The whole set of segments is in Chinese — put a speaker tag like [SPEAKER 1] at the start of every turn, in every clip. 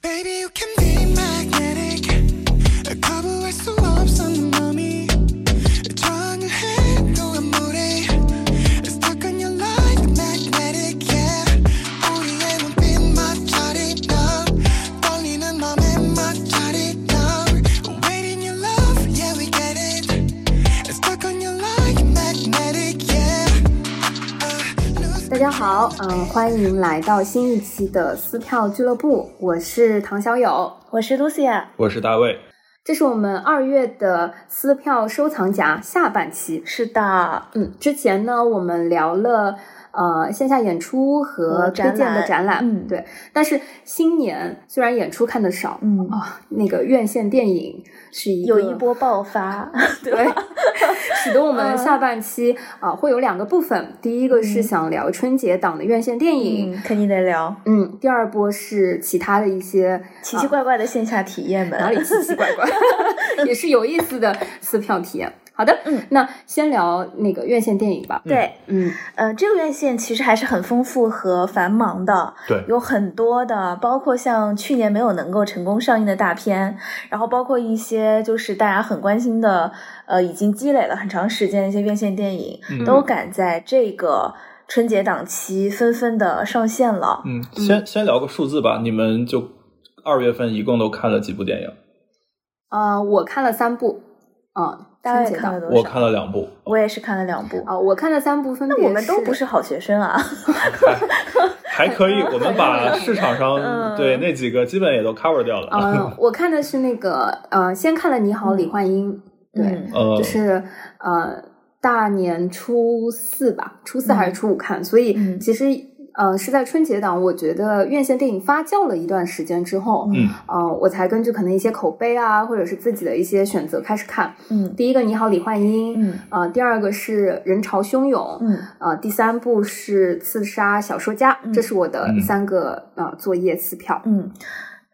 [SPEAKER 1] Baby, you can be magnetic. 거부할 수 없어 내 맘이 저항을 해도 아무리 Stuck on your light, magnetic, yeah. 우리의 눈빛 마찰이 나 떨리는 맘의 마찰이 나 Waiting your love, yeah we get it. Stuck on your light, magnetic, yeah. Uh,
[SPEAKER 2] 大家好，嗯，欢迎来到新一期的撕票俱乐部，我是唐小友，
[SPEAKER 3] 我是 Lucia，
[SPEAKER 4] 我是大卫，
[SPEAKER 2] 这是我们二月的撕票收藏夹下半期。
[SPEAKER 3] 是的，
[SPEAKER 2] 嗯，之前呢，我们聊了呃线下演出和
[SPEAKER 3] 和
[SPEAKER 2] 推
[SPEAKER 3] 展
[SPEAKER 2] 荐的
[SPEAKER 3] 览
[SPEAKER 2] 展览，
[SPEAKER 3] 嗯
[SPEAKER 2] 对。但是新年虽然演出看的少，
[SPEAKER 3] 嗯
[SPEAKER 2] 啊、那个院线电影是一
[SPEAKER 3] 有
[SPEAKER 2] 个
[SPEAKER 3] 一波爆发，
[SPEAKER 2] 对，使得我们下半期啊、会有两个部分，第一个是
[SPEAKER 3] 嗯
[SPEAKER 2] 想聊春节档的院线电影。
[SPEAKER 3] 嗯，肯定得聊
[SPEAKER 2] 嗯，第二波是其他的一些
[SPEAKER 3] 奇奇怪怪的线下体验
[SPEAKER 2] 哪里
[SPEAKER 3] 们。
[SPEAKER 2] 奇奇怪 怪，也是有意思的撕票体验。好的，
[SPEAKER 3] 嗯，
[SPEAKER 2] 那先聊那个院线电影吧。
[SPEAKER 3] 对，
[SPEAKER 2] 嗯，
[SPEAKER 3] 呃，这个院线其实还是很丰富和繁忙的，
[SPEAKER 4] 对，
[SPEAKER 3] 有很多的，包括像去年没有能够成功上映的大片，然后包括一些就是大家很关心的，呃，已经积累了很长时间的一些院线电影，
[SPEAKER 4] 嗯
[SPEAKER 3] 都赶在这个春节档期纷纷的上线了。
[SPEAKER 4] 嗯，先先聊个数字吧，你们就二月份一共都看了几部电影？
[SPEAKER 2] 呃，我看了三部，啊、
[SPEAKER 3] 大
[SPEAKER 2] 春
[SPEAKER 3] 卫
[SPEAKER 2] 节
[SPEAKER 3] 看
[SPEAKER 2] 档
[SPEAKER 3] 了多少？
[SPEAKER 4] 我看了 两部，
[SPEAKER 3] 我也是看了两部。
[SPEAKER 2] 啊、我看了三部，分别
[SPEAKER 3] 那我们都不
[SPEAKER 2] 是
[SPEAKER 3] 是好学生啊，
[SPEAKER 4] 还可以，我们把市场上
[SPEAKER 3] 嗯
[SPEAKER 4] 对那几个基本也都 cover 掉了。
[SPEAKER 2] 嗯、我看的是那个呃，先看了《你好，李焕英》，对，
[SPEAKER 3] 嗯，
[SPEAKER 4] 呃
[SPEAKER 2] 就，是呃大年初四吧，初四还是初五看，所以
[SPEAKER 3] 嗯
[SPEAKER 2] 其实呃是在春节档，我觉得院线电影发酵了一段时间之后，
[SPEAKER 4] 嗯
[SPEAKER 2] 呃，我才根据可能一些口碑啊，或者是自己的一些选择开始看。
[SPEAKER 3] 嗯
[SPEAKER 2] 第一个《你好，李焕英》，
[SPEAKER 3] 嗯
[SPEAKER 2] 呃，第二个是《人潮汹涌》，
[SPEAKER 3] 嗯
[SPEAKER 2] 呃，第三部是《刺杀小说家》，
[SPEAKER 3] 嗯
[SPEAKER 2] 这是我的
[SPEAKER 4] 嗯
[SPEAKER 2] 三个、呃作业撕票。
[SPEAKER 3] 嗯，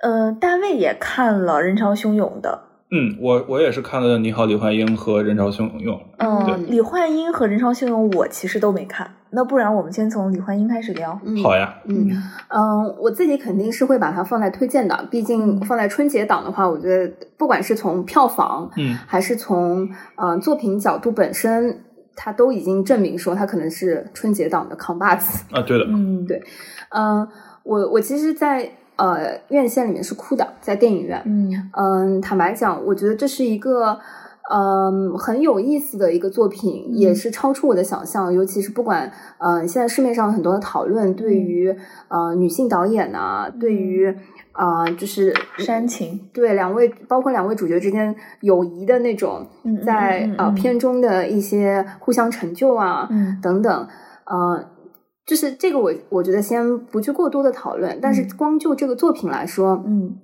[SPEAKER 3] 呃，大卫也看了《人潮汹涌》的，
[SPEAKER 4] 嗯，我我也是看了《你好，李焕英》和《人潮汹涌》。
[SPEAKER 3] 嗯、
[SPEAKER 2] 对
[SPEAKER 3] 李焕英和《人潮汹涌》我其实都没看，那不然我们先从李焕英开始聊。
[SPEAKER 2] 嗯，
[SPEAKER 4] 好呀，
[SPEAKER 2] 嗯嗯，我自己肯定是会把它放在推荐的，毕
[SPEAKER 3] 嗯
[SPEAKER 2] 竟放在春节档的话，我觉得不管是从票房
[SPEAKER 4] 嗯
[SPEAKER 2] 还是从呃作品角度本身，它都已经证明说它可能是春节档的扛把子。
[SPEAKER 4] 啊，对的，
[SPEAKER 3] 嗯，
[SPEAKER 2] 对嗯，我我其实在，呃院线里面是哭的，在电影院。
[SPEAKER 3] 嗯
[SPEAKER 2] 嗯，坦白讲，我觉得这是一个嗯很有意思的一个作品，也
[SPEAKER 3] 嗯
[SPEAKER 2] 是超出我的想象。尤其是不管嗯、呃现在市面上很多的讨论，对于、
[SPEAKER 3] 嗯
[SPEAKER 2] 呃女性导演呐、对于啊、呃就是
[SPEAKER 3] 煽情，
[SPEAKER 2] 对两位包括两位主角之间友谊的那种
[SPEAKER 3] 嗯嗯
[SPEAKER 2] 在
[SPEAKER 3] 嗯嗯
[SPEAKER 2] 呃
[SPEAKER 3] 嗯
[SPEAKER 2] 片中的一些互相成就啊，
[SPEAKER 3] 嗯
[SPEAKER 2] 等等，呃，就是这个我我觉得先不去过多的讨论，但是
[SPEAKER 3] 嗯
[SPEAKER 2] 光就这个作品来说，
[SPEAKER 3] 嗯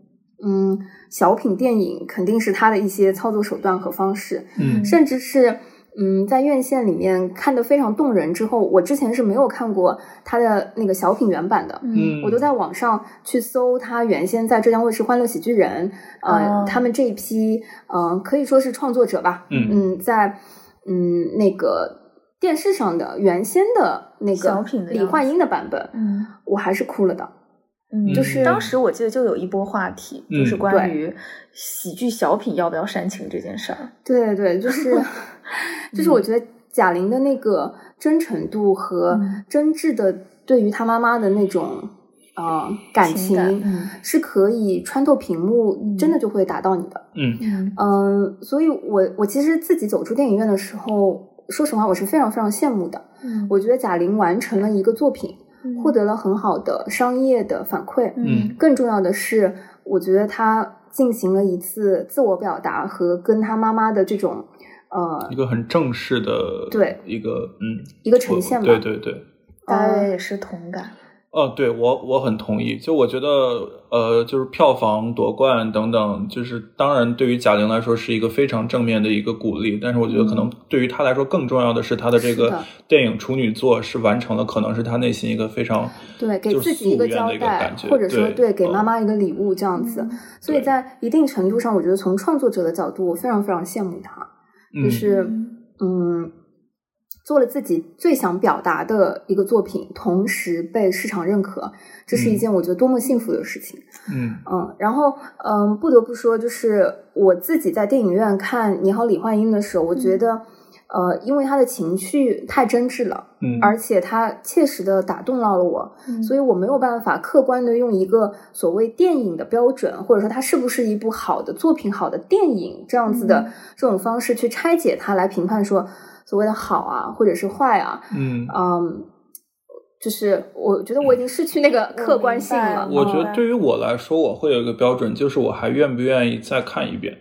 [SPEAKER 2] 嗯，小品电影肯定是它的一些操作手段和方式，
[SPEAKER 4] 嗯
[SPEAKER 2] 甚至是。嗯，在院线里面看的非常动人之后，我之前是没有看过它的那个小品原版的，
[SPEAKER 3] 嗯
[SPEAKER 2] 我都在网上去搜它原先在浙江卫视《欢乐喜剧人》呃，
[SPEAKER 3] 哦
[SPEAKER 2] 他们这一批嗯、呃可以说是创作者吧，
[SPEAKER 4] 嗯
[SPEAKER 2] 嗯，在嗯那个电视上的原先的那
[SPEAKER 3] 小
[SPEAKER 2] 个
[SPEAKER 3] 品的
[SPEAKER 2] 李
[SPEAKER 3] 样
[SPEAKER 2] 焕英的版本，
[SPEAKER 3] 嗯
[SPEAKER 2] 我还是哭了的。
[SPEAKER 3] 嗯，
[SPEAKER 4] 就是
[SPEAKER 3] 当时我记得就有一波话题，
[SPEAKER 4] 嗯
[SPEAKER 3] 就是关
[SPEAKER 2] 对
[SPEAKER 3] 于喜剧小品要不要煽情这件事儿。
[SPEAKER 2] 对对对，就是 就是我觉得贾玲的那个真诚度和
[SPEAKER 3] 嗯
[SPEAKER 2] 真挚的对于她妈妈的那种呃感
[SPEAKER 3] 情感
[SPEAKER 2] 情
[SPEAKER 3] 嗯，
[SPEAKER 2] 是可以穿透屏幕，
[SPEAKER 3] 嗯
[SPEAKER 2] 真的就会打到你的。
[SPEAKER 4] 嗯
[SPEAKER 3] 嗯
[SPEAKER 2] 嗯，所以我我其实自己走出电影院的时候，说实话，我是非常非常羡慕的。
[SPEAKER 3] 嗯
[SPEAKER 2] 我觉得贾玲完成了一个作品，获得了很好的商业的反馈。
[SPEAKER 3] 嗯
[SPEAKER 2] 更重要的是，我觉得她进行了一次自我表达和跟她妈妈的这种呃
[SPEAKER 4] 一个很正式的，
[SPEAKER 2] 对
[SPEAKER 4] 一个嗯
[SPEAKER 2] 一个呈现吧。
[SPEAKER 4] 对对对。
[SPEAKER 3] 大卫也是同感。
[SPEAKER 4] 呃，对我我很同意。就我觉得，呃，就是票房夺冠等等，就是当然对于贾玲来说是一个非常正面的一个鼓励，但是我觉得可能对于她来说更重要的是她的
[SPEAKER 2] 嗯
[SPEAKER 4] 这
[SPEAKER 2] 是
[SPEAKER 4] 个
[SPEAKER 2] 的
[SPEAKER 4] 电影处女作是完成了，可能是她内心一个非常
[SPEAKER 2] 对，给
[SPEAKER 4] 就是
[SPEAKER 2] 自己一
[SPEAKER 4] 夙
[SPEAKER 2] 个
[SPEAKER 4] 愿
[SPEAKER 2] 交
[SPEAKER 4] 的一个
[SPEAKER 2] 代
[SPEAKER 4] 感，觉
[SPEAKER 2] 或者说
[SPEAKER 4] 对
[SPEAKER 2] 对给
[SPEAKER 4] 嗯
[SPEAKER 2] 妈妈一个礼物这样子。
[SPEAKER 3] 嗯
[SPEAKER 2] 所以
[SPEAKER 4] 对
[SPEAKER 2] 在一定程度上，我觉得从创作者的角度，我非常非常羡慕她。
[SPEAKER 4] 嗯
[SPEAKER 2] 就是嗯，做了自己最想表达的一个作品，同时被市场认可，这是一件我觉得多么幸福的事情。
[SPEAKER 4] 嗯
[SPEAKER 2] 嗯，然后嗯，不得不说，就是我自己在电影院看《你好，李焕英》的时候，我觉得，呃，因为她的情绪太真挚了，
[SPEAKER 4] 嗯，
[SPEAKER 2] 而且她切实的打动到了我，所以我没有办法客观的用一个所谓电影的标准，或者说它是不是一部好的作品、好的电影这样子的
[SPEAKER 3] 嗯
[SPEAKER 2] 这种方式去拆解它来评判说所谓的好啊，或者是坏啊，
[SPEAKER 4] 嗯。
[SPEAKER 2] 嗯，就是我觉得我已经失去那个客观性了。
[SPEAKER 4] 我觉
[SPEAKER 3] 明
[SPEAKER 4] 得
[SPEAKER 3] 白
[SPEAKER 4] 对于我来说，我会有一个标准，就是我还愿不愿意再看一遍。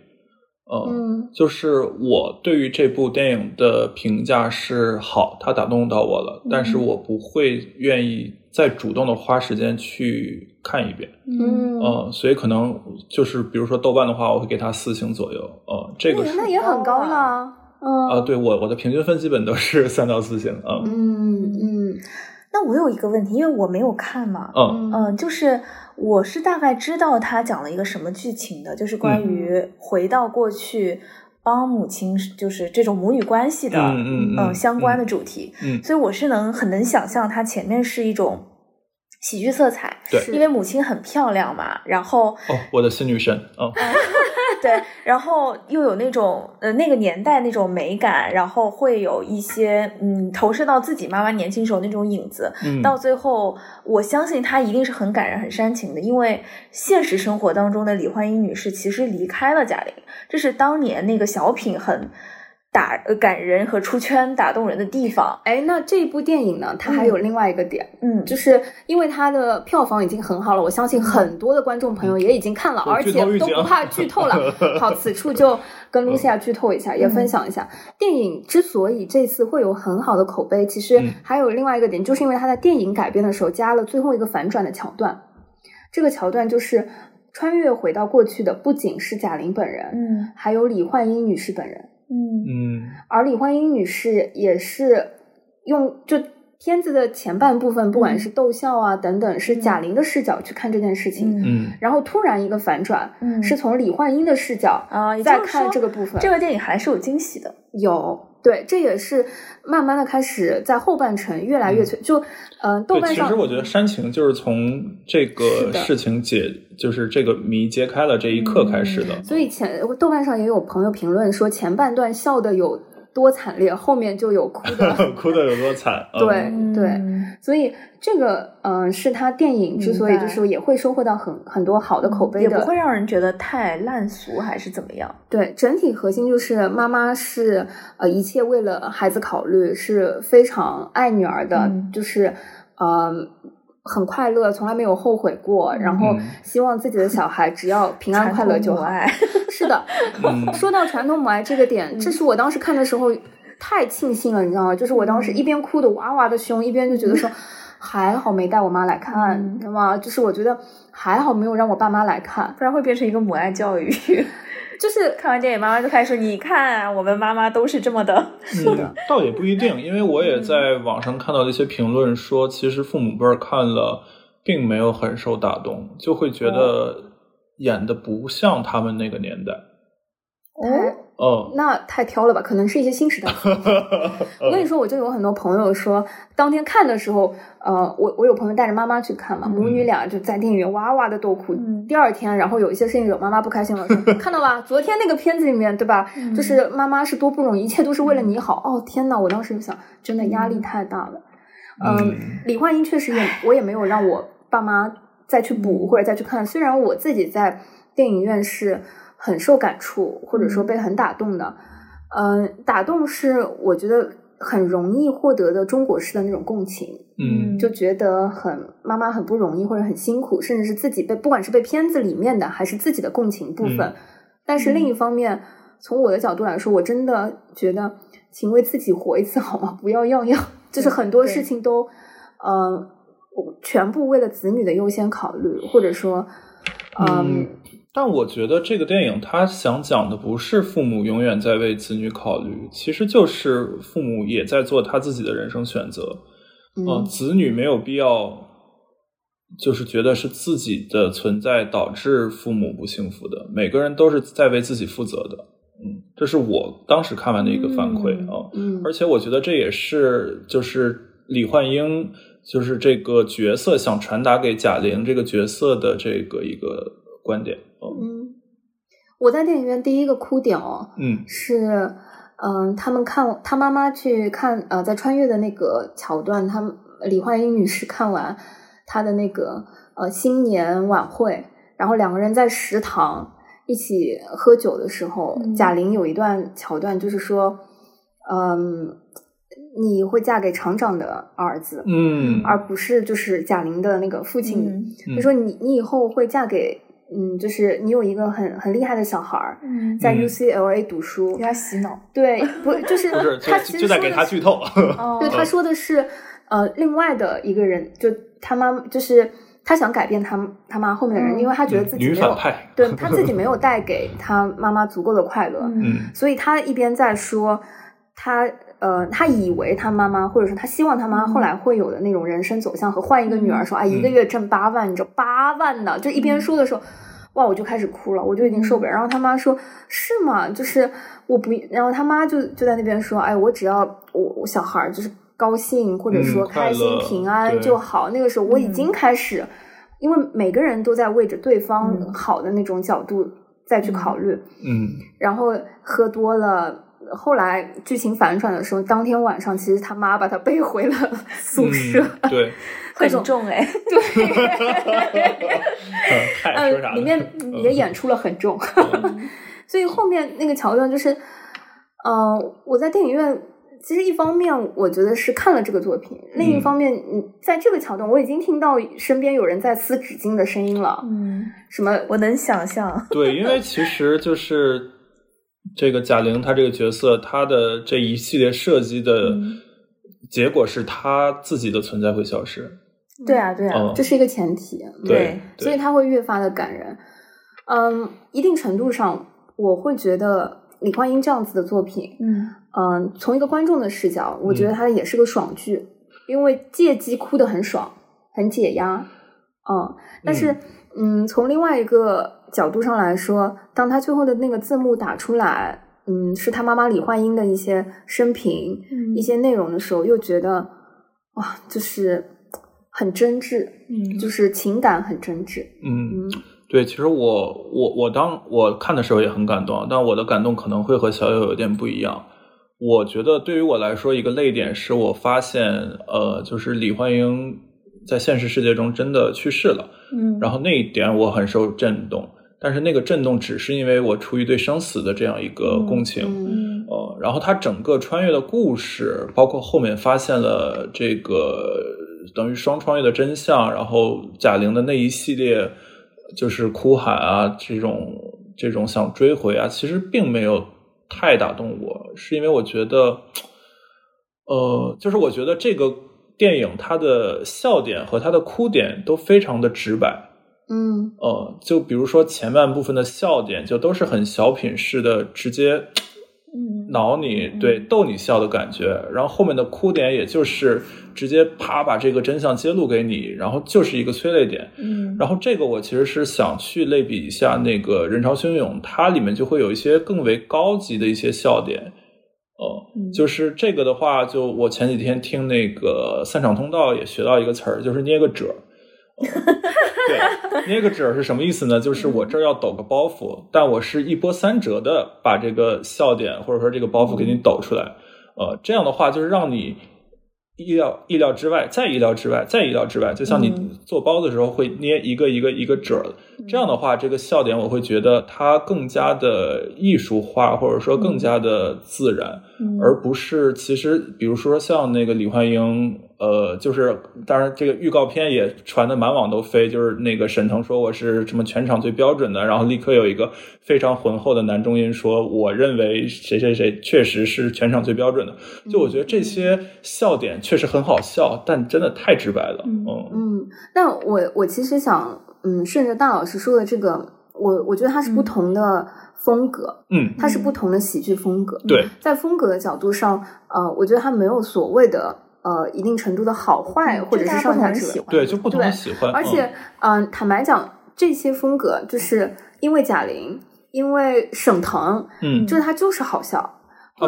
[SPEAKER 4] 呃，
[SPEAKER 2] 嗯
[SPEAKER 4] 就是我对于这部电影的评价是好，它打动到我了，但是我不会愿意再主动的花时间去看一遍。
[SPEAKER 2] 嗯
[SPEAKER 4] 嗯，所以可能就是比如说豆瓣的话，我会给它四星左右。呃，这个是
[SPEAKER 2] 嗯那也很高
[SPEAKER 3] 高
[SPEAKER 2] 了
[SPEAKER 3] 了。
[SPEAKER 2] 嗯
[SPEAKER 4] 啊，对我我的平均分基本都是 三到四星。嗯
[SPEAKER 2] 嗯
[SPEAKER 3] 那我有一个问题，因为我没有看嘛，
[SPEAKER 4] 嗯
[SPEAKER 2] 嗯
[SPEAKER 3] 嗯，就是我是大概知道他讲了一个什么剧情的，就是关
[SPEAKER 4] 嗯
[SPEAKER 3] 于回到过去帮母亲，就是这种母女关系的，
[SPEAKER 4] 嗯嗯嗯
[SPEAKER 3] 呃相关的主题，
[SPEAKER 4] 嗯
[SPEAKER 3] 所以我是能很能想象它前面是一种喜剧色彩，
[SPEAKER 4] 对
[SPEAKER 2] 是
[SPEAKER 3] 因为母亲很漂亮嘛，然后
[SPEAKER 4] 哦，我的新女神啊，
[SPEAKER 3] 对，然后又有那种呃那个年代那种美感，然后会有一些嗯投射到自己妈妈年轻时候那种影子，
[SPEAKER 4] 嗯，
[SPEAKER 3] 到最后，我相信她一定是很感人、很煽情的，因为现实生活当中的李焕英女士其实离开了贾玲，这是当年那个小品很打呃感人和出圈、打动人的地方。
[SPEAKER 2] 哎，那这一部电影呢，它还有另外一个点，
[SPEAKER 3] 嗯，
[SPEAKER 2] 就是因为它的票房已经很好了，我相信很多的观众朋友也已经看了，
[SPEAKER 4] 我
[SPEAKER 2] 而
[SPEAKER 4] 剧
[SPEAKER 2] 且
[SPEAKER 4] 透预嗯
[SPEAKER 2] 都
[SPEAKER 4] 警
[SPEAKER 2] 不怕 剧透了。好，此处就跟 Lucia 剧透一下，也分享一下电影之所以这次会有很好的口碑，其实
[SPEAKER 4] 嗯
[SPEAKER 2] 还有另外一个点，就是因为它在电影改编的时候加了最后一个反转的桥段，这个桥段就是穿越回到过去的不仅是贾玲本人，
[SPEAKER 3] 嗯
[SPEAKER 2] 还有李焕英女士本人。
[SPEAKER 3] 嗯
[SPEAKER 4] 嗯
[SPEAKER 2] 而李焕英女士也是用就片子的前半部分，不
[SPEAKER 3] 嗯
[SPEAKER 2] 管是逗笑啊等等，是贾玲的视角去看这件事情，
[SPEAKER 3] 嗯
[SPEAKER 4] 嗯
[SPEAKER 2] 然后突然一个反转，
[SPEAKER 3] 嗯
[SPEAKER 2] 是从李焕英的视角
[SPEAKER 3] 啊，也
[SPEAKER 2] 再
[SPEAKER 3] 就是
[SPEAKER 2] 看
[SPEAKER 3] 说
[SPEAKER 2] 这个部分，
[SPEAKER 3] 这个电影还是有惊喜的。
[SPEAKER 2] 有。对，这也是慢慢的开始在后半程越来越催，就嗯、呃，豆
[SPEAKER 4] 对，
[SPEAKER 2] 瓣
[SPEAKER 4] 其
[SPEAKER 2] 上
[SPEAKER 4] 实我觉得煽情就是从这
[SPEAKER 2] 是
[SPEAKER 4] 个
[SPEAKER 2] 的
[SPEAKER 4] 事情解，就是这个谜揭开了这一刻开始的。
[SPEAKER 2] 所以前豆瓣上也有朋友评论说前半段笑的有多惨烈，后面就有哭 的
[SPEAKER 4] 哭的有多惨？嗯
[SPEAKER 2] 对对
[SPEAKER 3] 嗯
[SPEAKER 2] 所以这个嗯、呃是他电影之所以
[SPEAKER 3] 明
[SPEAKER 2] 就
[SPEAKER 3] 白嗯
[SPEAKER 2] 是也会收获到很很多好的口碑
[SPEAKER 3] 也不会
[SPEAKER 2] 的，
[SPEAKER 3] 让人觉得太烂俗还是怎么样。
[SPEAKER 2] 对，整体核心就是妈妈是呃一切为了孩子考虑，是非常爱女儿的，
[SPEAKER 3] 嗯
[SPEAKER 2] 就是嗯、很快乐，从来没有后悔过，然后
[SPEAKER 4] 嗯
[SPEAKER 2] 希望自己的小孩只要平安
[SPEAKER 3] 传
[SPEAKER 2] 快乐
[SPEAKER 3] 统
[SPEAKER 2] 就
[SPEAKER 3] 母
[SPEAKER 2] 好。
[SPEAKER 3] 爱
[SPEAKER 2] 是 的，
[SPEAKER 4] 嗯
[SPEAKER 2] 说到传统母爱这个点，
[SPEAKER 3] 嗯
[SPEAKER 2] 这是我当时看的时候太庆幸了，你知道吗？就是我当时
[SPEAKER 3] 嗯
[SPEAKER 2] 一边哭的哇哇的凶，一边就觉 得说。还好没带我妈来看，
[SPEAKER 3] 嗯
[SPEAKER 2] 知道吗？就是我觉得还好没有让我爸妈来看，
[SPEAKER 3] 不然会变成一个母爱教育。
[SPEAKER 2] 就是
[SPEAKER 3] 看完电影，妈妈就开始说：“你看啊，我们妈妈都是这么的。
[SPEAKER 4] 嗯，倒也不一定，因为我也在
[SPEAKER 2] 嗯
[SPEAKER 4] 网上看到的一些评论说，其实父母辈儿看了，并没有很受打动，就会觉得演的不像他们那个年代。”
[SPEAKER 2] 哎
[SPEAKER 4] 哦，
[SPEAKER 2] 那太挑了吧，可能是一些新时代。我跟你说，我就有很多朋友说，当天看的时候，呃，我我有朋友带着妈妈去看嘛，母女俩就在电影院哇哇的都哭。
[SPEAKER 3] 嗯
[SPEAKER 2] 第二天，然后有一些事情惹妈妈不开心 了，说看到吧，昨天那个片子里面，对吧？
[SPEAKER 3] 嗯
[SPEAKER 2] 就是妈妈是多不容易，一切都是为了你好。哦天呐，我当时就想，真的压力太大了。嗯，
[SPEAKER 4] 嗯
[SPEAKER 2] 李焕英确实也，我也没有让我爸妈再去补或者再去看。虽然我自己在电影院是很受感触，或者说被很打动的。嗯、打动是我觉得很容易获得的中国式的那种共情，
[SPEAKER 4] 嗯
[SPEAKER 2] 就觉得很妈妈很不容易或者很辛苦，甚至是自己被不管是被片子里面的还是自己的共情部分。
[SPEAKER 4] 嗯
[SPEAKER 2] 但是另一方面，从我的角度来说，我真的觉得，请为自己活一次好吗？ 不要样样，就是很多
[SPEAKER 3] 对
[SPEAKER 2] 事情都，呃，我全部为了子女的优先考虑，或者说，嗯，
[SPEAKER 4] 但我觉得这个电影它想讲的不是父母永远在为子女考虑，其实就是父母也在做他自己的人生选择。
[SPEAKER 2] 嗯
[SPEAKER 4] 呃，子女没有必要，就是觉得是自己的存在导致父母不幸福的。每个人都是在为自己负责的。嗯这是我当时看完的一个反馈
[SPEAKER 3] 嗯
[SPEAKER 4] 啊。
[SPEAKER 2] 嗯
[SPEAKER 4] 而且我觉得这也是就是李焕英就是这个角色想传达给贾玲这个角色的这个一个观点。哦
[SPEAKER 2] 嗯，我在电影院第一个哭点哦，
[SPEAKER 4] 嗯
[SPEAKER 2] 是，嗯，他们看他妈妈去看呃，在穿越的那个桥段，他们李焕英女士看完她的那个呃新年晚会，然后两个人在食堂一起喝酒的时候，
[SPEAKER 3] 嗯
[SPEAKER 2] 贾玲有一段桥段就是说，嗯，你会嫁给厂长的儿子，
[SPEAKER 4] 嗯
[SPEAKER 2] 而不是就是贾玲的那个父亲，
[SPEAKER 3] 嗯
[SPEAKER 2] 就说你你以后会嫁给。嗯，就是你有一个很很厉害的小孩儿，
[SPEAKER 3] 嗯，
[SPEAKER 2] 在
[SPEAKER 4] 嗯
[SPEAKER 2] UCLA 读书，
[SPEAKER 3] 给他洗脑，
[SPEAKER 2] 对，不是就是
[SPEAKER 4] 不是
[SPEAKER 2] 他
[SPEAKER 4] 就
[SPEAKER 2] 其实
[SPEAKER 4] 就在
[SPEAKER 2] 说
[SPEAKER 4] 给
[SPEAKER 2] 的
[SPEAKER 4] 他
[SPEAKER 2] 是
[SPEAKER 4] 剧透。嗯
[SPEAKER 3] 哦
[SPEAKER 2] 对，他说的是呃，另外的一个人，就他妈，就是他想改变他他妈后面的人，
[SPEAKER 3] 嗯
[SPEAKER 2] 因为他觉得自己
[SPEAKER 4] 女
[SPEAKER 2] 没有
[SPEAKER 4] 反，派。
[SPEAKER 2] 对他自己没有带给他妈妈足够的快乐，
[SPEAKER 4] 嗯
[SPEAKER 2] 所以他一边在说他。呃，他以为他妈妈，或者说他希望他妈
[SPEAKER 3] 嗯
[SPEAKER 2] 后来会有的那种人生走向和换一个女儿说，啊，一个
[SPEAKER 4] 嗯
[SPEAKER 2] 月挣八万，你知道八万呢？就一边说的时候，哇，我就开始哭了，我就已经受
[SPEAKER 4] 嗯
[SPEAKER 2] 不了。然后他妈说：“是吗？就是我不。”然后他妈就就在那边说：“哎，我只要我我小孩儿就是高兴或者
[SPEAKER 4] 嗯
[SPEAKER 2] 说
[SPEAKER 4] 快
[SPEAKER 2] 开心、
[SPEAKER 4] 乐
[SPEAKER 2] 平安
[SPEAKER 4] 对嗯
[SPEAKER 2] 就好。”那个时候我已经开始，因为每个人都在为着对方
[SPEAKER 3] 嗯
[SPEAKER 2] 好的那种角度再去考虑。
[SPEAKER 4] 嗯
[SPEAKER 2] 然后喝多了。后来剧情反转的时候，当天晚上其实他妈把他背回了 宿舍。
[SPEAKER 4] 嗯对，
[SPEAKER 2] 各
[SPEAKER 3] 很
[SPEAKER 2] 种
[SPEAKER 3] 重哎，
[SPEAKER 4] 嗯他也说啥
[SPEAKER 2] 嗯，
[SPEAKER 4] 呢？
[SPEAKER 2] 里面
[SPEAKER 4] 嗯
[SPEAKER 2] 也演出了很重， 所以后面那个桥段就是，嗯、我在电影院，其实一方面我觉得是看了这个作品，另一
[SPEAKER 4] 嗯
[SPEAKER 2] 方面，你在这个桥段我已经听到身边有人在撕纸巾的声音了，
[SPEAKER 3] 嗯，
[SPEAKER 2] 什么
[SPEAKER 3] 我能想象，
[SPEAKER 4] 对，因为其实就是这个贾玲她这个角色，她的这一系列设计的
[SPEAKER 3] 嗯
[SPEAKER 4] 结果是她自己的存在会消失。
[SPEAKER 3] 对啊，对啊，
[SPEAKER 4] 嗯
[SPEAKER 2] 这是一个前提，
[SPEAKER 4] 对，
[SPEAKER 2] 所以它会越发的感人。嗯，一定程度上，我会觉得李焕英这样子的作品，
[SPEAKER 3] 嗯
[SPEAKER 2] 嗯，从一个观众的视角，我觉得
[SPEAKER 4] 嗯
[SPEAKER 2] 它也是个爽剧，因为借机哭得很爽，很解压。嗯，但是，嗯从另外一个角度上来说，当他最后的那个字幕打出来，嗯，是他妈妈李焕英的一些生平、
[SPEAKER 3] 嗯
[SPEAKER 2] 一些内容的时候，又觉得哇，就是很真挚，
[SPEAKER 3] 嗯
[SPEAKER 2] 就是情感很真挚。
[SPEAKER 4] 嗯，
[SPEAKER 2] 嗯
[SPEAKER 4] 对，其实我我我当我看的时候也很感动，但我的感动可能会和小友有点不一样。我觉得对于我来说，一个泪点是我发现，呃，就是李焕英在现实世界中真的去世了，
[SPEAKER 3] 嗯，
[SPEAKER 4] 然后那一点我很受震动。但是那个震动只是因为我出于对生死的这样一个
[SPEAKER 3] 嗯
[SPEAKER 4] 共情，
[SPEAKER 2] 嗯
[SPEAKER 3] 嗯
[SPEAKER 4] 呃，然后他整个穿越的故事，包括后面发现了这个等于双穿越的真相，然后贾玲的那一系列就是哭喊啊，这种这种想追回啊，其实并没有太打动我，是因为我觉得，呃，就是我觉得这个电影它的笑点和它的哭点都非常的直白，
[SPEAKER 2] 嗯
[SPEAKER 4] 呃，就比如说前半部分的笑点，就都是很小品式的，直接
[SPEAKER 3] 嗯
[SPEAKER 4] 挠你，对，逗你笑的感觉。然后后面的哭点，也就是直接啪把这个真相揭露给你，然后就是一个催泪点。
[SPEAKER 3] 嗯，
[SPEAKER 4] 然后这个我其实是想去类比一下那个《人潮汹涌》，它里面就会有一些更为高级的一些笑点。哦、
[SPEAKER 3] 嗯
[SPEAKER 4] 就是这个的话，就我前几天听那个散场通道也学到一个词儿，就是捏个褶儿。呃对，捏个褶儿是什么意思呢？就是我这儿要抖个包袱，但我是一波三折的把这个笑点或者说这个包袱给你抖出来。呃，这样的话就是让你意料意料之外，再意料之外，再意料之外，就像你
[SPEAKER 3] 嗯
[SPEAKER 4] 做包子的时候会捏一个一个一个褶儿。这样的话，这个笑点我会觉得它更加的艺术化，或者说更加的自然，
[SPEAKER 3] 嗯
[SPEAKER 4] 而不是其实比如说像那个李焕英。呃，就是当然，这个预告片也传的满网都飞，就是那个沈腾说我是什么全场最标准的，然后立刻有一个非常浑厚的男中音说，我认为谁谁谁确实是全场最标准的。就我觉得这
[SPEAKER 2] 嗯
[SPEAKER 4] 些笑点确实很好笑，但真的太直白了。
[SPEAKER 3] 嗯
[SPEAKER 4] 嗯
[SPEAKER 2] 嗯，但我我其实想，嗯，顺着大老师说的这个，我我觉得它是不
[SPEAKER 3] 嗯
[SPEAKER 2] 同的风格，
[SPEAKER 4] 嗯，
[SPEAKER 2] 它是不同的喜剧风格。
[SPEAKER 4] 对，
[SPEAKER 2] 在风格的角度上，呃，我觉得它没有所谓的呃一定程度的好坏，或者
[SPEAKER 3] 嗯就
[SPEAKER 2] 是
[SPEAKER 3] 大家
[SPEAKER 2] 上
[SPEAKER 3] 不
[SPEAKER 2] 下
[SPEAKER 3] 同人
[SPEAKER 2] 之
[SPEAKER 3] 喜
[SPEAKER 2] 分。
[SPEAKER 3] 欢，
[SPEAKER 4] 对，就不同的
[SPEAKER 2] 嗯对
[SPEAKER 4] 喜欢。
[SPEAKER 2] 呃而且，嗯、坦白讲，这些风格就是因为贾玲，因为沈腾，
[SPEAKER 4] 嗯，
[SPEAKER 2] 就是他就是好笑，
[SPEAKER 4] 啊，
[SPEAKER 3] 哦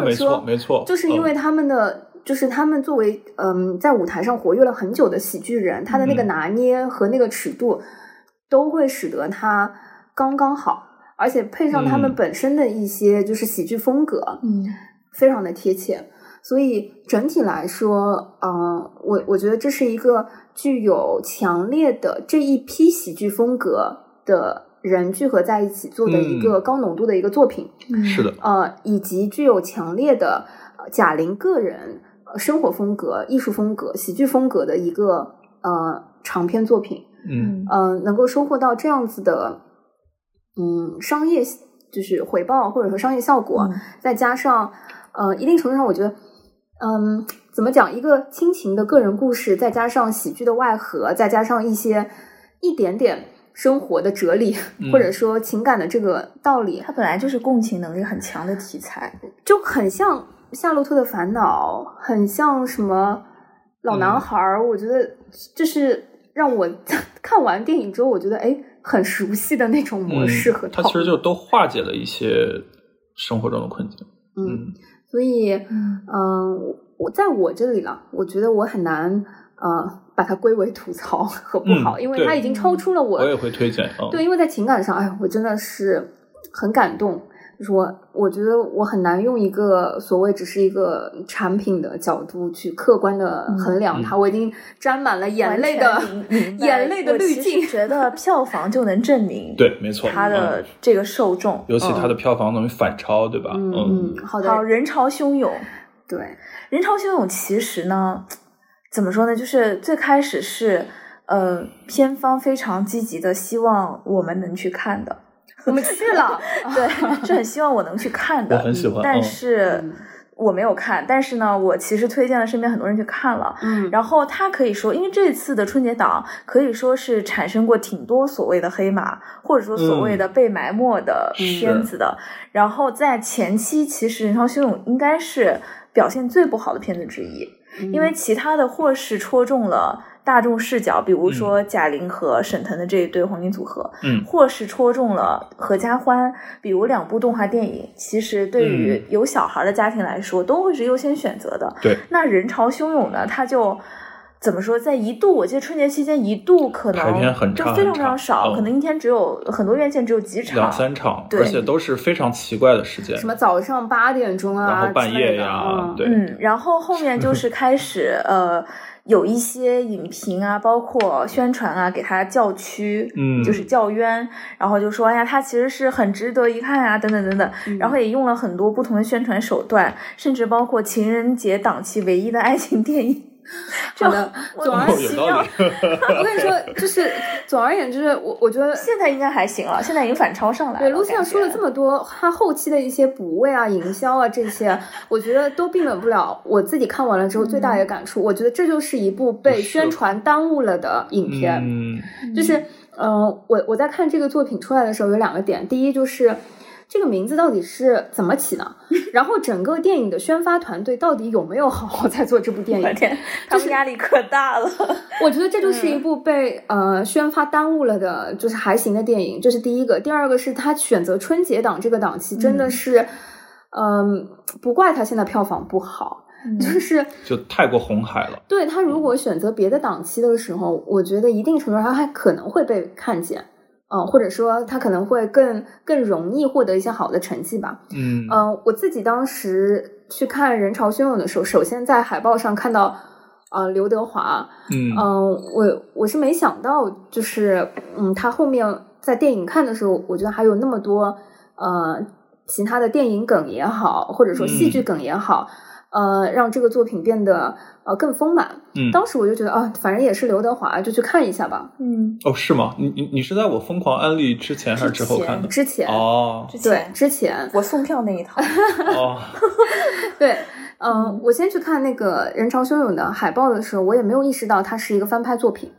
[SPEAKER 2] 或
[SPEAKER 4] 没
[SPEAKER 2] 者
[SPEAKER 4] 错，
[SPEAKER 2] 说
[SPEAKER 4] 没错，嗯
[SPEAKER 2] 就是因为他们的，就是他们作为嗯在舞台上活跃了很久的喜剧人，他的那个
[SPEAKER 4] 嗯
[SPEAKER 2] 拿捏和那个尺度，都会使得他刚刚好，而且配上他们
[SPEAKER 4] 嗯
[SPEAKER 2] 本身的一些就是喜剧风格，
[SPEAKER 3] 嗯
[SPEAKER 2] 非常的贴切。所以整体来说，呃，我我觉得这是一个具有强烈的这一批喜剧风格的人聚合在一起做的一个高浓度的一个作品，
[SPEAKER 4] 嗯是的，
[SPEAKER 2] 呃，以及具有强烈的呃贾玲个人呃生活风格、艺术风格、喜剧风格的一个呃长篇作品。
[SPEAKER 4] 嗯
[SPEAKER 2] 嗯、能够收获到这样子的，嗯，商业就是回报或者说商业效果，
[SPEAKER 3] 嗯
[SPEAKER 2] 再加上呃，一定程度上我觉得，嗯，怎么讲，一个亲情的个人故事，再加上喜剧的外核，再加上一些一点点生活的哲理，
[SPEAKER 4] 嗯
[SPEAKER 2] 或者说情感的这个道理，
[SPEAKER 3] 它本来就是共情能力很强的题材。
[SPEAKER 2] 就很像《夏洛特的烦恼》，很像什么老
[SPEAKER 4] 嗯
[SPEAKER 2] 男孩儿、我觉得就是让我 看完电影之后，我觉得哎，很熟悉的那种模式和
[SPEAKER 4] 嗯，它
[SPEAKER 2] 套
[SPEAKER 4] 其
[SPEAKER 2] 路。
[SPEAKER 4] 实就都化解了一些生活中的困境。
[SPEAKER 2] 嗯，
[SPEAKER 4] 嗯
[SPEAKER 2] 所以
[SPEAKER 3] 嗯
[SPEAKER 2] 嗯、我我在我这里了，我觉得我很难呃把它归为吐槽和不好，
[SPEAKER 4] 嗯
[SPEAKER 2] 因为
[SPEAKER 4] 对
[SPEAKER 2] 它已经超出了我
[SPEAKER 4] 我也会推荐啊，
[SPEAKER 2] 对，因为在情感上，哎，我真的是很感动。就是我，我觉得我很难用一个所谓只是一个产品的角度去客观的衡量它。
[SPEAKER 4] 嗯啊
[SPEAKER 2] 我已经沾满了眼
[SPEAKER 3] 完
[SPEAKER 2] 泪
[SPEAKER 3] 全
[SPEAKER 2] 的
[SPEAKER 3] 明明白
[SPEAKER 2] 眼泪的滤
[SPEAKER 3] 我其
[SPEAKER 2] 镜
[SPEAKER 3] 实。觉得票房就能证明
[SPEAKER 4] 对，没错，
[SPEAKER 3] 它的
[SPEAKER 4] 嗯
[SPEAKER 3] 这个受众，
[SPEAKER 4] 尤其它的
[SPEAKER 3] 嗯
[SPEAKER 4] 票房能反超，对吧？
[SPEAKER 2] 嗯嗯，好的，
[SPEAKER 3] 好人潮汹涌，
[SPEAKER 2] 对，
[SPEAKER 3] 人潮汹涌其实呢，怎么说呢？就是最开始是呃片方非常积极的希望我们能去看的，
[SPEAKER 2] 我们去 了。
[SPEAKER 3] 对，是很希望我能去看的，
[SPEAKER 4] 我很喜欢
[SPEAKER 3] 但
[SPEAKER 4] 嗯
[SPEAKER 3] 是。
[SPEAKER 2] 嗯
[SPEAKER 3] 我没有看，但是呢，我其实推荐了身边很多人去看了，
[SPEAKER 2] 嗯，
[SPEAKER 3] 然后它可以说，因为这次的春节档可以说是产生过挺多所谓的黑马，或者说所谓
[SPEAKER 4] 嗯
[SPEAKER 3] 的被埋没的片子的。然后在前期，其实《人潮汹涌》应该是表现最不好的片子之一，
[SPEAKER 2] 嗯
[SPEAKER 3] 因
[SPEAKER 4] 嗯
[SPEAKER 3] 为其他的或是戳中了大众视角，比如说贾玲和沈腾的这一对黄金组合，
[SPEAKER 4] 嗯
[SPEAKER 3] 或是戳中了合家欢，比如两部动画电影，其实对于
[SPEAKER 4] 嗯
[SPEAKER 3] 有小孩的家庭来说，都会是优先选择的。
[SPEAKER 4] 对，
[SPEAKER 3] 那人潮汹涌呢，它就怎么说，在一度，我记得春节期间一度可能
[SPEAKER 4] 排片很
[SPEAKER 3] 就
[SPEAKER 4] 差
[SPEAKER 3] 非常
[SPEAKER 4] 很
[SPEAKER 3] 非常
[SPEAKER 4] 差
[SPEAKER 3] 少，
[SPEAKER 4] 嗯
[SPEAKER 3] 可能一天只有很多院线只有几场，
[SPEAKER 4] 两三场，
[SPEAKER 3] 对
[SPEAKER 4] 而且都是非常奇怪的时间，
[SPEAKER 2] 什么早上八点钟啊，
[SPEAKER 4] 然后半
[SPEAKER 2] 之类
[SPEAKER 4] 夜
[SPEAKER 2] 的
[SPEAKER 4] 呀
[SPEAKER 2] 嗯，
[SPEAKER 4] 对，
[SPEAKER 3] 嗯，然后后面就是 开始呃，有一些影评啊，包括宣传啊，给他叫屈，
[SPEAKER 4] 嗯
[SPEAKER 3] 就是叫冤，然后就说哎呀，他其实是很值得一看啊，等等等等，然后也用了很多不同的宣传手段，甚至包括情人节档期唯一的爱情电影。
[SPEAKER 2] 好的
[SPEAKER 3] 我
[SPEAKER 2] 总而
[SPEAKER 4] 哦，有
[SPEAKER 3] 奇
[SPEAKER 4] 道
[SPEAKER 3] 妙
[SPEAKER 4] 理。，
[SPEAKER 2] 我跟你说，就是总而言之，我我觉得
[SPEAKER 3] 现在应该还行了，现在已经反超上来了。
[SPEAKER 2] 对，露西亚说了这
[SPEAKER 3] 么，
[SPEAKER 2] 么多，她后期的一些补位啊、营销啊这些，我觉得都避免不了。我自己看完了之后，最大的感触，我觉得这就是一部被
[SPEAKER 4] 是
[SPEAKER 2] 宣传耽误了的影片。
[SPEAKER 4] 嗯
[SPEAKER 2] 就是，呃，我我在看这个作品出来的时候，有两个点，第一就是。这个名字到底是怎么起的？ 然后整个电影的宣发团队到底有没有好好在做这部电
[SPEAKER 3] 我的
[SPEAKER 2] 影？
[SPEAKER 3] 天，他们压力可大了。
[SPEAKER 2] 我觉得这就是一部被、呃宣发耽误了的，就是还行的电影，这是第一个。第二个是他选择春节档这个档期，真的是，嗯、不怪他现在票房不好，
[SPEAKER 3] 嗯
[SPEAKER 2] 就是
[SPEAKER 4] 就太过红海了。
[SPEAKER 2] 对他如果选择别的档期的时候，我觉得一定程度上他还可能会被看见，嗯、或者说他可能会更更容易获得一些好的成绩吧。
[SPEAKER 4] 嗯
[SPEAKER 2] 嗯，我自己当时去看《人潮汹涌》的时候，首先在海报上看到，呃，刘德华，
[SPEAKER 4] 嗯
[SPEAKER 2] 嗯，我我是没想到，就是嗯，他后面在电影看的时候，我觉得还有那么多呃其他的电影梗也好，或者说戏剧梗也好，呃，让这个作品变得呃更丰满。
[SPEAKER 4] 嗯，
[SPEAKER 2] 当时我就觉得啊，反正也是刘德华，就去看一下吧。
[SPEAKER 3] 嗯，
[SPEAKER 4] 哦，是吗？你你你是在我疯狂安利之前还是之后看的？
[SPEAKER 2] 之前、
[SPEAKER 4] 哦
[SPEAKER 3] 之
[SPEAKER 2] 对
[SPEAKER 3] 前
[SPEAKER 2] 之前
[SPEAKER 3] 我送票那一套，
[SPEAKER 4] 哦，
[SPEAKER 2] 对，嗯、我先去看那个《人潮汹涌》的海报的时候，我也没有意识到它是一个翻拍作品。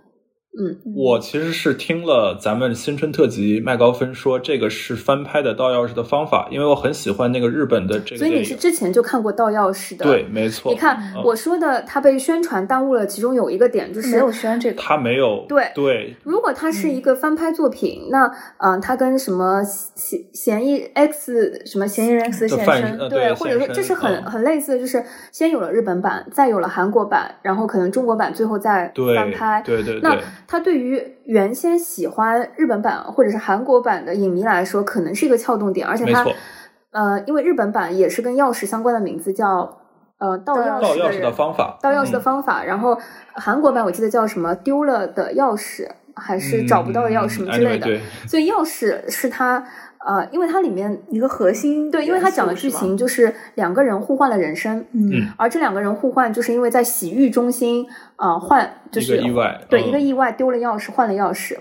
[SPEAKER 2] 嗯，
[SPEAKER 4] 我其实是听了咱们新春特辑麦高芬说这个是翻拍的《盗钥匙》的方法，因为我很喜欢那个日本的这个
[SPEAKER 2] 所以
[SPEAKER 4] 电
[SPEAKER 2] 你
[SPEAKER 4] 影。
[SPEAKER 2] 是之前就看过《盗钥匙》的，
[SPEAKER 4] 对，，没错。
[SPEAKER 2] 你看
[SPEAKER 4] 嗯
[SPEAKER 2] 我说的，它被宣传耽误了，其中有一个点就是
[SPEAKER 3] 没有宣嗯这个，
[SPEAKER 4] 他没有
[SPEAKER 2] 对
[SPEAKER 4] 对
[SPEAKER 2] 如果它是一个翻拍作品，那嗯、呃它跟什么嫌嫌疑 X 什么
[SPEAKER 3] 嫌疑人 X
[SPEAKER 4] 的
[SPEAKER 3] 现
[SPEAKER 4] 犯人
[SPEAKER 3] 身，
[SPEAKER 4] 呃
[SPEAKER 2] 对，
[SPEAKER 4] 对
[SPEAKER 2] 或者说
[SPEAKER 4] 现
[SPEAKER 2] 这是
[SPEAKER 4] 身
[SPEAKER 2] 很、
[SPEAKER 4] 嗯
[SPEAKER 2] 很类似的，就是先有了日本版，再有了韩国版，然后可能中国版最后再
[SPEAKER 4] 对
[SPEAKER 2] 翻拍。
[SPEAKER 4] 对对
[SPEAKER 2] 那
[SPEAKER 4] 对，
[SPEAKER 2] 它对于原先喜欢日本版或者是韩国版的影迷来说，可能是一个撬动点，而且
[SPEAKER 4] 没
[SPEAKER 2] 它
[SPEAKER 4] 错。
[SPEAKER 2] 呃，因为日本版也是跟钥匙相关的名字叫呃盗钥
[SPEAKER 3] 盗
[SPEAKER 4] 盗
[SPEAKER 2] 匙
[SPEAKER 4] 钥匙
[SPEAKER 2] 人
[SPEAKER 4] 的方法，
[SPEAKER 2] 盗钥匙的
[SPEAKER 4] 嗯
[SPEAKER 2] 方法，然后韩国版我记得叫什么丢了的钥匙，还是找不到的钥匙什么之类的。
[SPEAKER 4] 嗯 anyway，
[SPEAKER 2] 所以钥匙是它呃，因为它里面
[SPEAKER 3] 一个核心元素是
[SPEAKER 2] 对，
[SPEAKER 3] 吗，
[SPEAKER 2] 因为它讲的剧情就是两个人互换了人生，
[SPEAKER 3] 嗯，
[SPEAKER 4] 嗯
[SPEAKER 2] 而这两个人互换就是因为在洗浴中心啊、呃换就
[SPEAKER 4] 对，一
[SPEAKER 2] 是
[SPEAKER 4] 个意外，
[SPEAKER 2] 对、
[SPEAKER 4] 嗯
[SPEAKER 2] 一个意外丢了钥匙换了钥匙，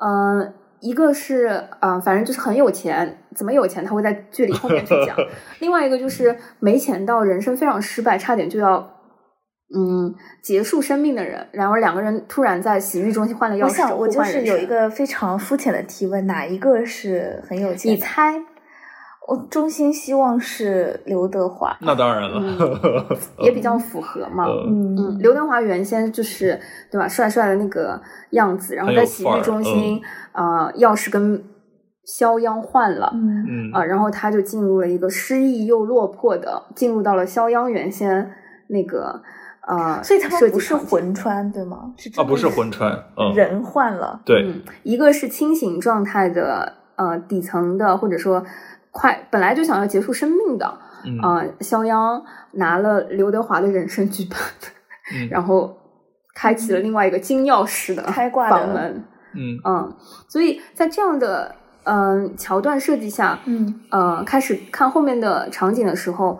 [SPEAKER 2] 呃，一个是啊、呃反正就是很有钱，怎么有钱他会在剧里后 面去讲，另外一个就是没钱到人生非常失败，差点就要。嗯，结束生命的人，然而两个人突然在洗浴中心换了钥匙，
[SPEAKER 3] 我想我
[SPEAKER 2] 互
[SPEAKER 3] 就
[SPEAKER 2] 换
[SPEAKER 3] 是
[SPEAKER 2] 人
[SPEAKER 3] 有
[SPEAKER 2] 生
[SPEAKER 3] 一，个非常肤浅的提问，哪一个是很有钱？
[SPEAKER 2] 你？猜？
[SPEAKER 3] 我衷心希望是刘德华。
[SPEAKER 4] 那当然
[SPEAKER 2] 嗯
[SPEAKER 4] 了，
[SPEAKER 2] 也比较符合嘛。
[SPEAKER 4] 呃
[SPEAKER 3] 嗯
[SPEAKER 2] 嗯，刘德华原先就是对吧，帅帅的那个样子，然后在洗
[SPEAKER 4] 很有范
[SPEAKER 2] 浴
[SPEAKER 4] 儿嗯
[SPEAKER 2] 中心，啊，钥匙跟肖央换了，
[SPEAKER 3] 嗯
[SPEAKER 4] 嗯
[SPEAKER 2] 啊、然后他就进入了一个失意又落魄的，进入到了肖央原先那个呃，
[SPEAKER 3] 所以他
[SPEAKER 2] 设
[SPEAKER 3] 们
[SPEAKER 2] 计
[SPEAKER 3] 不是
[SPEAKER 2] 场景
[SPEAKER 3] 魂穿对吗？是真
[SPEAKER 4] 啊，
[SPEAKER 3] 的
[SPEAKER 4] 不是魂穿，嗯，
[SPEAKER 3] 人换了，
[SPEAKER 4] 对，
[SPEAKER 2] 嗯，一个是清醒状态的，呃，底层的，或者说快本来就想要结束生命的，
[SPEAKER 4] 嗯
[SPEAKER 2] 啊、肖央拿了刘德华的人生剧本，
[SPEAKER 4] 嗯
[SPEAKER 2] 然后开启了另外一个金钥匙的
[SPEAKER 3] 嗯开挂的
[SPEAKER 2] 房门，
[SPEAKER 4] 嗯
[SPEAKER 2] 嗯，所以在这样的嗯、桥段设计下，
[SPEAKER 3] 嗯
[SPEAKER 2] 呃，开始看后面的场景的时候，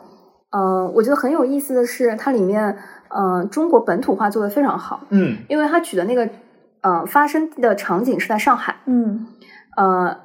[SPEAKER 2] 呃，我觉得很有意思的是，它里面呃中国本土化做的非常好，
[SPEAKER 4] 嗯
[SPEAKER 2] 因为它举的那个呃发生的场景是在上海，
[SPEAKER 3] 嗯
[SPEAKER 2] 呃，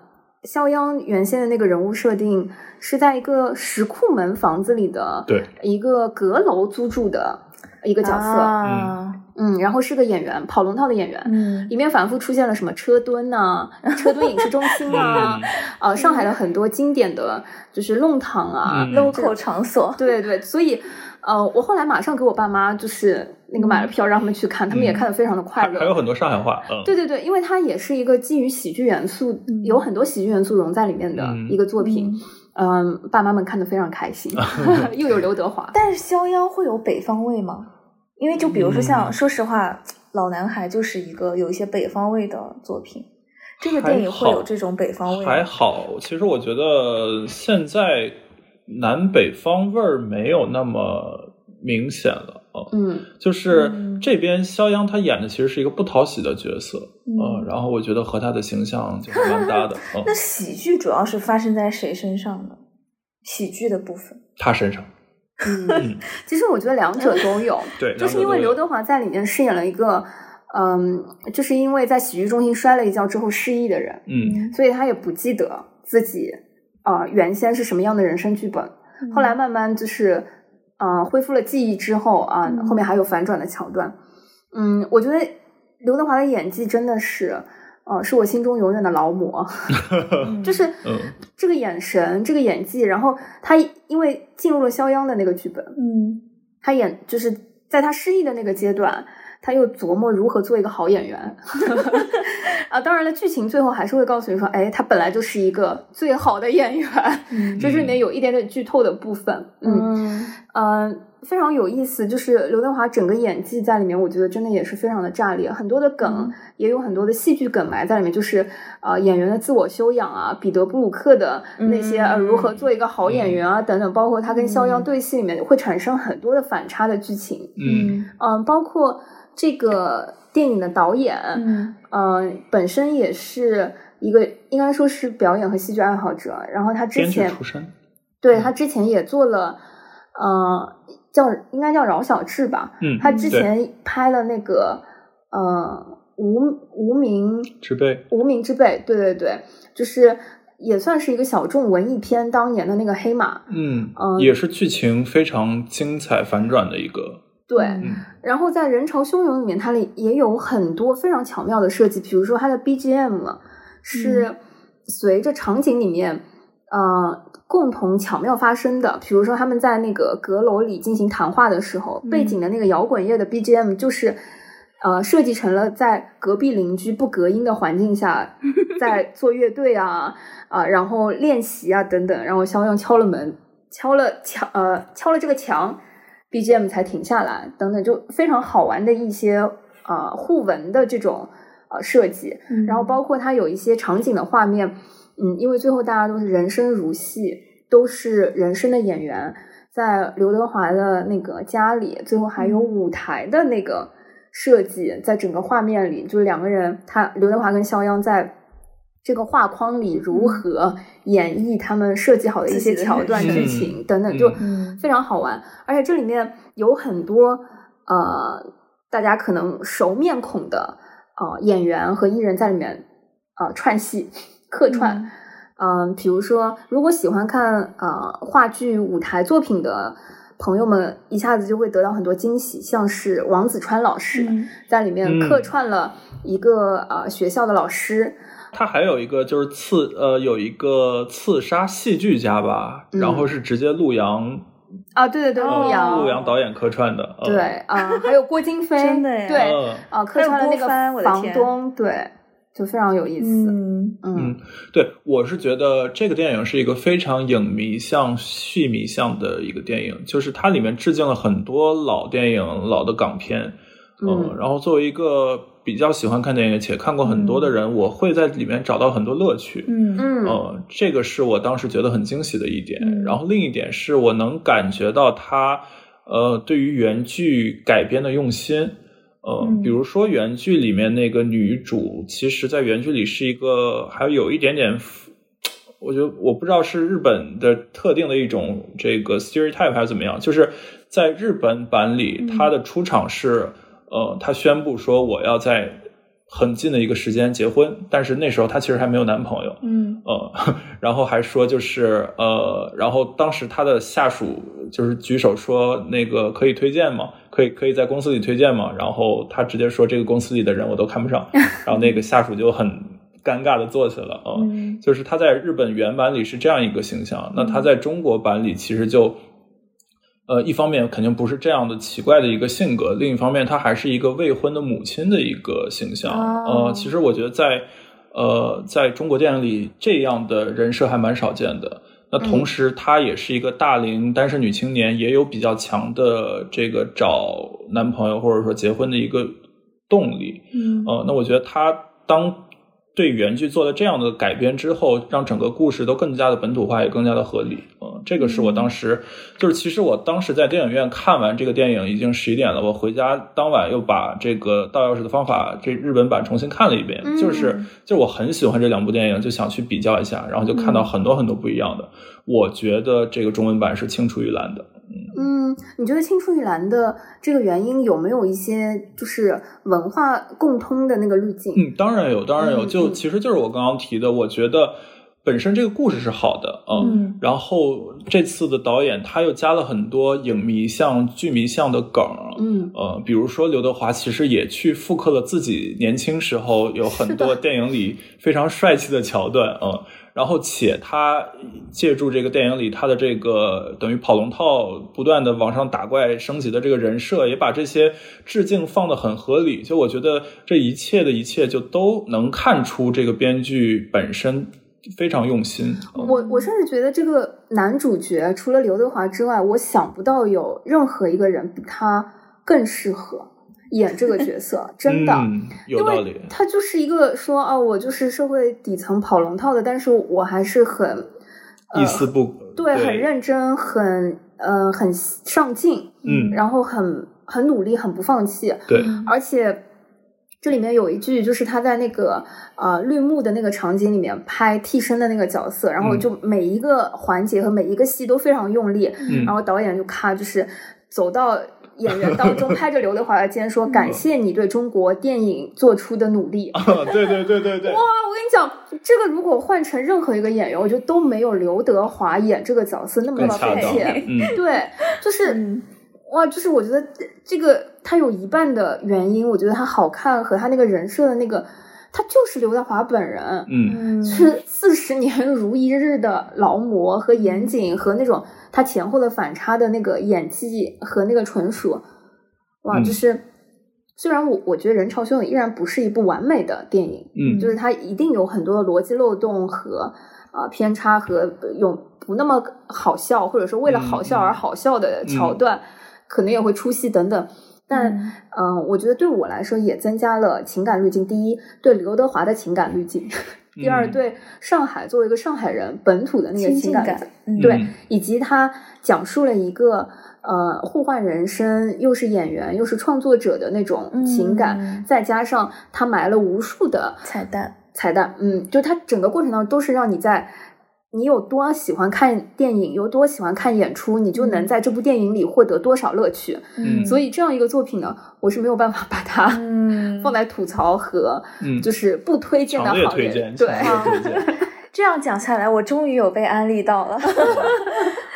[SPEAKER 2] 肖央原先的那个人物设定是在一个石库门房子里的
[SPEAKER 4] 对
[SPEAKER 2] 一个阁楼租住的一个角色，
[SPEAKER 3] 啊
[SPEAKER 2] 嗯，然后是个演员，跑龙套的演员。
[SPEAKER 3] 嗯
[SPEAKER 2] 里面反复出现了什么车墩呐、车墩影视中心啊
[SPEAKER 4] 嗯，
[SPEAKER 2] 呃，上海的很多经典的就是弄堂啊，
[SPEAKER 4] 嗯
[SPEAKER 3] ，local 场所，
[SPEAKER 2] 对对，所以呃，我后来马上给我爸妈就是那个买了票让他们去看，他们也
[SPEAKER 4] 嗯
[SPEAKER 2] 看得非常的快
[SPEAKER 4] 还
[SPEAKER 2] 乐。
[SPEAKER 4] 还有很多上海话，嗯，
[SPEAKER 2] 对对对，因为它也是一个基于喜剧元素，
[SPEAKER 3] 嗯
[SPEAKER 2] 有很多喜剧元素融在里面的
[SPEAKER 4] 嗯
[SPEAKER 2] 一个作品。嗯，爸妈们看得非常开 心，又有刘德华。
[SPEAKER 3] 但是逍遥会有北方味吗？因为就比如说像，
[SPEAKER 4] 嗯
[SPEAKER 3] 说实话，《老男孩》就是一个有一些北方味的作品。这个
[SPEAKER 4] 还
[SPEAKER 3] 电影会
[SPEAKER 4] 好
[SPEAKER 3] 有这种北方味吗？
[SPEAKER 4] 还好，其实我觉得现在南北方味儿没有那么明显了啊、嗯
[SPEAKER 2] 嗯，
[SPEAKER 4] 就是
[SPEAKER 3] 嗯
[SPEAKER 4] 这边肖央他演的其实是一个不讨喜的角色，
[SPEAKER 3] 嗯
[SPEAKER 4] 呃然后我觉得和他的形象就是蛮搭的，嗯
[SPEAKER 3] 那，喜剧主要是发生在谁身上呢？喜剧的部分，
[SPEAKER 4] 他身上， 嗯，
[SPEAKER 2] 其实我觉得两者都有，
[SPEAKER 4] 对，
[SPEAKER 2] 就是因为刘
[SPEAKER 4] 两者都有
[SPEAKER 2] 德华在里面饰演了一个，嗯，就是因为在洗浴中心摔了一跤之后失忆的人，
[SPEAKER 4] 嗯，
[SPEAKER 2] 所以他也不记得自己啊、呃原先是什么样的人生剧本。
[SPEAKER 3] 嗯
[SPEAKER 2] 后来慢慢就是，呃，恢复了记忆之后啊，
[SPEAKER 3] 嗯
[SPEAKER 2] 后面还有反转的桥段。嗯，我觉得刘德华的演技真的是，呃，是我心中永远的劳模，
[SPEAKER 3] 嗯
[SPEAKER 2] 就是
[SPEAKER 4] 嗯
[SPEAKER 2] 这个眼神，这个演技，然后他因为进入了肖央的那个剧本，
[SPEAKER 3] 嗯
[SPEAKER 2] 他演就是在他失忆的那个阶段。他又琢磨如何做一个好演员 啊！当然了，剧情最后还是会告诉你说，哎，他本来就是一个最好的演员，
[SPEAKER 3] 嗯
[SPEAKER 2] 这是里面有一点点剧透的部分。
[SPEAKER 3] 嗯
[SPEAKER 2] 呃，非常有意思，就是刘德华整个演技在里面，我觉得真的也是非常的炸裂，很多的梗、
[SPEAKER 3] 嗯
[SPEAKER 2] 也有很多的戏剧梗埋在里面，就是呃演员的自我修养啊，彼得布鲁克的那些、呃如
[SPEAKER 4] 嗯
[SPEAKER 2] 何做一个好演员啊、等等，包括他跟肖央
[SPEAKER 3] 嗯
[SPEAKER 2] 对戏里面会产生很多的反差的剧情，
[SPEAKER 4] 嗯
[SPEAKER 2] 嗯、包括这个电影的导演，
[SPEAKER 3] 嗯
[SPEAKER 2] 呃，本身也是一个应该说是表演和戏剧爱好者，然后他之
[SPEAKER 4] 编剧
[SPEAKER 2] 前
[SPEAKER 4] 出身，嗯
[SPEAKER 2] 对他之前也做了，呃，叫应该叫饶小志吧，
[SPEAKER 4] 嗯，
[SPEAKER 2] 他之
[SPEAKER 4] 对
[SPEAKER 2] 前拍了那个呃无无名
[SPEAKER 4] 植被，
[SPEAKER 2] 无名之辈，对对对，就是也算是一个小众文艺片当年的那个黑马，
[SPEAKER 4] 嗯
[SPEAKER 2] 嗯
[SPEAKER 4] 也是剧情非常精彩反转的一个
[SPEAKER 2] 对，
[SPEAKER 3] 嗯
[SPEAKER 2] 然后在《人潮汹涌》里面，它里也有很多非常巧妙的设计，比如说它的
[SPEAKER 4] 嗯
[SPEAKER 2] BGM 是随着场景里面、呃共同巧妙发生的。比如说他们在那个阁楼里进行谈话的时候，
[SPEAKER 3] 嗯
[SPEAKER 2] 背景的那个摇滚乐的 BGM 就是。呃，设计成了在隔壁邻居不隔音的环境下，在做乐队啊啊、然后练习啊等等，然后肖央敲了门，敲了墙，呃，敲了这个墙，BGM 才停下来，等等，就非常好玩的一些呃互文的这种呃设计，
[SPEAKER 3] 嗯
[SPEAKER 2] 然后包括它有一些场景的画面，嗯，因为最后大家都是人生如戏，都是人生的演员，在刘德华的那个家里，最后
[SPEAKER 3] 嗯
[SPEAKER 2] 还有舞台的那个设计，在整个画面里，就是两个人，他刘德华跟肖央在这个画框里如何演绎他们设计好的一些
[SPEAKER 3] 嗯自己的
[SPEAKER 2] 桥段、
[SPEAKER 4] 人
[SPEAKER 2] 剧
[SPEAKER 4] 生
[SPEAKER 2] 情等等，
[SPEAKER 4] 嗯
[SPEAKER 2] 就
[SPEAKER 3] 嗯
[SPEAKER 2] 非常好玩。而且这里面有很多呃，大家可能熟面孔的呃演员和艺人在里面呃串戏客串。
[SPEAKER 3] 嗯
[SPEAKER 2] 嗯，比如说，如果喜欢看呃话剧舞台作品的朋友们，一下子就会得到很多惊喜，像是王子川老师、
[SPEAKER 3] 嗯
[SPEAKER 2] 在里面
[SPEAKER 4] 嗯
[SPEAKER 2] 客串了一个、呃学校的老师，
[SPEAKER 4] 他还有一个就是刺呃有一个刺杀戏剧家吧，
[SPEAKER 2] 嗯
[SPEAKER 4] 然后是直接陆阳
[SPEAKER 2] 啊，对对对，
[SPEAKER 3] 哦
[SPEAKER 2] 陆
[SPEAKER 4] 呃
[SPEAKER 2] 阳，
[SPEAKER 4] 陆阳导演客串的，嗯
[SPEAKER 2] 对，啊、还有郭 京飞，
[SPEAKER 3] 真的呀
[SPEAKER 2] 对，啊、
[SPEAKER 4] 嗯
[SPEAKER 2] 客串了那个
[SPEAKER 3] 还有郭帆我的
[SPEAKER 2] 房
[SPEAKER 3] 天
[SPEAKER 2] 东，对，就非常有意思，
[SPEAKER 3] 嗯
[SPEAKER 2] 嗯
[SPEAKER 4] 嗯对，我是觉得这个电影是一个非常影迷向、戏迷向的一个电影，就是它里面致敬了很多老电影、老的港片。
[SPEAKER 2] 嗯
[SPEAKER 4] 然后作为一个比较喜欢看电影且看过很多的人，我会在里面找到很多乐趣。
[SPEAKER 3] 嗯
[SPEAKER 2] 嗯
[SPEAKER 4] 呃，这个是我当时觉得很惊喜的一点。
[SPEAKER 3] 嗯
[SPEAKER 4] 然后另一点是我能感觉到他呃对于原剧改编的用心。呃
[SPEAKER 3] 嗯，
[SPEAKER 4] 比如说原剧里面那个女主，其实在原剧里是一个还有一点点。我觉得我不知道是日本的特定的一种这个 stereotype 还是怎么样，就是在日本版里，
[SPEAKER 3] 嗯
[SPEAKER 4] 她的出场是，呃，她宣布说我要在很近的一个时间结婚，但是那时候她其实还没有男朋友，
[SPEAKER 3] 嗯
[SPEAKER 4] 呃，然后还说就是呃，然后当时他的下属就是举手说那个可以推荐吗？可以可以在公司里推荐吗？然后他直接说这个公司里的人我都看不上，然后那个下属就很尴尬的坐下了啊、呃
[SPEAKER 3] 嗯
[SPEAKER 4] 就是他在日本原版里是这样一个形象，那他在中国版里其实就。呃，一方面肯定不是这样的奇怪的一个性格，另一方面她还是一个未婚的母亲的一个形象。
[SPEAKER 3] 哦
[SPEAKER 4] 呃，其实我觉得在呃在中国电影里这样的人设还蛮少见的。那
[SPEAKER 3] 嗯
[SPEAKER 4] 同时，她也是一个大龄单身女青年，也有比较强的这个找男朋友或者说结婚的一个动力。
[SPEAKER 3] 嗯
[SPEAKER 4] 呃，那我觉得他当对原剧做了这样的改编之后，让整个故事都更加的本土化，也更加的合理。呃，这个是我当时、就是，其实我当时在电影院看完这个电影已经十一点了，我回家当晚又把这个《盗钥匙的方法》这日本版重新看了一遍，就是就是我很喜欢这两部电影，就想去比较一下，然后就看到很多很多不一样的。我觉得这个中文版是青出于蓝的。
[SPEAKER 2] 嗯，你觉得青出于蓝的这个原因有没有一些就是文化共通的那个滤镜？
[SPEAKER 4] 嗯，当然有，当然有，
[SPEAKER 2] 嗯
[SPEAKER 4] 就
[SPEAKER 2] 嗯
[SPEAKER 4] 其实就是我刚刚提的，我觉得本身这个故事是好的，
[SPEAKER 3] 嗯
[SPEAKER 4] 然后这次的导演他又加了很多影迷像、剧迷像的梗，
[SPEAKER 2] 嗯
[SPEAKER 4] 呃，比如说刘德华其实也去复刻了自己年轻时候有很多电影里非常帅气的桥段，嗯、然后且他借助这个电影里他的这个等于跑龙套，不断的往上打怪升级的这个人设，也把这些致敬放得很合理。就我觉得这一切的一切，就都能看出这个编剧本身非常用心。嗯
[SPEAKER 2] 我我甚至觉得这个男主角除了刘德华之外，我想不到有任何一个人比他更适合演这个角色， 真的。
[SPEAKER 4] 嗯、有道
[SPEAKER 2] 因
[SPEAKER 4] 理
[SPEAKER 2] 为。他就是一个说啊，我就是社会底层跑龙套的，但是我还是很呃
[SPEAKER 4] 一丝不苟、
[SPEAKER 2] 对，很认真，很呃，很上进，
[SPEAKER 4] 嗯
[SPEAKER 2] 然后很很努力，很不放弃。
[SPEAKER 4] 对，
[SPEAKER 3] 嗯
[SPEAKER 2] 而且这里面有一句，就是他在那个呃绿幕的那个场景里面拍替身的那个角色，然后
[SPEAKER 4] 嗯
[SPEAKER 2] 就每一个环节和每一个戏都非常用力，
[SPEAKER 4] 嗯
[SPEAKER 2] 然后导演就咔就是走到。演员当 中拍着刘德华的肩说：“感谢你对中国电影做出的努力。”
[SPEAKER 4] 啊 对对对对对，
[SPEAKER 2] 啊，我跟你讲，这个如果换成任何一个演员，我觉得都没有刘德华演这个角色那么
[SPEAKER 4] 更恰
[SPEAKER 2] 贴
[SPEAKER 4] 当
[SPEAKER 2] 切。
[SPEAKER 4] 嗯。
[SPEAKER 2] 对，就是
[SPEAKER 3] 嗯
[SPEAKER 2] 哇，就是我觉得这这个它有一半的原因，我觉得它好看和他那个人设的那个，他就是刘德华本人，
[SPEAKER 4] 嗯，
[SPEAKER 3] 嗯
[SPEAKER 2] 是四十年如一日的劳模和严谨和那种他前后的反差的那个演技和那个纯熟，哇，
[SPEAKER 4] 嗯
[SPEAKER 2] 就是、虽然我我觉得《人潮汹涌》依然不是一部完美的电影，
[SPEAKER 4] 嗯
[SPEAKER 2] 就是它一定有很多的逻辑漏洞和啊、呃偏差和有不那么好笑，或者说为了好笑而
[SPEAKER 3] 嗯
[SPEAKER 2] 好笑的桥段，可能也会出戏等等。但
[SPEAKER 3] 嗯
[SPEAKER 2] 嗯、呃我觉得对我来说也增加了情感滤镜。第一，对刘德华的情感滤镜；第二，
[SPEAKER 4] 嗯
[SPEAKER 2] 对上海作为一个上海人本土的那个
[SPEAKER 3] 亲
[SPEAKER 2] 情
[SPEAKER 3] 近
[SPEAKER 2] 感滤
[SPEAKER 3] 感
[SPEAKER 2] 镜，
[SPEAKER 3] 嗯
[SPEAKER 2] 对
[SPEAKER 4] 嗯，
[SPEAKER 2] 以及他讲述了一个呃互换人生，又是演员又是创作者的那种情感，
[SPEAKER 3] 嗯
[SPEAKER 2] 再加上他埋了无数的
[SPEAKER 3] 彩蛋，
[SPEAKER 2] 彩蛋，嗯，就它整个过程当中都是让你在你有多喜欢看电影，有多喜欢看演出，你就能在这部电影里获得多少乐趣。
[SPEAKER 4] 嗯
[SPEAKER 2] 所以这样一个作品呢，我是没有办法把它
[SPEAKER 3] 嗯，
[SPEAKER 2] 放来吐槽和
[SPEAKER 4] 嗯
[SPEAKER 2] 就是不推荐的
[SPEAKER 4] 强烈
[SPEAKER 2] 行
[SPEAKER 4] 推
[SPEAKER 2] 业，
[SPEAKER 4] 荐，
[SPEAKER 2] 对，
[SPEAKER 4] 强烈推 荐，
[SPEAKER 3] 这样讲下来，我终于有被安利到了。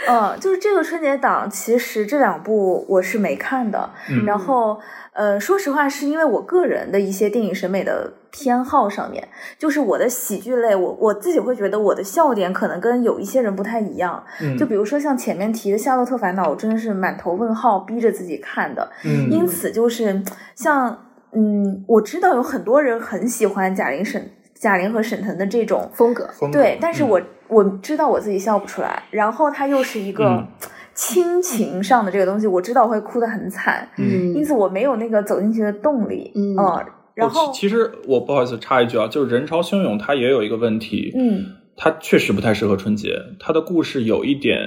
[SPEAKER 3] 嗯，就是这个春节档，其实这两部我是没看的。
[SPEAKER 4] 嗯
[SPEAKER 3] 然后，呃，说实话，是因为我个人的一些电影审美的偏好上面，就是我的喜剧类，我我自己会觉得我的笑点可能跟有一些人不太一样。
[SPEAKER 4] 嗯
[SPEAKER 3] 就比如说像前面提的《夏洛特烦恼》，我真的是满头问号，逼着自己看的。
[SPEAKER 4] 嗯
[SPEAKER 3] 因此就是像嗯，我知道有很多人很喜欢贾玲沈贾玲和沈腾的这种
[SPEAKER 2] 风格，
[SPEAKER 4] 风格
[SPEAKER 3] 对，但是
[SPEAKER 4] 嗯
[SPEAKER 3] 我、我知道我自己笑不出来，然后它又是一个
[SPEAKER 4] 嗯
[SPEAKER 3] 亲情上的这个东西，我知道我会哭得很惨，
[SPEAKER 4] 嗯
[SPEAKER 3] 因此我没有那个走进去的动力，呃
[SPEAKER 2] 嗯
[SPEAKER 3] 然
[SPEAKER 4] 哦其
[SPEAKER 3] 后
[SPEAKER 4] 其实我不好意思插一句啊，就是人潮汹涌，它也有一个问题，
[SPEAKER 3] 嗯
[SPEAKER 4] 它确实不太适合春节，它的故事有一点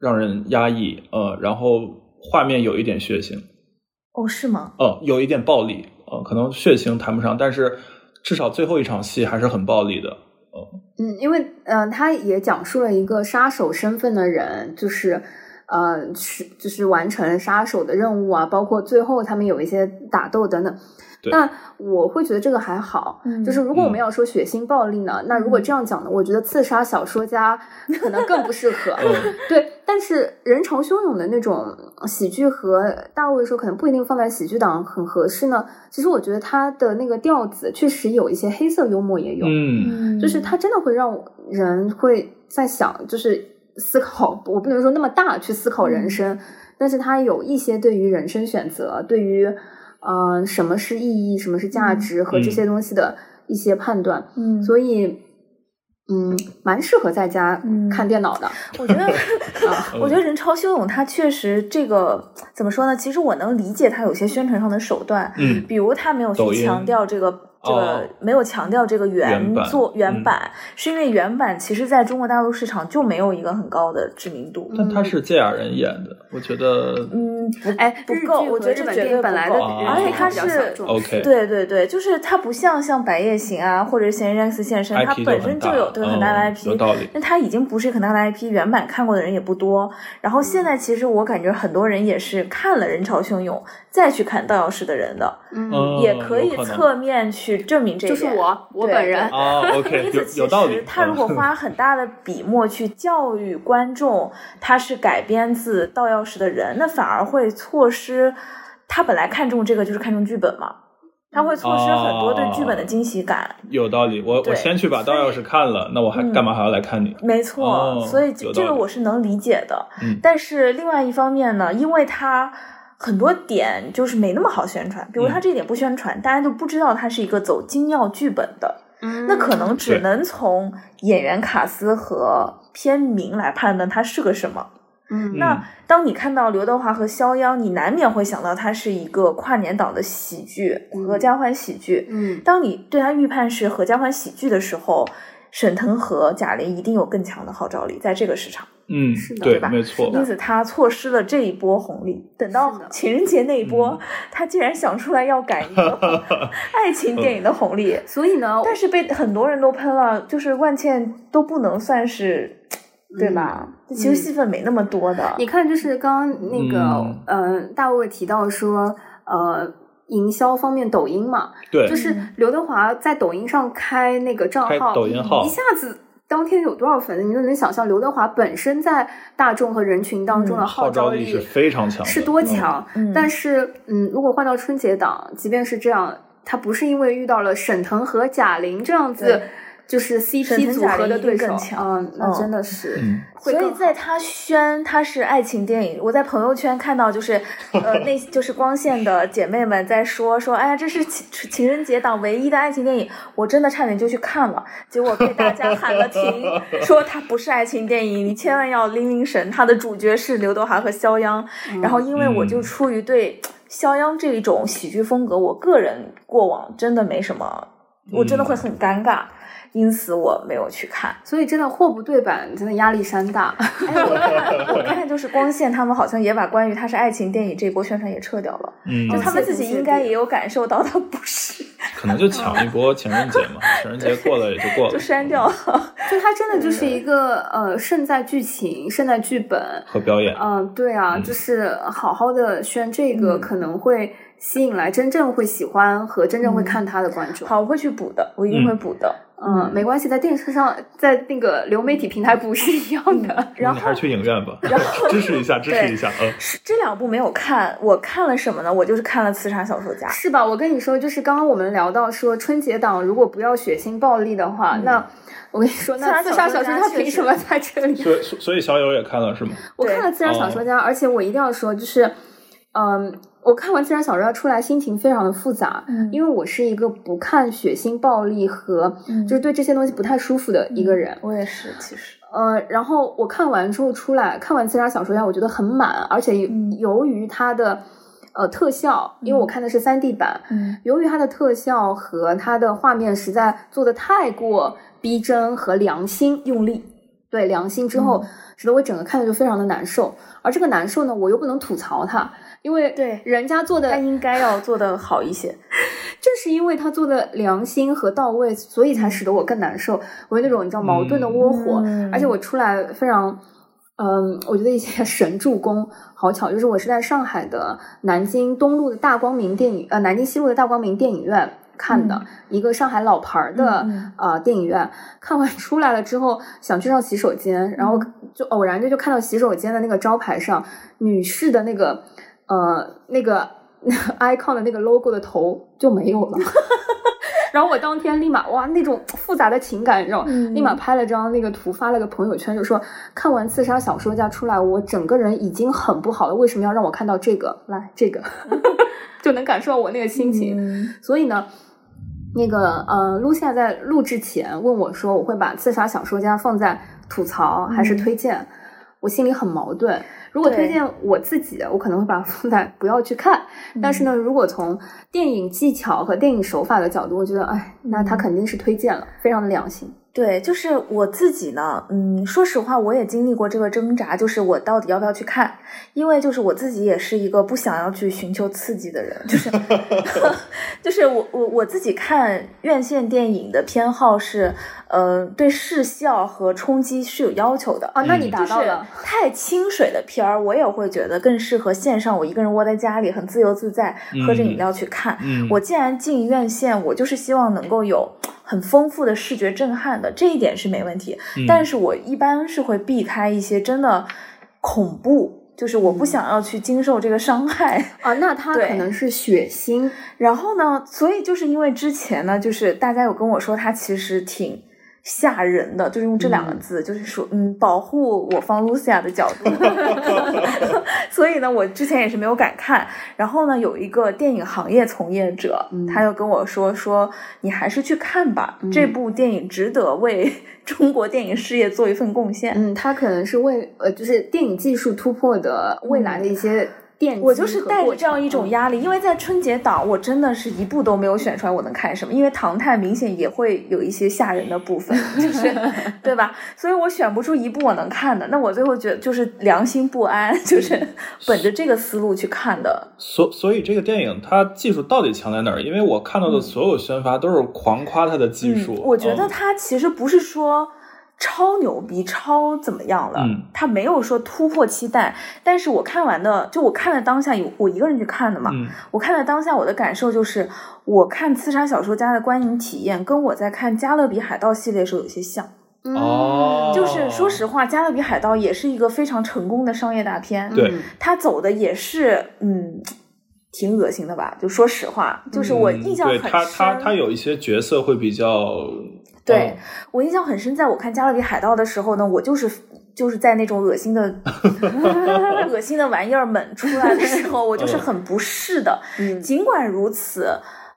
[SPEAKER 4] 让人压抑，呃，然后画面有一点血腥，
[SPEAKER 3] 哦是吗？
[SPEAKER 4] 呃，有一点暴力，呃，可能血腥谈不上，但是至少最后一场戏还是很暴力的，
[SPEAKER 2] 嗯，因为嗯、呃，他也讲述了一个杀手身份的人，就是呃，是就是完成杀手的任务啊，包括最后他们有一些打斗等等。
[SPEAKER 4] 对
[SPEAKER 2] 但我会觉得这个还好，
[SPEAKER 3] 嗯
[SPEAKER 2] 就是如果我们
[SPEAKER 4] 嗯
[SPEAKER 2] 要说血腥暴力呢，那如果这样讲呢，我觉得刺杀小说家可能更不适合。
[SPEAKER 4] 嗯
[SPEAKER 2] 对，但是人潮汹涌的那种喜剧和大卫说可能不一定放在喜剧档很合适呢。其实我觉得他的那个调子确实有一些黑色幽默也有，
[SPEAKER 4] 嗯
[SPEAKER 2] 就是它真的会让人会在想，就是思考，我不能说那么大去思考
[SPEAKER 3] 嗯
[SPEAKER 2] 人生，但是它有一些对于人生选择，对于嗯、呃什么是意义，什么是价值和这些东西的一些判断，
[SPEAKER 3] 嗯，
[SPEAKER 2] 所以。嗯，蛮适合在家
[SPEAKER 3] 嗯
[SPEAKER 2] 看电脑的。
[SPEAKER 3] 我 觉得，
[SPEAKER 4] 嗯
[SPEAKER 3] 我觉得人潮汹涌，它确实这个怎么说呢？其实我能理解它有些宣传上的手段，
[SPEAKER 4] 嗯
[SPEAKER 3] 比如他没有
[SPEAKER 4] 抖
[SPEAKER 3] 去
[SPEAKER 4] 音
[SPEAKER 3] 强调这个这个、
[SPEAKER 4] 哦
[SPEAKER 3] 没有强调这个原
[SPEAKER 4] 原版
[SPEAKER 3] 作原版，
[SPEAKER 4] 嗯
[SPEAKER 3] 是因为原版其实在中国大陆市场就没有一个很高的知名度。
[SPEAKER 2] 嗯
[SPEAKER 4] 但他是芥雅人演的，我觉得
[SPEAKER 3] 嗯，不
[SPEAKER 2] 哎
[SPEAKER 3] 不
[SPEAKER 2] 日
[SPEAKER 3] 够，
[SPEAKER 2] 剧
[SPEAKER 3] 我
[SPEAKER 2] 和
[SPEAKER 3] 觉得
[SPEAKER 2] 日
[SPEAKER 3] 这
[SPEAKER 2] 本
[SPEAKER 3] 绝
[SPEAKER 2] 电影
[SPEAKER 3] 对
[SPEAKER 2] 本
[SPEAKER 3] 不
[SPEAKER 2] 来
[SPEAKER 3] 够
[SPEAKER 2] 的啊
[SPEAKER 4] 人
[SPEAKER 3] 而且
[SPEAKER 4] 人
[SPEAKER 3] 它
[SPEAKER 2] 比较
[SPEAKER 3] 是
[SPEAKER 2] 小众
[SPEAKER 4] OK，
[SPEAKER 3] 对对对，就是它不像像《白夜行》啊，或者《嫌疑人 X 现身》，它
[SPEAKER 4] ，IP
[SPEAKER 3] 本
[SPEAKER 4] 很
[SPEAKER 3] 身
[SPEAKER 4] 大，
[SPEAKER 3] 就有对很大的
[SPEAKER 4] 嗯
[SPEAKER 3] IP，、
[SPEAKER 4] 有道理，
[SPEAKER 3] 那它已经不是很大的 IP，原版看过的人也不多。然后
[SPEAKER 4] 嗯
[SPEAKER 3] 现在其实我感觉很多人也是看了《人潮汹涌》再去看《道钥匙》的人的，
[SPEAKER 2] 嗯，
[SPEAKER 4] 嗯，
[SPEAKER 3] 也可以
[SPEAKER 4] 有能
[SPEAKER 3] 侧面去证明这一
[SPEAKER 2] 就
[SPEAKER 3] 点。
[SPEAKER 2] 是 我，我
[SPEAKER 3] 对
[SPEAKER 2] 本人
[SPEAKER 3] 对
[SPEAKER 4] 啊
[SPEAKER 3] 因
[SPEAKER 4] ，OK，有
[SPEAKER 3] 此，其
[SPEAKER 4] 有道
[SPEAKER 3] 实
[SPEAKER 4] 理，
[SPEAKER 3] 他如果
[SPEAKER 4] 嗯
[SPEAKER 3] 花很大的笔墨去教育观众，他是改编自《盗钥匙》的人，那反而会错失他本来看重这个就是看重剧本嘛，他会错失很多对剧本
[SPEAKER 4] 哦
[SPEAKER 3] 的惊喜感。
[SPEAKER 4] 有道理，我
[SPEAKER 3] 对
[SPEAKER 4] 我先去把《盗钥匙》看了，那我还
[SPEAKER 3] 嗯
[SPEAKER 4] 干嘛还要来看你？
[SPEAKER 3] 没错，
[SPEAKER 4] 哦
[SPEAKER 3] 所以这
[SPEAKER 4] 有道
[SPEAKER 3] 这
[SPEAKER 4] 理
[SPEAKER 3] 个我是能理解的。
[SPEAKER 4] 嗯
[SPEAKER 3] 但是另外一方面呢，因为它很多点就是没那么好宣传，比如它
[SPEAKER 4] 嗯
[SPEAKER 3] 这点不宣传，大家就不知道它是一个走精要剧本的，
[SPEAKER 2] 嗯
[SPEAKER 3] 那可能只
[SPEAKER 4] 对
[SPEAKER 3] 能从演员卡斯和片名来判断它是个什么。
[SPEAKER 2] 嗯
[SPEAKER 3] 那当你看到刘德华和肖央，你难免会想到它是一个跨年档的喜剧，合家欢喜剧。
[SPEAKER 2] 嗯
[SPEAKER 3] 当你对他预判是合家欢喜剧的时候，沈腾和贾玲一定有更强的号召力在这个市场，
[SPEAKER 4] 嗯
[SPEAKER 2] 是，的
[SPEAKER 4] 对
[SPEAKER 2] 对
[SPEAKER 3] 吧，
[SPEAKER 4] 没错，
[SPEAKER 3] 因此他错失了这一波红利。等
[SPEAKER 2] 是的
[SPEAKER 3] 到情人节那一波，他竟然想出来要改一个 爱情电影的红利，
[SPEAKER 2] 所以呢，
[SPEAKER 3] 但是被很多人都喷了，就是万茜都不能算是，
[SPEAKER 2] 嗯
[SPEAKER 3] 对吧？其实戏份没那么多的，
[SPEAKER 2] 你看，就是刚刚那个，呃，
[SPEAKER 4] 嗯
[SPEAKER 2] 大卫提到说，呃，营销方面，抖音嘛，
[SPEAKER 4] 对
[SPEAKER 3] 嗯
[SPEAKER 2] 就，是刘德华在抖音上开那个账
[SPEAKER 4] 开
[SPEAKER 2] 号，
[SPEAKER 4] 抖音号
[SPEAKER 2] 一，下子当天有多少粉丝，你就能想象刘德华本身在大众和人群当中的
[SPEAKER 3] 嗯
[SPEAKER 2] 号
[SPEAKER 4] 召
[SPEAKER 2] 力
[SPEAKER 4] 力是非常强的，
[SPEAKER 2] 是多
[SPEAKER 4] 嗯
[SPEAKER 2] 强。
[SPEAKER 3] 嗯
[SPEAKER 2] 但是，嗯，如果换到春节档，即便是这样，他不是因为遇到了沈腾和贾玲这样子
[SPEAKER 3] 对，
[SPEAKER 2] 就是
[SPEAKER 3] 沈
[SPEAKER 2] CP
[SPEAKER 3] 腾
[SPEAKER 2] 组
[SPEAKER 3] 贾
[SPEAKER 2] 合
[SPEAKER 3] 玲
[SPEAKER 2] 的
[SPEAKER 3] 一定
[SPEAKER 2] 对手
[SPEAKER 3] 更，强
[SPEAKER 2] 嗯，那
[SPEAKER 3] 嗯
[SPEAKER 2] 真的是
[SPEAKER 4] 嗯
[SPEAKER 2] 会
[SPEAKER 3] 所
[SPEAKER 2] 更好。
[SPEAKER 3] 以在他宣他是爱情电影，我在朋友圈看到就是， 呃，那就是光线的姐妹们在说说，哎呀，这是情情人节档唯一的爱情电影，我真的差点就去看了，结果被大家喊了 停，说它不是爱情电影，你千万要拎拎神，它的主角是刘德华和肖央。然后因为我就
[SPEAKER 4] 嗯
[SPEAKER 3] 出于对肖央这一种喜剧风格，我个人过往真的没什么，我真的会很尴尬，因此我没有去看。
[SPEAKER 2] 所以真的货不对版，真的压力山大。
[SPEAKER 3] 哎，我看我看就是光线，他们好像也把关于它是爱情电影这一波宣传也撤掉了，
[SPEAKER 4] 嗯
[SPEAKER 3] 就
[SPEAKER 2] 哦
[SPEAKER 3] 他们自己应该也有感受到它不是，
[SPEAKER 4] 可能就抢一波情人节嘛，情人节过了也就过了，
[SPEAKER 3] 就删掉了。
[SPEAKER 2] 就它真的就是一个呃，胜在剧情，胜在剧本。
[SPEAKER 4] 和表
[SPEAKER 3] 哦
[SPEAKER 4] 演。
[SPEAKER 2] 嗯、对啊，
[SPEAKER 4] 嗯
[SPEAKER 2] 就是好好的宣这个，
[SPEAKER 3] 嗯
[SPEAKER 2] 可能会吸引来真正会喜欢和真正会
[SPEAKER 3] 嗯
[SPEAKER 2] 看它的观众。
[SPEAKER 3] 好，我会去补的，我一定会补的。
[SPEAKER 2] 嗯，没关系，在电视上，在那个流媒体平台不是一样的。
[SPEAKER 3] 嗯然
[SPEAKER 4] 嗯你
[SPEAKER 3] 后
[SPEAKER 4] 还是去影院吧，支持一下，支持一下，嗯，
[SPEAKER 3] 是这两部没有看，我看了什么呢？我就是看了《刺杀小说家》。
[SPEAKER 2] 是吧？我跟你说，就是刚刚我们聊到说春节档如果不要血腥暴力的话，那我跟你说，那
[SPEAKER 3] 刺
[SPEAKER 2] 刺
[SPEAKER 3] 杀
[SPEAKER 2] 嗯杀
[SPEAKER 3] 小
[SPEAKER 2] 小
[SPEAKER 3] 说
[SPEAKER 2] 说
[SPEAKER 3] 家
[SPEAKER 2] 家凭什么在这 里？
[SPEAKER 4] 所以所以所以小友也看了是吗？
[SPEAKER 2] 我看了《自然小说家》，而且我一定要说，就是，嗯，我看完《自然小说家》出来，心情非常的复杂，
[SPEAKER 3] 嗯
[SPEAKER 2] 因为我是一个不看血腥、暴力和、
[SPEAKER 3] 嗯
[SPEAKER 2] 就是对这些东西不太舒服的一个人。
[SPEAKER 3] 我也是，其实
[SPEAKER 2] 呃，然后我看完之后出来，看完《自杀小说家》，我觉得很满，而且由
[SPEAKER 3] 嗯
[SPEAKER 2] 由于它的呃特效，因为我看的是三 D 版，
[SPEAKER 3] 嗯
[SPEAKER 2] 由于它的特效和它的画面实在做的太过逼真和良心用力，对良心之
[SPEAKER 3] 嗯
[SPEAKER 2] 后，使得我整个看的就非常的难受。而这个难受呢，我又不能吐槽它，因为
[SPEAKER 3] 对
[SPEAKER 2] 人家做的
[SPEAKER 3] 他应该要做的好一些。
[SPEAKER 2] 正是因为他做的良心和到位，所以才使得我更难受。我有那种你知道矛盾的窝火，
[SPEAKER 3] 嗯
[SPEAKER 2] 而且我出来非常，嗯，我觉得一些 神助攻。好巧，就是我是在上海的南京东路的大光明电影，呃，南京西路的大光明电影院看的、
[SPEAKER 3] 嗯
[SPEAKER 2] 一个上海老牌儿的、
[SPEAKER 3] 嗯嗯
[SPEAKER 2] 呃电影院。看完出来了之后，想去上洗手间，然后
[SPEAKER 3] 嗯
[SPEAKER 2] 就偶然的就看到洗手间的那个招牌上女士的那个呃那个 icon 的那个 logo 的头就没 有了。 然后我当天立马哇，那种复杂的情感，你知道吗，
[SPEAKER 3] 嗯
[SPEAKER 2] 立马拍了张那个图，发了个朋友圈，就说看完《刺杀小说家》出来，我整个人已经很不好了，为什么要让我看到这个？来，这 个就能感受到我那个心情。
[SPEAKER 3] 嗯
[SPEAKER 2] 所以呢，那个呃，露西亚在录制前问我说，我会把《刺杀小说家》放在吐槽还是
[SPEAKER 3] 嗯
[SPEAKER 2] 推荐？我心里很矛盾。如果
[SPEAKER 3] 对
[SPEAKER 2] 推荐我自己，我可能会把它放在不要去看。
[SPEAKER 3] 嗯
[SPEAKER 2] 但是呢，如果从电影技巧和电影手法的角度，我觉得，哎，那
[SPEAKER 3] 嗯
[SPEAKER 2] 它肯定是推荐了，非常的良心。
[SPEAKER 3] 对，就是我自己呢，嗯，说实话，我也经历过这个挣扎，就是我到底要不要去看，因为就是我自己也是一个不想要去寻求刺激的人，就是 就是我我我自己看院线电影的偏好是，呃，对视效和冲击是有要求的
[SPEAKER 2] 啊，那你
[SPEAKER 4] 嗯
[SPEAKER 2] 达到了，
[SPEAKER 3] 就是太清水的片儿，我也会觉得更适合线上，我一个人窝在家里很自由自在，喝着饮料去看。
[SPEAKER 4] 嗯
[SPEAKER 3] 我既然进院线，我就是希望能够有很丰富的视觉震撼的，这一点是没问题。
[SPEAKER 4] 嗯
[SPEAKER 3] 但是我一般是会避开一些真的恐怖。就是我不想要去经受这个伤害，
[SPEAKER 2] 啊，那它
[SPEAKER 3] 对
[SPEAKER 2] 可能是血腥，
[SPEAKER 3] 然后呢，所以就是因为之前呢，就是大家有跟我说，它其实挺吓人的，就是用这两个字，就是说，嗯，保护我方 Lucia 的角度。 所以呢，我之前也是没有敢看。然后呢，有一个电影行业从业者，
[SPEAKER 2] 嗯
[SPEAKER 3] 他又跟我说，说你还是去看吧，
[SPEAKER 2] 嗯
[SPEAKER 3] 这部电影值得为 中国电影事业做一份贡献。
[SPEAKER 2] 嗯，它可能是为呃，就是电影技术突破的未来的一些奠基
[SPEAKER 3] 嗯我就是
[SPEAKER 2] 和
[SPEAKER 3] 带着
[SPEAKER 2] 过
[SPEAKER 3] 这样
[SPEAKER 2] 程嗯
[SPEAKER 3] 一种
[SPEAKER 4] 嗯
[SPEAKER 3] 压力，因为在春节档，我真的是一部都没有选出来我能看什么，因为《唐探》明显也会有一些吓人的部分，就是 对吧？所以我选不出一部我能看的，那我最后觉得就是良心不安， 就是本着这个思路去看的。嗯
[SPEAKER 4] 所所以这个电影它技术到底强在哪儿？因为我看到的所有宣发都是狂夸它的技术，
[SPEAKER 3] 嗯我觉得
[SPEAKER 4] 嗯
[SPEAKER 3] 它其实不是说。超牛逼，超怎么样了？
[SPEAKER 4] 嗯
[SPEAKER 3] 它没有说突破期待，但是我看完的，就我看了当下有我一个人去看的嘛，
[SPEAKER 4] 嗯
[SPEAKER 3] 我看了当下，我的感受就是，我看《刺杀小说家》的观影体验跟我在看《加勒比海盗》系列时候有些像。
[SPEAKER 2] 嗯
[SPEAKER 4] 哦
[SPEAKER 3] 就是说实话，《加勒比海盗》也是一个非常成功的商业大片，
[SPEAKER 4] 对
[SPEAKER 2] 嗯
[SPEAKER 3] 他走的也是嗯，挺恶心的吧？就说实话，就是我印象
[SPEAKER 4] 嗯对
[SPEAKER 3] 很深。
[SPEAKER 4] 他他他有一些角色会比较
[SPEAKER 3] 对我印象很深，在我看《加勒比海盗》的时候呢，我就是就是在那种恶心 的 恶心的玩意儿们出来的时候，我就是很不适的。
[SPEAKER 2] 嗯
[SPEAKER 3] 尽管如此，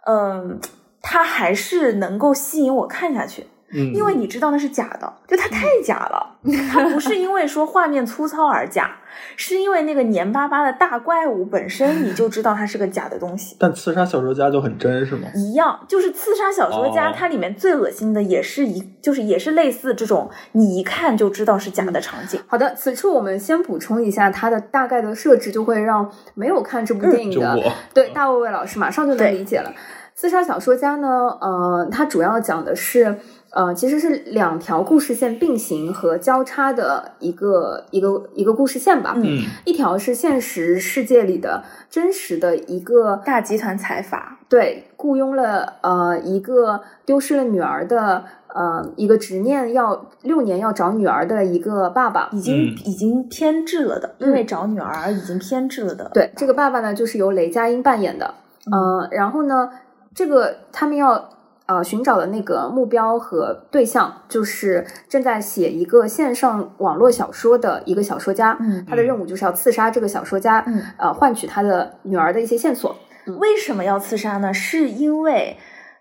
[SPEAKER 3] 嗯，它还是能够吸引我看下去，
[SPEAKER 4] 嗯，
[SPEAKER 3] 因为你知道那是假的，就它太假 了。它不是因为说画面粗糙而假，是因为那个黏巴巴的大怪物本身，你就知道它是个假的东西。
[SPEAKER 4] 但《刺杀小说家》就很真是吗？
[SPEAKER 3] 一样，就是《刺杀小说家》
[SPEAKER 4] 哦
[SPEAKER 3] 它里面最恶心的也是一，就是也是类似这种你一看就知道是
[SPEAKER 4] 嗯
[SPEAKER 3] 假的场景。
[SPEAKER 2] 好的，此处我们先补充一下它的大概的设置，就会让没有看这部电影
[SPEAKER 4] 嗯就
[SPEAKER 2] 的、
[SPEAKER 4] 我
[SPEAKER 2] 对大卫魏老师马上就能
[SPEAKER 3] 对
[SPEAKER 2] 理解了。刺杀小说家呢，呃，它主要讲的是，呃，其实是两条故事线并行和交叉的一个一个一个故事线吧。
[SPEAKER 3] 嗯
[SPEAKER 4] 嗯
[SPEAKER 2] 一条是现实世界里的真实的一个
[SPEAKER 3] 大集团财阀，
[SPEAKER 2] 对，雇佣了呃一个丢失了女儿的呃一个执念要六年要找女儿的一个爸爸。
[SPEAKER 3] 已经、
[SPEAKER 4] 嗯
[SPEAKER 3] 已经偏执了的，因为
[SPEAKER 2] 嗯
[SPEAKER 3] 找女儿而已经偏执了的。
[SPEAKER 2] 对，这个爸爸呢就是由雷佳音扮演的。
[SPEAKER 3] 嗯
[SPEAKER 2] 呃，然后呢，这个他们要呃寻找的那个目标和对象就是正在写一个线上网络小说的一个小说家。
[SPEAKER 3] 嗯
[SPEAKER 2] 他的任务就是要刺杀这个小说家，
[SPEAKER 3] 嗯
[SPEAKER 2] 呃，换取他的女儿的一些线索。
[SPEAKER 3] 为什么要刺杀呢？是因为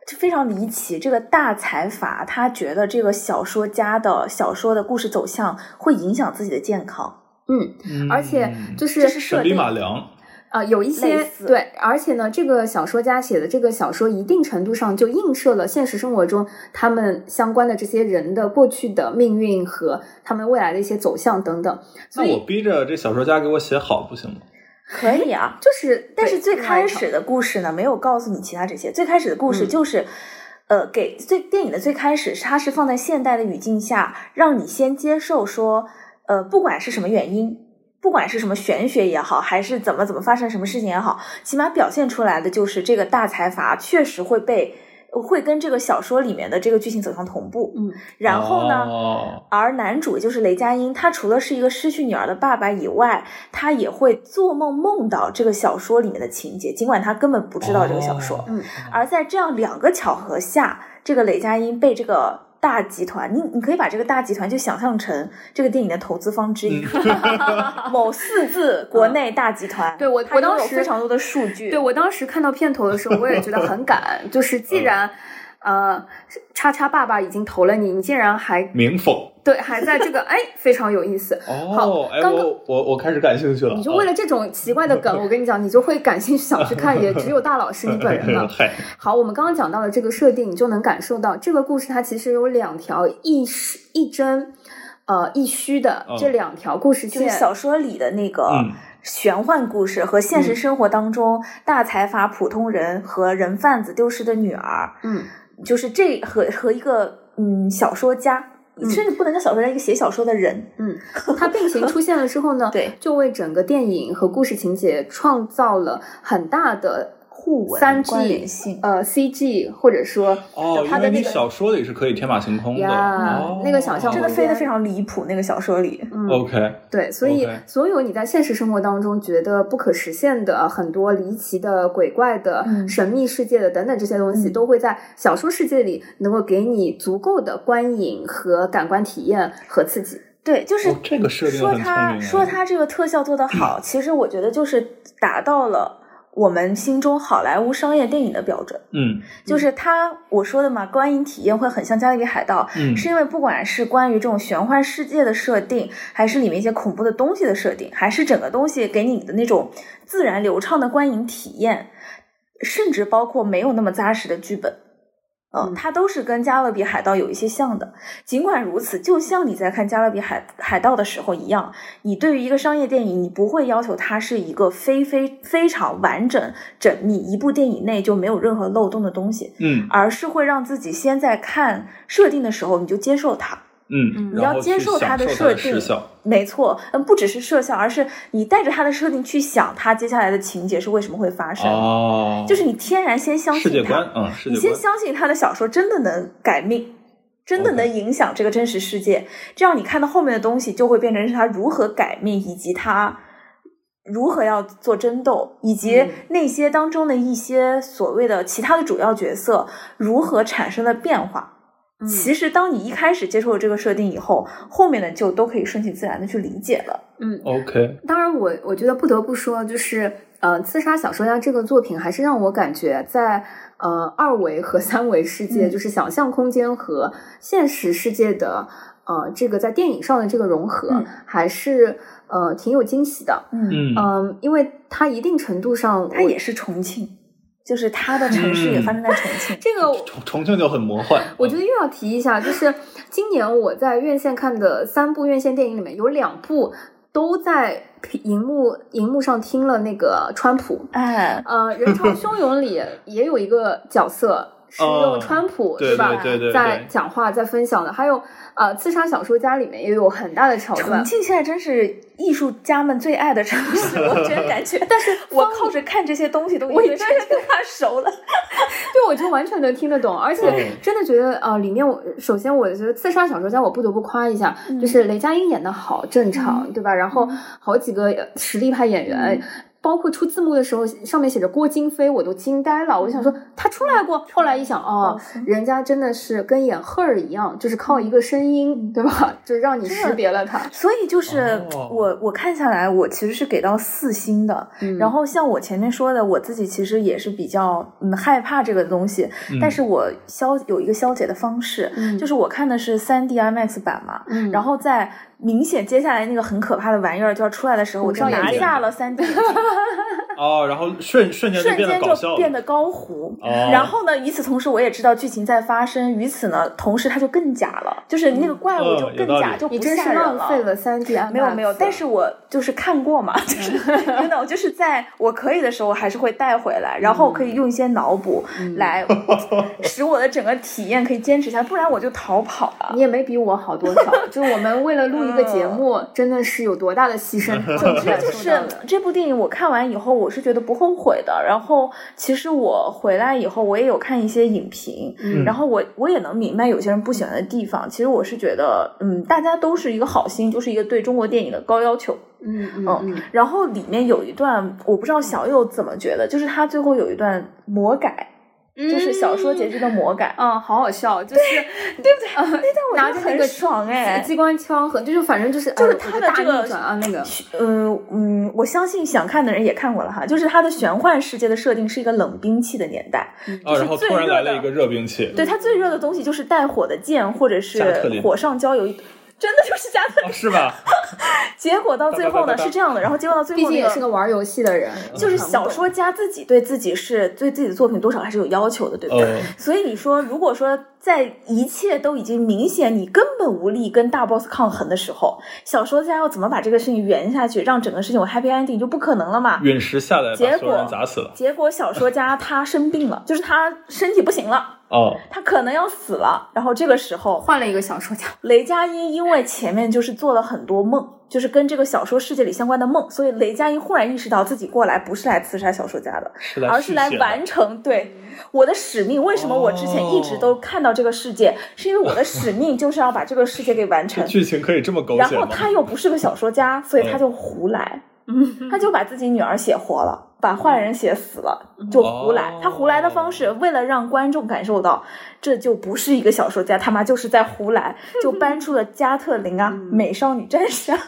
[SPEAKER 3] 这非常离奇，这个大财阀他觉得这个小说家的小说的故事走向会影响自己的健康，
[SPEAKER 2] 嗯，
[SPEAKER 4] 嗯
[SPEAKER 2] 而且就是
[SPEAKER 3] 这是设
[SPEAKER 4] 神笔
[SPEAKER 3] 定。
[SPEAKER 4] 马良，
[SPEAKER 2] 啊、有一
[SPEAKER 3] 类
[SPEAKER 2] 些
[SPEAKER 3] 似
[SPEAKER 2] 对，而且呢，这个小说家写的这个小说，一定程度上就映射了现实生活中他们相关的这些人的过去的命运和他们未来的一些走向等等，所
[SPEAKER 4] 那我
[SPEAKER 2] 以
[SPEAKER 4] 逼着这小说家给我写好不行吗？
[SPEAKER 3] 可以啊，
[SPEAKER 2] 就是，
[SPEAKER 3] 但
[SPEAKER 2] 对
[SPEAKER 3] 是最
[SPEAKER 2] 另外一
[SPEAKER 3] 开
[SPEAKER 2] 条
[SPEAKER 3] 始的故事呢，没有告诉你其他这些。最开始的故事
[SPEAKER 2] 嗯
[SPEAKER 3] 就是，呃，给最电影的最开始，它是放在现代的语境下，让你先接受说，呃，不管是什么原因，不管是什么玄学也好，还是怎么怎么发生什么事情也好，起码表现出来的就是这个大财阀确实会被会跟这个小说里面的这个剧情走向同步。
[SPEAKER 2] 嗯，
[SPEAKER 3] 然后呢？
[SPEAKER 4] 哦
[SPEAKER 3] 而男主就是雷佳音，他除了是一个失去女儿的爸爸以外，他也会做梦梦到这个小说里面的情节，尽管他根本不知道这个小说。
[SPEAKER 4] 哦
[SPEAKER 2] 嗯
[SPEAKER 3] 而在这样两个巧合下，这个雷佳音被这个大集团，你你可以把这个大集团就想象成这个电影的投资方之一， 某四字国内大集团。
[SPEAKER 2] 嗯对我
[SPEAKER 3] 它
[SPEAKER 2] 我当
[SPEAKER 3] 拥有
[SPEAKER 2] 时
[SPEAKER 3] 非常多的数据，
[SPEAKER 2] 对我当时看到片头的时候，我也觉得 很感，就是既
[SPEAKER 4] 嗯
[SPEAKER 2] 然。呃，叉叉爸爸已经投了你，你竟然还
[SPEAKER 4] 明讽
[SPEAKER 2] 对还在这个哎，非常有意思。
[SPEAKER 4] 哦
[SPEAKER 2] 好，
[SPEAKER 4] 哎，
[SPEAKER 2] 刚刚
[SPEAKER 4] 我我我开始感兴趣了，。
[SPEAKER 2] 你就为了这种奇怪的梗，我跟你讲，你就会感兴趣想去看，也只有大老师你本人了
[SPEAKER 4] 嗨，
[SPEAKER 2] 好，我们刚刚讲到了这个设定，你就能感受到这个故事它其实有两条一实一真，呃一虚的
[SPEAKER 4] 嗯
[SPEAKER 2] 这两条故事
[SPEAKER 3] 就
[SPEAKER 2] 线。
[SPEAKER 3] 是小说里的那个
[SPEAKER 4] 嗯
[SPEAKER 3] 玄幻故事和现实
[SPEAKER 2] 嗯
[SPEAKER 3] 生活当中、大财阀、普通人和人贩子丢失的女儿，
[SPEAKER 2] 嗯，
[SPEAKER 3] 就是这和和一个嗯小说家，
[SPEAKER 2] 嗯
[SPEAKER 3] 甚至不能叫小说家，一个写小说的人，，
[SPEAKER 2] 它并行出现了之后呢
[SPEAKER 3] 对，
[SPEAKER 2] 就为整个电影和故事情节创造了很大的
[SPEAKER 3] 互文
[SPEAKER 2] 三 G
[SPEAKER 3] 关联性。
[SPEAKER 2] 呃 CG 或者说
[SPEAKER 4] 哦，
[SPEAKER 2] 它
[SPEAKER 4] 因
[SPEAKER 2] 的
[SPEAKER 4] 为
[SPEAKER 2] 那
[SPEAKER 4] 你
[SPEAKER 2] 个
[SPEAKER 4] 小说里是可以天马行空的，
[SPEAKER 2] 呀
[SPEAKER 4] 哦
[SPEAKER 2] 那个想象
[SPEAKER 3] 真的
[SPEAKER 2] 空
[SPEAKER 3] 飞得
[SPEAKER 2] 间
[SPEAKER 3] 非常离谱，那个小说里，
[SPEAKER 2] 嗯
[SPEAKER 4] OK，
[SPEAKER 2] 对，所以
[SPEAKER 4] OK
[SPEAKER 2] 所有你在现实生活当中觉得不可实现的很多离奇的、鬼怪的、
[SPEAKER 3] 嗯
[SPEAKER 2] 神秘世界的等等这些东西，
[SPEAKER 3] 嗯
[SPEAKER 2] 都会在小说世界里能够给你足够的观影和感官体验和刺激。
[SPEAKER 3] 对，就是、
[SPEAKER 4] 哦这个设定
[SPEAKER 3] 说
[SPEAKER 4] 很聪
[SPEAKER 3] 他
[SPEAKER 4] 明啊
[SPEAKER 3] 说他这个特效做得好，其实我觉得就是达到了我们心中好莱坞商业电影的标准。
[SPEAKER 4] 嗯
[SPEAKER 3] 就是它，我说的嘛，观影体验会很像《加勒比海盗》
[SPEAKER 4] 嗯
[SPEAKER 3] 是因为不管是关于这种玄幻世界的设定，还是里面一些恐怖的东西的设定，还是整个东西给你的那种自然流畅的观影体验，甚至包括没有那么扎实的剧本。嗯
[SPEAKER 2] 嗯，
[SPEAKER 3] 它都是跟《加勒比海盗》有一些像的。尽管如此，就像你在看《加勒比海海盗》的时候一样，你对于一个商业电影，你不会要求它是一个非非非常完整、缜密，一部电影内就没有任何漏洞的东西，
[SPEAKER 4] 嗯
[SPEAKER 3] 而是会让自己先在看设定的时候你就接受它。
[SPEAKER 4] 嗯，
[SPEAKER 2] 嗯
[SPEAKER 3] 你
[SPEAKER 4] 然
[SPEAKER 3] 要
[SPEAKER 4] 后
[SPEAKER 3] 接
[SPEAKER 4] 去
[SPEAKER 3] 受
[SPEAKER 4] 享
[SPEAKER 3] 它的
[SPEAKER 4] 受它
[SPEAKER 3] 设
[SPEAKER 4] 的
[SPEAKER 3] 定
[SPEAKER 4] 时效，
[SPEAKER 3] 没错，嗯，不只是设想，而是你带着它的设定去想它接下来的情节是为什么会发生，
[SPEAKER 4] 哦，
[SPEAKER 3] 就是你天然先相
[SPEAKER 4] 世界
[SPEAKER 3] 信
[SPEAKER 4] 观
[SPEAKER 3] 它，，
[SPEAKER 4] 嗯，世
[SPEAKER 3] 你
[SPEAKER 4] 界
[SPEAKER 3] 先
[SPEAKER 4] 观，
[SPEAKER 3] 相信它的小说真的能改命，真的
[SPEAKER 4] OK
[SPEAKER 3] 能影响这个真实世界。这样你看到后面的东西，就会变成是他如何改命，以及他如何要做争斗，以及
[SPEAKER 2] 嗯
[SPEAKER 3] 那些当中的一些所谓的其他的主要角色如何产生了变化。
[SPEAKER 2] 嗯
[SPEAKER 3] 其实，当你一开始接受了这个设定以后，后面的就都可以顺其自然的去理解了。
[SPEAKER 2] 嗯，
[SPEAKER 4] OK，
[SPEAKER 2] 当然我我觉得不得不说，就是呃，《刺杀小说家》这个作品还是让我感觉在呃二维和三维世界，
[SPEAKER 3] 嗯
[SPEAKER 2] 就是想象空间和现实世界的呃这个在电影上的这个融合，
[SPEAKER 3] 嗯
[SPEAKER 2] 还是呃挺有惊喜的。
[SPEAKER 3] 嗯，
[SPEAKER 4] 嗯
[SPEAKER 2] 嗯、因为它一定程度上，
[SPEAKER 3] 它也是重庆，就是它的城市也发生在重庆。
[SPEAKER 4] 嗯
[SPEAKER 2] 这个
[SPEAKER 4] 重重庆就很魔幻，
[SPEAKER 2] 我觉得又要提一下，就是今年我在院线看的三部院线电影里面，有两部都在荧幕荧幕上听了那个川普。
[SPEAKER 3] 哎，
[SPEAKER 2] 呃，《人潮汹涌》里也有一个角 色是用川普、
[SPEAKER 4] 对
[SPEAKER 2] 是吧
[SPEAKER 4] 对对对对
[SPEAKER 2] 在讲话、在分享的，还有呃，《刺杀小说家》里面也有很大的桥段
[SPEAKER 3] 重。庆现在真是艺术家们最爱的城 市，我真感觉。但是我靠着看这些东西都已
[SPEAKER 2] 我
[SPEAKER 3] 经
[SPEAKER 2] 真
[SPEAKER 3] 是跟他熟了。
[SPEAKER 2] 对，我就完全能听得懂，而且
[SPEAKER 4] 嗯
[SPEAKER 2] 真的觉得呃，里面我首先我觉得《刺杀小说家》，我不得不夸一下，
[SPEAKER 3] 嗯
[SPEAKER 2] 就是雷佳音演的好正常，对吧？然后好几个呃实力派演员。
[SPEAKER 3] 嗯
[SPEAKER 2] 包括出字幕的时候，上面写着郭京飞，我都惊呆了。我就想
[SPEAKER 3] 嗯
[SPEAKER 2] 说他出来过，后来一想，哦，人家真的是跟演赫儿一样，就是靠一个声
[SPEAKER 3] 嗯
[SPEAKER 2] 音，对吧？就让你识别了他。
[SPEAKER 3] 所以就是
[SPEAKER 4] 哦
[SPEAKER 3] 我我看下来，我其实是给到四星的。然后像我前面说的，我自己其实也是比较嗯害怕这个东西，
[SPEAKER 4] 嗯
[SPEAKER 3] 但是我消有一个消解的方式，
[SPEAKER 2] 嗯
[SPEAKER 3] 就是我看的是三 D IMAX 版嘛，
[SPEAKER 2] 嗯
[SPEAKER 3] 然后在明显接下来那个很可怕的玩意儿就要出来的时候，我就
[SPEAKER 2] 上
[SPEAKER 3] 拿
[SPEAKER 4] 眼
[SPEAKER 3] 下
[SPEAKER 4] 睛
[SPEAKER 3] 了三 D
[SPEAKER 4] 哦，然后瞬瞬间就
[SPEAKER 3] 瞬
[SPEAKER 4] 变得
[SPEAKER 3] 间
[SPEAKER 4] 搞笑
[SPEAKER 3] 就
[SPEAKER 4] 了，
[SPEAKER 3] 变得高糊。
[SPEAKER 4] 哦
[SPEAKER 3] 然后呢，与此同时，我也知道剧情在发生，与此呢，同时它就更假了，就是那个怪物
[SPEAKER 4] 嗯
[SPEAKER 3] 就
[SPEAKER 4] 有
[SPEAKER 3] 更
[SPEAKER 4] 道
[SPEAKER 3] 假，
[SPEAKER 4] 理
[SPEAKER 3] 就不
[SPEAKER 2] 你真
[SPEAKER 3] 吓
[SPEAKER 2] 是
[SPEAKER 3] 人
[SPEAKER 2] 浪费了三 D
[SPEAKER 3] 没有没有，但是我就是看过 嘛，就是真的，我就是在我可以的时候，我还是会带回来，然后可以用一些脑补
[SPEAKER 2] 嗯
[SPEAKER 3] 来使我的整个体验可以坚持下来，不然我就逃跑了。
[SPEAKER 2] 你也没比我好多少。 就是我们为了录一个节目，真的是有多大的牺牲，
[SPEAKER 3] 总之嗯就
[SPEAKER 2] 做
[SPEAKER 3] 是
[SPEAKER 2] 到的
[SPEAKER 3] 这部电影，我看完以后我是觉得不后悔的。然后其实我回来以后，我也有看一些影评，
[SPEAKER 2] 嗯
[SPEAKER 3] 然后我我也能明白有些人不喜欢的地方。其实我是觉得，嗯，大家都是一个好心，就是一个对中国电影的高要求。
[SPEAKER 2] 嗯嗯
[SPEAKER 3] 哦
[SPEAKER 2] 嗯
[SPEAKER 3] 然后里面有一段，我不知道小友怎么觉得，就是他最后有一段魔改，
[SPEAKER 2] 嗯，
[SPEAKER 3] 就是小说结局的魔改，
[SPEAKER 2] 嗯，好好笑，就是对不对？呃、
[SPEAKER 3] 那段
[SPEAKER 2] 拿
[SPEAKER 3] 我
[SPEAKER 2] 着
[SPEAKER 3] 觉得
[SPEAKER 2] 那
[SPEAKER 3] 很
[SPEAKER 2] 个
[SPEAKER 3] 爽哎。
[SPEAKER 2] 机关枪和就是反正就是
[SPEAKER 3] 就是
[SPEAKER 2] 哎
[SPEAKER 3] 他
[SPEAKER 2] 我
[SPEAKER 3] 的
[SPEAKER 2] 大
[SPEAKER 3] 这个
[SPEAKER 2] 逆转啊那个，
[SPEAKER 3] 嗯嗯，我相信想看的人也看过了哈，就是他的玄幻世界的设定是一个冷兵器的年代，
[SPEAKER 4] 啊，然后
[SPEAKER 3] 最
[SPEAKER 4] 突然
[SPEAKER 3] 热
[SPEAKER 4] 来
[SPEAKER 3] 的
[SPEAKER 4] 了一个热兵器，
[SPEAKER 3] 对他最热的东西就是带火的剑或者
[SPEAKER 4] 加特
[SPEAKER 3] 是
[SPEAKER 4] 林
[SPEAKER 3] 火上浇油，真的就是加特 林。
[SPEAKER 4] 哦是吧？
[SPEAKER 3] 结果到最后
[SPEAKER 4] 哒
[SPEAKER 3] 呢
[SPEAKER 4] 哒哒哒
[SPEAKER 3] 是这样的，然后结果到最
[SPEAKER 2] 毕
[SPEAKER 3] 后
[SPEAKER 2] 竟
[SPEAKER 3] 那
[SPEAKER 2] 也是个玩游戏的人，
[SPEAKER 3] 就是
[SPEAKER 2] 看不
[SPEAKER 3] 小
[SPEAKER 2] 懂
[SPEAKER 3] 说家自己对自己是对自己的作品多少还是有要求的，对不对？
[SPEAKER 4] 呃，
[SPEAKER 3] 所以你说，如果说在一切都已经明显你根本无力跟大 boss 抗衡的时候，小说家要怎么把这个事情圆下去，让整个事情有 happy ending 就不可能了嘛？
[SPEAKER 4] 陨石下来
[SPEAKER 3] 结
[SPEAKER 4] 把所有
[SPEAKER 3] 果
[SPEAKER 4] 人砸死了。
[SPEAKER 3] 结果小说家他生病了，就是他身体不行了，
[SPEAKER 4] 哦，
[SPEAKER 3] 他可能要死了。然后这个时候，
[SPEAKER 2] 换了一个小说家，
[SPEAKER 3] 雷佳音因为前面就是做了很多梦，就是跟这个小说世界里相关的梦，所以雷佳音忽然意识到自己过来不是来刺杀小说家的，
[SPEAKER 4] 是来
[SPEAKER 3] 而是来
[SPEAKER 4] 续写的
[SPEAKER 3] 完成对我的使命。为什么我之前一
[SPEAKER 4] 哦
[SPEAKER 3] 直都看到这个世界，是因为我的使命就是要把这个世界给完成
[SPEAKER 4] 这。剧情可以这么狗
[SPEAKER 3] 然
[SPEAKER 4] 血
[SPEAKER 3] 后
[SPEAKER 4] 吗？嗯
[SPEAKER 3] 他又不是个小说家，所以他就胡来，他就把自己女儿写活了，把坏人写死了，就胡来
[SPEAKER 4] 哦。
[SPEAKER 3] 他胡来的方式，为了让观众感受到这就不是一个小说家，他妈就是在胡来，就搬出了加特林
[SPEAKER 2] 嗯
[SPEAKER 3] 啊、美少女战 士啊，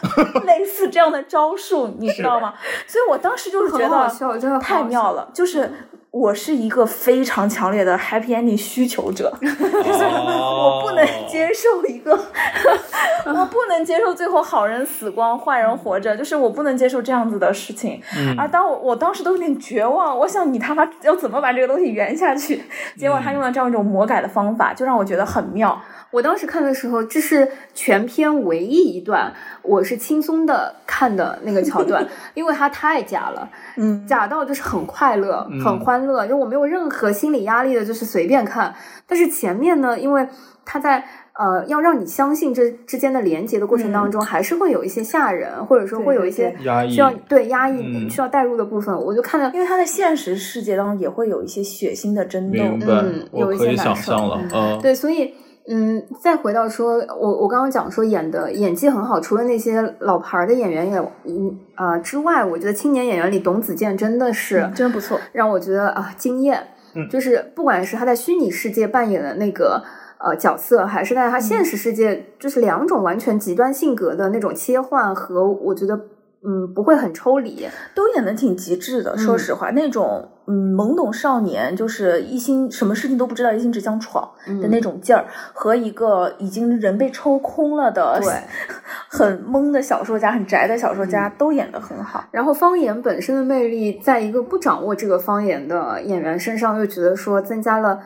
[SPEAKER 3] 类似这样的招数，你知道吗？所以我当时就是觉
[SPEAKER 2] 很好
[SPEAKER 3] 得
[SPEAKER 2] 笑，真的
[SPEAKER 3] 太妙
[SPEAKER 2] 了。
[SPEAKER 3] 了，就是我是一个非常强烈的 happy ending 需求者，就是
[SPEAKER 4] 哦
[SPEAKER 3] 我不能接受一个， 我不能接受最后好人死光，坏人活着，就是我不能接受这样子的事情。
[SPEAKER 4] 嗯
[SPEAKER 3] 而当我我当时都有点绝望，我想你他妈要怎么把这个东西圆下
[SPEAKER 4] 嗯
[SPEAKER 3] 去？结果他用了这样一种魔改的方法，就让我觉得很妙。
[SPEAKER 2] 我当时看的时候，这是全片唯一一段我是轻松的看的那个桥 段，因为它太假了，
[SPEAKER 3] 嗯，
[SPEAKER 2] 假到就是很快乐、
[SPEAKER 4] 嗯
[SPEAKER 2] 很欢乐，就我没有任何心理压力的，就是随便看。但是前面呢，因为他在呃要让你相信这之间的连接的过程当中，还是会有一些吓人，或者说
[SPEAKER 3] 对
[SPEAKER 2] 会有
[SPEAKER 3] 对
[SPEAKER 2] 一些
[SPEAKER 3] 对
[SPEAKER 4] 嗯压抑
[SPEAKER 2] 需要对压抑、
[SPEAKER 4] 嗯
[SPEAKER 2] 需要带入的部分，我就看了
[SPEAKER 3] 因为他在现实世界当中也会有一些血腥的争斗。
[SPEAKER 4] 明白
[SPEAKER 2] 嗯，
[SPEAKER 4] 我
[SPEAKER 2] 有一
[SPEAKER 4] 可
[SPEAKER 2] 些
[SPEAKER 4] 以
[SPEAKER 2] 难
[SPEAKER 4] 想
[SPEAKER 2] 受
[SPEAKER 4] 象了。嗯，
[SPEAKER 2] 对，所以嗯，再回到说，我我刚刚讲说演的演技很好，除了那些老牌儿的演员也嗯啊、之外，我觉得青年演员里董子健真的是、
[SPEAKER 3] 嗯真不错。
[SPEAKER 2] 让我觉得啊惊艳。
[SPEAKER 4] 嗯
[SPEAKER 2] 就是不管是他在虚拟世界扮演的那个呃角色，还是在他现实世界，就是两种完全极端性格的那种切换和，我觉得嗯不会很抽离。
[SPEAKER 3] 都演的挺极致的，说
[SPEAKER 2] 嗯
[SPEAKER 3] 实话，那种嗯懵懂少年，就是一心什么事情都不知道，一心只想闯
[SPEAKER 4] 嗯
[SPEAKER 3] 的
[SPEAKER 2] 嗯
[SPEAKER 3] 那种劲儿，和一个已经人被抽空了的
[SPEAKER 2] 对 嗯
[SPEAKER 3] 很懵的小说家、很宅的小说家，都演的很好。
[SPEAKER 2] 然后方言本身的魅力，在一个不掌握这个方言的演员身上，又觉得说增加了。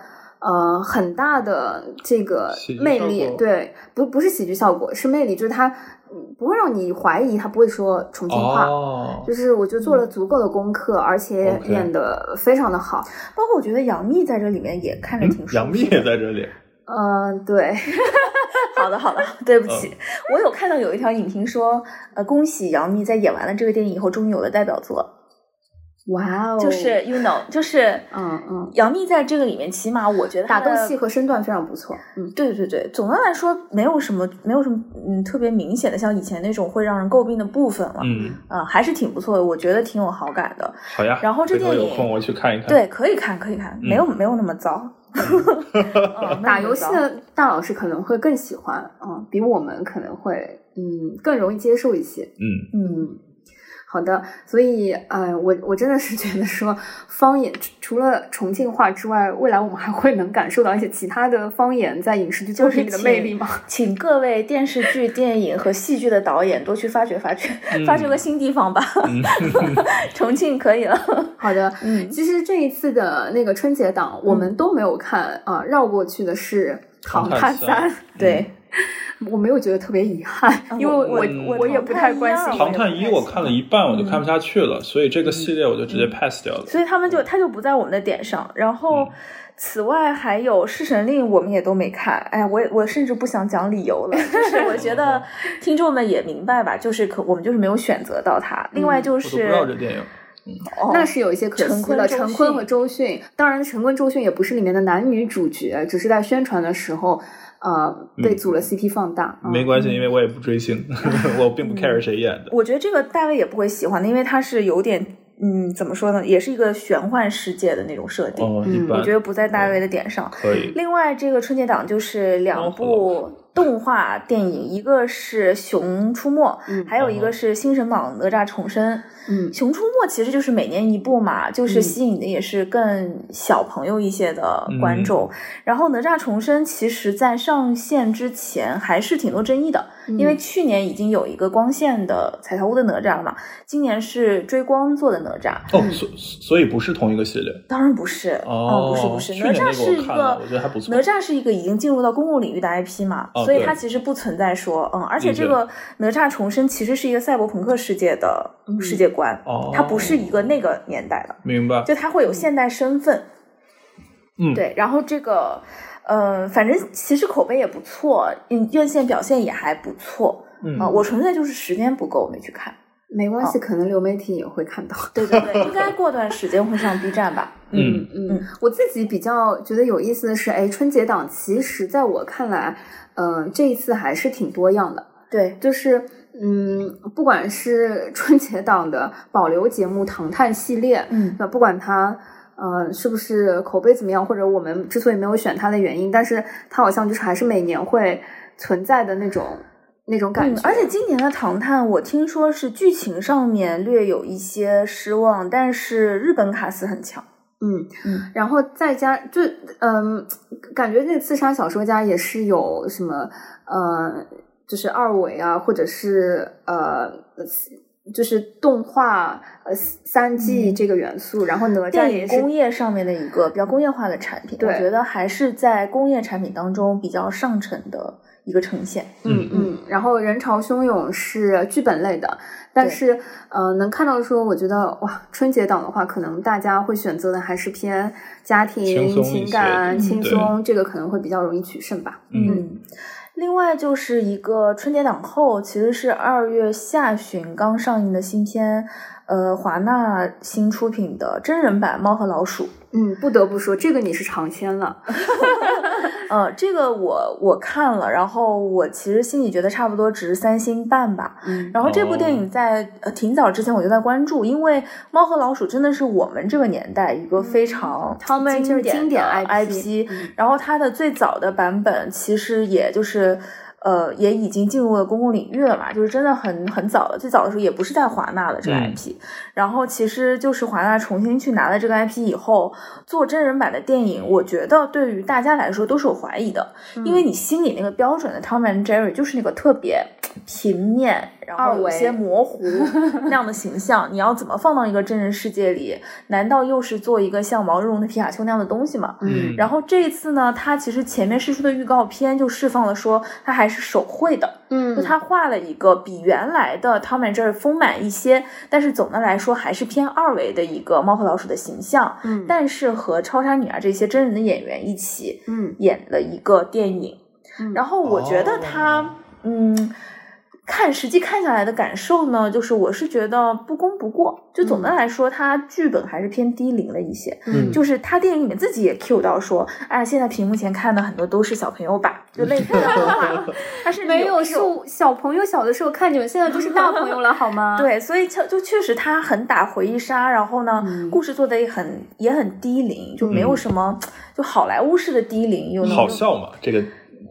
[SPEAKER 2] 呃，很大的这个
[SPEAKER 4] 喜剧
[SPEAKER 2] 魅
[SPEAKER 4] 效
[SPEAKER 2] 力
[SPEAKER 4] 果，
[SPEAKER 2] 对，不不是喜剧效果，是魅力，就是他嗯不会让你怀疑，他不会说重庆话，
[SPEAKER 4] 哦
[SPEAKER 2] 就是我觉得做了足够的功课，而且
[SPEAKER 4] OK
[SPEAKER 2] 演的非常的好。
[SPEAKER 3] 包括我觉得杨幂在这里面也看着挺舒服的。
[SPEAKER 4] 嗯杨幂也在这里，
[SPEAKER 2] 嗯、对，
[SPEAKER 3] 好的，好的，对不
[SPEAKER 4] 嗯
[SPEAKER 3] 起， 我有看到有一条影评说，呃，恭喜杨幂在演完了这个电影以后，终于有了代表作，
[SPEAKER 2] 哇哦，
[SPEAKER 3] 就是 you know，就是
[SPEAKER 2] 嗯嗯，
[SPEAKER 3] 杨幂在这个里面，起码我觉得她
[SPEAKER 2] 打
[SPEAKER 3] 的
[SPEAKER 2] 斗戏和身段非常不错。嗯，
[SPEAKER 3] 对对对，总的来说没有什么没有什么嗯特别明显的，像以前那种会让人诟病的部分了，
[SPEAKER 4] 嗯，
[SPEAKER 3] 呃，还是挺不错的，我觉得挺有好感的。
[SPEAKER 4] 好呀。
[SPEAKER 3] 然后这
[SPEAKER 4] 回头
[SPEAKER 3] 电影
[SPEAKER 4] 有空我去看一看。，
[SPEAKER 3] 对，可以看，可以看，没有、没有那么 糟。嗯
[SPEAKER 2] 打游戏，
[SPEAKER 3] 没有那么
[SPEAKER 2] 的
[SPEAKER 3] 糟
[SPEAKER 2] 大老师可能会更喜欢，嗯，比我们可能会嗯更容易接受一些。
[SPEAKER 4] 嗯，
[SPEAKER 3] 嗯，
[SPEAKER 2] 好的，所以呃，我我真的是觉得说方言除除了重庆话之外，未来我们还会能感受到一些其他的方言在影视剧作
[SPEAKER 3] 就是
[SPEAKER 2] 品里的魅
[SPEAKER 3] 请
[SPEAKER 2] 力吗？
[SPEAKER 3] 请各位电视剧、电影和戏剧的导演多去发掘发掘，
[SPEAKER 4] 嗯
[SPEAKER 3] 发掘个新地方吧。 重庆可 以了，
[SPEAKER 2] 好的，
[SPEAKER 3] 嗯，
[SPEAKER 2] 其实这一次的那个春节档，我
[SPEAKER 4] 嗯
[SPEAKER 2] 们都没有看啊、绕过去的是《唐探
[SPEAKER 4] 探
[SPEAKER 2] 三》，
[SPEAKER 3] 对，
[SPEAKER 4] 嗯
[SPEAKER 2] 我没有觉得特也遗憾，
[SPEAKER 3] 啊
[SPEAKER 2] 因为
[SPEAKER 3] 我
[SPEAKER 2] 我
[SPEAKER 4] 我
[SPEAKER 2] 我也不太关
[SPEAKER 3] 唐探一
[SPEAKER 2] 心
[SPEAKER 3] 啊。
[SPEAKER 4] 唐探一我看了一半我就看不下去了，所以这个系列我嗯就直接 pass 掉了。
[SPEAKER 3] 所以他
[SPEAKER 4] 嗯
[SPEAKER 3] 们就他就不在我们的点上。然后，此外还有《侍神令》，我们也都没看。哎，我也我甚至不想讲理由了，就是我觉
[SPEAKER 4] 哦
[SPEAKER 3] 得听众们也明白吧，就是可我们就是没有选择到它。另外就
[SPEAKER 4] 嗯我都不知道这
[SPEAKER 3] 是，
[SPEAKER 4] 电影。
[SPEAKER 3] 哦
[SPEAKER 2] 那是有一些可
[SPEAKER 3] 陈
[SPEAKER 2] 惜
[SPEAKER 3] 坤
[SPEAKER 2] 的，
[SPEAKER 3] 周
[SPEAKER 2] 陈坤
[SPEAKER 3] 迅
[SPEAKER 2] 和周迅，当然陈坤、周迅也不是里面的男女主角，只是在宣传的时候，呃，被
[SPEAKER 4] 嗯
[SPEAKER 2] 组了 CP 放大。嗯
[SPEAKER 4] 没关系，因为我也不追星，我并不 care 谁演的。
[SPEAKER 3] 我觉得这个大卫也不会喜欢的，因为他是有点嗯，怎么说呢，也是一个玄幻世界的那种设定。
[SPEAKER 4] 哦，一
[SPEAKER 2] 嗯
[SPEAKER 4] 般
[SPEAKER 3] 我觉得不在大卫的点上。
[SPEAKER 4] 可以。
[SPEAKER 3] 另外，这个春节档就是两部动画电影，一个是《熊出没》，
[SPEAKER 2] 嗯
[SPEAKER 3] 还有一个是《新神榜哪吒重生》。
[SPEAKER 2] 嗯
[SPEAKER 3] 《熊出没》其实就是每年一部嘛，就是
[SPEAKER 2] 嗯
[SPEAKER 3] 吸引的也是更小朋友一些的观众。然后《哪吒重生》其实在上线之前还是挺多争议的，因
[SPEAKER 4] 嗯
[SPEAKER 3] 为去年已经有一个光线的彩条屋的哪吒了嘛，今年是追光做的哪吒。
[SPEAKER 4] 哦，所所以不是同一个系列。
[SPEAKER 3] 当然不是，嗯，不
[SPEAKER 4] 哦
[SPEAKER 3] 是不是，
[SPEAKER 4] 去
[SPEAKER 3] 哪
[SPEAKER 4] 年
[SPEAKER 3] 吒
[SPEAKER 4] 那个我
[SPEAKER 3] 是一
[SPEAKER 4] 看
[SPEAKER 3] 个
[SPEAKER 4] 了，我觉得还不错
[SPEAKER 3] 哪吒是一个已经进入到公共领域的 IP 嘛，
[SPEAKER 4] 哦
[SPEAKER 3] 所以
[SPEAKER 4] 对
[SPEAKER 3] 它其实不存在说，嗯，而且
[SPEAKER 4] 理解
[SPEAKER 3] 这个哪吒重生其实是一个赛博朋克世界的
[SPEAKER 2] 嗯
[SPEAKER 3] 世界观，
[SPEAKER 4] 哦
[SPEAKER 3] 它不是一个那个年代的，
[SPEAKER 4] 明白。
[SPEAKER 3] 就它会有现代身份，
[SPEAKER 4] 嗯
[SPEAKER 3] 对，然后这个，呃，反正其实口碑也不错，嗯，院线表现也还不错，
[SPEAKER 4] 嗯
[SPEAKER 3] 啊、我纯粹就是时间不够没去看，
[SPEAKER 2] 没关系，可能流媒体也会看到。
[SPEAKER 3] 对对 对，应该过段时间会上 B 站吧，
[SPEAKER 4] 嗯
[SPEAKER 2] 嗯
[SPEAKER 3] 嗯，
[SPEAKER 2] 我自己比较觉得有意思的是，哎，春节档其实在我看来，嗯、这一次还是挺多样的。
[SPEAKER 3] 对，
[SPEAKER 2] 就是嗯，不管是春节档的保留节目《唐探》系列，
[SPEAKER 3] 嗯
[SPEAKER 2] 那不管它呃是不是口碑怎么样，或者我们之所以没有选它的原因，但是它好像就是还是每年会存在的那种那种感觉，
[SPEAKER 3] 嗯。而且今年的《唐探》，我听说是剧情上面略有一些失望，但是日本卡司很强。
[SPEAKER 2] 嗯
[SPEAKER 3] 嗯，
[SPEAKER 2] 然后再加就嗯，感觉那刺杀小说家也是有什么呃，就是二维啊，或者是呃，就是动画呃三 G
[SPEAKER 3] 嗯
[SPEAKER 2] 这个元素，然后哪吒
[SPEAKER 3] 电
[SPEAKER 2] 也
[SPEAKER 3] 影
[SPEAKER 2] 是嗯
[SPEAKER 3] 工业上面的嗯一个比较工业化的产品，我
[SPEAKER 2] 对
[SPEAKER 3] 觉得还是在工业产品当中比较上乘的一个呈现。
[SPEAKER 4] 嗯
[SPEAKER 2] 嗯，然后人潮汹涌是剧本类的，但
[SPEAKER 3] 对
[SPEAKER 2] 是呃，能看到说，我觉得哇，春节档的话，可能大家会选择的还是偏家
[SPEAKER 4] 轻
[SPEAKER 2] 庭、
[SPEAKER 4] 松一
[SPEAKER 2] 情
[SPEAKER 4] 些
[SPEAKER 2] 感、
[SPEAKER 4] 嗯
[SPEAKER 2] 轻
[SPEAKER 4] 对
[SPEAKER 2] 松，这个可能会比较容易取胜吧。
[SPEAKER 4] 嗯
[SPEAKER 3] 嗯，另外就是一个春节档后，其实是二月下旬刚上映的新片，呃，华纳新出品的真人版《猫和老鼠》。
[SPEAKER 2] 嗯，不得不说，这个你是尝鲜了。
[SPEAKER 3] 呃，这个我我看了，然后我其实心里觉得差不多值三星半吧。
[SPEAKER 2] 嗯
[SPEAKER 3] 然后这部
[SPEAKER 4] 哦
[SPEAKER 3] 电影在、呃挺早之前我就在关注，因为《猫和老鼠》真的是我们这个年代一个非常
[SPEAKER 2] 他们嗯就
[SPEAKER 3] 经
[SPEAKER 2] 是
[SPEAKER 3] 典
[SPEAKER 2] 经典嗯
[SPEAKER 3] 的
[SPEAKER 2] IP
[SPEAKER 3] 然后它的最早的版本其实也就是。呃，也已经进入了公共领域了嘛，就是真的很很早了。最早的时候也不是在华纳的这个
[SPEAKER 4] 嗯
[SPEAKER 3] IP，、然后其实就是华纳重新去拿了这个 IP 以后做真人版的电影，我觉得对于大家来说都是有怀疑的，
[SPEAKER 2] 嗯
[SPEAKER 3] 因为你心里那个标准的 Tom and Jerry 就是那个特别平面，然
[SPEAKER 2] 二
[SPEAKER 3] 后有
[SPEAKER 2] 维
[SPEAKER 3] 些 模糊那样的形象，你要怎么放到一个真人世界里？难道又是做一个像毛茸茸的皮卡丘那样的东西吗？
[SPEAKER 4] 嗯
[SPEAKER 3] 然后这一次呢，它其实前面释出的预告片就释放了说它还是手绘的，
[SPEAKER 2] 嗯
[SPEAKER 3] 就他画了一个比原来的 Tom and Jerry 丰满一些，但是总的来说还是偏二维的一个猫和老鼠的形象。
[SPEAKER 2] 嗯
[SPEAKER 3] 但是和超杀女啊这些真人的演员一起
[SPEAKER 2] 嗯
[SPEAKER 3] 演了一个电影，
[SPEAKER 2] 嗯
[SPEAKER 3] 然后我觉得他、
[SPEAKER 4] 哦
[SPEAKER 3] 嗯。看实际看下来的感受呢，就是我是觉得不攻不过，就
[SPEAKER 2] 嗯
[SPEAKER 3] 总的来说，它剧本还是偏低龄了一些。
[SPEAKER 4] 嗯
[SPEAKER 3] 就是他电影里面自己也 cue 到说，哎，现在屏幕前看的很多都是小朋友吧，就类似的 话，他是
[SPEAKER 2] 没有
[SPEAKER 3] 这种
[SPEAKER 2] 是小朋友小的时候看你们，现在都是大朋友了，好 吗？，
[SPEAKER 3] 对，所以就就确实他很打回忆杀，然后呢，
[SPEAKER 2] 嗯
[SPEAKER 3] 故事做的也很也很低龄，就没有
[SPEAKER 4] 嗯
[SPEAKER 3] 什么、就好莱坞式的低龄，又能
[SPEAKER 4] 好笑嘛，这个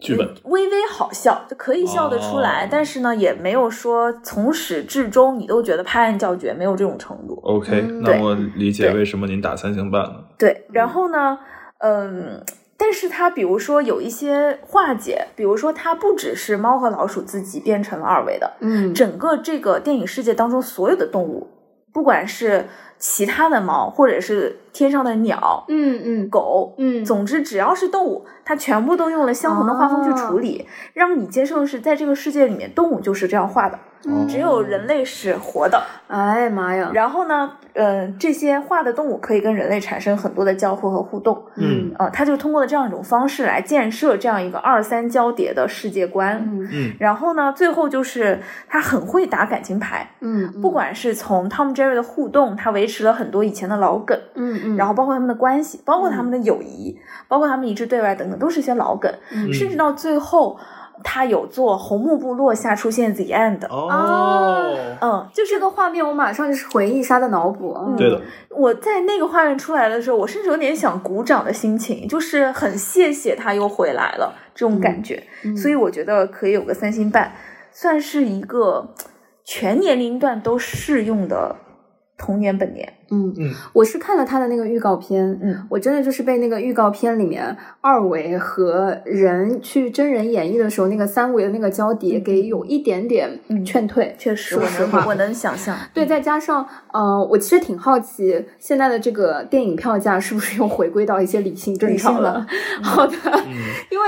[SPEAKER 4] 剧本。
[SPEAKER 3] 微微好笑，就可以笑得出来，
[SPEAKER 4] 哦
[SPEAKER 3] 但是呢，也没有说从始至终你都觉得拍案叫绝，没有这种程度。
[SPEAKER 4] OK，
[SPEAKER 2] 嗯
[SPEAKER 4] 那
[SPEAKER 3] 对
[SPEAKER 4] 我理解
[SPEAKER 3] 对
[SPEAKER 4] 为什么您打三星半了。
[SPEAKER 3] 对，然后呢，嗯，但是它比如说有一些化解，比如说它不只是猫和老鼠自己变成了二维的，
[SPEAKER 2] 嗯
[SPEAKER 3] 整个这个电影世界当中所有的动物，不管是其他的猫，或者是天上的鸟、
[SPEAKER 2] 嗯嗯
[SPEAKER 3] 狗，
[SPEAKER 2] 嗯
[SPEAKER 3] 总之只要是动物，它全部都用了相同的画风去处理，让你接受的是在这个世界里面，动物就是这样画的，
[SPEAKER 2] 嗯
[SPEAKER 3] 只有人类是活的。
[SPEAKER 2] 哎妈呀，
[SPEAKER 3] 然后呢，呃，这些画的动物可以跟人类产生很多的交互和互动。
[SPEAKER 4] 嗯
[SPEAKER 3] 呃，它就通过这样一种方式来建设这样一个二三交叠的世界观。
[SPEAKER 2] 嗯
[SPEAKER 4] 嗯
[SPEAKER 3] 然后呢，最后就是他很会打感情牌，
[SPEAKER 2] 嗯，
[SPEAKER 3] 不管是从 Tom Jerry 的互动，他维持了很多以前的老梗，
[SPEAKER 2] 嗯嗯，
[SPEAKER 3] 然后包括他们的关系，包括他们的友谊，包括他们一致对外等等，都是一些老梗，
[SPEAKER 2] 嗯
[SPEAKER 3] 甚至到最后，他有做红木部落下出现 The End，、
[SPEAKER 4] 哦，
[SPEAKER 3] 嗯，
[SPEAKER 2] 就这个画面，我马上就是回忆杀的脑补，嗯
[SPEAKER 4] 对的，
[SPEAKER 3] 我在那个画面出来的时候，我甚至有点想鼓掌的心情，就是很谢谢他又回来了这种感觉。
[SPEAKER 2] 嗯
[SPEAKER 3] 所以我觉得可以有个三星半，算是一个嘖全年龄段都适用的童年本年。
[SPEAKER 2] 嗯
[SPEAKER 4] 嗯，
[SPEAKER 2] 我是看了他的那个预告片，
[SPEAKER 3] 嗯，
[SPEAKER 2] 我真的就是被那个预告片里面二维和人去真人演绎的时候那个三维的那个交叠给有一点点
[SPEAKER 3] 嗯
[SPEAKER 2] 劝退，
[SPEAKER 3] 确实，
[SPEAKER 2] 说
[SPEAKER 3] 我
[SPEAKER 2] 实
[SPEAKER 3] 能
[SPEAKER 2] 话
[SPEAKER 3] 我。能想象。
[SPEAKER 2] 对，再加上，呃，我其实挺好奇现在的这个电影票价是不是又回归到一些理性正常了？ 好的，因为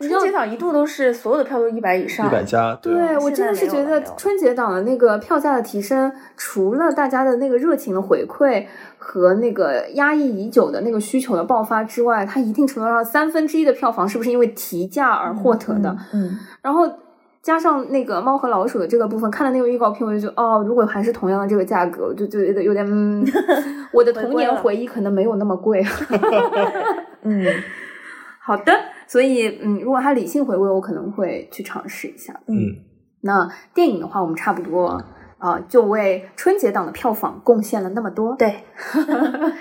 [SPEAKER 2] 你知道
[SPEAKER 3] 春节档一度都是所有的票都一百以上
[SPEAKER 4] 一，百加，
[SPEAKER 2] 对，我
[SPEAKER 3] 现
[SPEAKER 2] 真的
[SPEAKER 3] 在
[SPEAKER 2] 是
[SPEAKER 3] 没
[SPEAKER 2] 觉
[SPEAKER 3] 有了
[SPEAKER 2] 得
[SPEAKER 3] 没有了
[SPEAKER 2] 春节档的那个票价的提升，除了大家的那个热情的回馈和那个压抑已久的那个需求的爆发之外，它一定程度上三分之一的票房是不是因为提价而获得的？
[SPEAKER 3] 嗯，
[SPEAKER 2] 然后加上那个猫和老鼠的这个部分，看了那个预告片，我就觉得哦，如果还是同样的这个价格，我就就有点有点， 嗯，我的
[SPEAKER 3] 回
[SPEAKER 2] 童
[SPEAKER 3] 归
[SPEAKER 2] 年
[SPEAKER 3] 了
[SPEAKER 2] 回忆可能没有那么贵。
[SPEAKER 3] 嗯嗯
[SPEAKER 2] 好的，所以嗯，如果它理性回归，我可能会去尝试一下。
[SPEAKER 4] 嗯，
[SPEAKER 2] 那电影的话，我们差不多啊、呃就为春节档的票房贡献了那么多。
[SPEAKER 3] 对，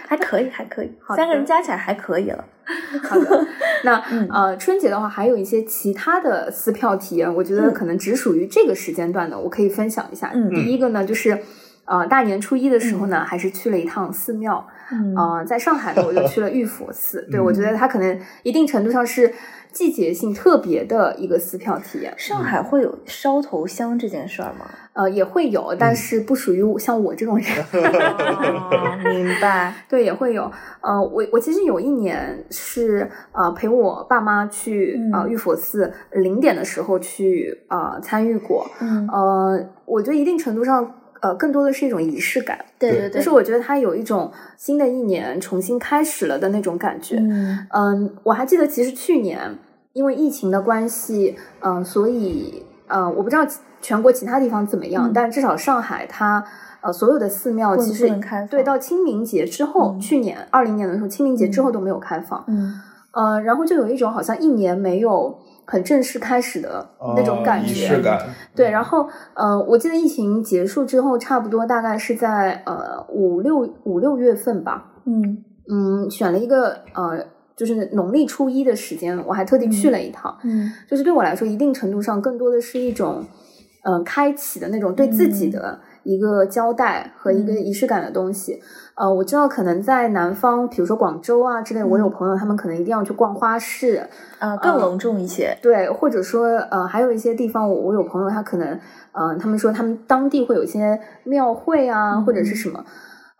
[SPEAKER 3] 还可以，还可以，
[SPEAKER 2] 好的
[SPEAKER 3] 三个人加起来还可以了。
[SPEAKER 2] 好的，那、
[SPEAKER 3] 嗯
[SPEAKER 2] 呃，春节的话，还有一些其他的撕票体验，我觉得
[SPEAKER 3] 嗯
[SPEAKER 2] 可能只属于这个时间段的，我可以分享一下。
[SPEAKER 3] 嗯
[SPEAKER 2] 第一个呢，就是呃大年初一的时候呢，还是去了一趟寺庙。
[SPEAKER 3] 嗯
[SPEAKER 2] 呃，在上海呢，我就去了玉佛寺。 对，我觉得它可能一定程度上是季节性特别的一个撕票体验。
[SPEAKER 3] 上海会有烧头香这件事儿吗？
[SPEAKER 2] 呃，也会有，但
[SPEAKER 3] 嗯
[SPEAKER 2] 是不属于我像我这种 人。
[SPEAKER 3] 哦，明白。
[SPEAKER 2] 对，也会有。呃，我我其实有一年是呃陪我爸妈去
[SPEAKER 3] 嗯
[SPEAKER 2] 呃玉佛寺零点的时候去呃参与过。
[SPEAKER 3] 嗯，
[SPEAKER 2] 呃，我觉得一定程度上。呃，更多的是一种仪式感，
[SPEAKER 3] 对
[SPEAKER 4] 对
[SPEAKER 3] 对对，
[SPEAKER 2] 就是我觉得它有一种新的一年重新开始了的那种感觉。
[SPEAKER 3] 嗯
[SPEAKER 2] 嗯，我还记得，其实去年因为疫情的关系，嗯、所以呃，我不知道其全国其他地方怎么样，
[SPEAKER 3] 嗯
[SPEAKER 2] 但至少上海它呃所有的寺庙
[SPEAKER 3] 不
[SPEAKER 2] 其实
[SPEAKER 3] 不能开放
[SPEAKER 2] 对到清明节之后，
[SPEAKER 3] 嗯
[SPEAKER 2] 去年二零年的时候，清明节之后都没有开放，
[SPEAKER 3] 嗯，
[SPEAKER 2] 呃，然后就有一种好像一年没有很正式开始的那种感
[SPEAKER 4] 哦仪
[SPEAKER 2] 觉，
[SPEAKER 4] 式感，嗯
[SPEAKER 2] 对，然后呃，我记得疫情结束之后，差不多大概是在呃五六五六月份吧，
[SPEAKER 3] 嗯
[SPEAKER 2] 嗯，选了一个呃，就是农历初一的时间，我还特地去了一趟。
[SPEAKER 3] 嗯
[SPEAKER 2] 就是对我来说，一定程度上更多的是一种呃开启的那种对自己的一个交代和一个
[SPEAKER 3] 嗯
[SPEAKER 2] 仪式感的东西。呃，我知道可能在南方，比如说广州啊之类，我有
[SPEAKER 3] 嗯
[SPEAKER 2] 朋友他们可能一定要去逛花市，
[SPEAKER 3] 啊，更隆重一些，
[SPEAKER 2] 对，或者说呃，还有一些地方我，我有朋友他可能，嗯、他们说他们当地会有一些庙会啊，或者是什么，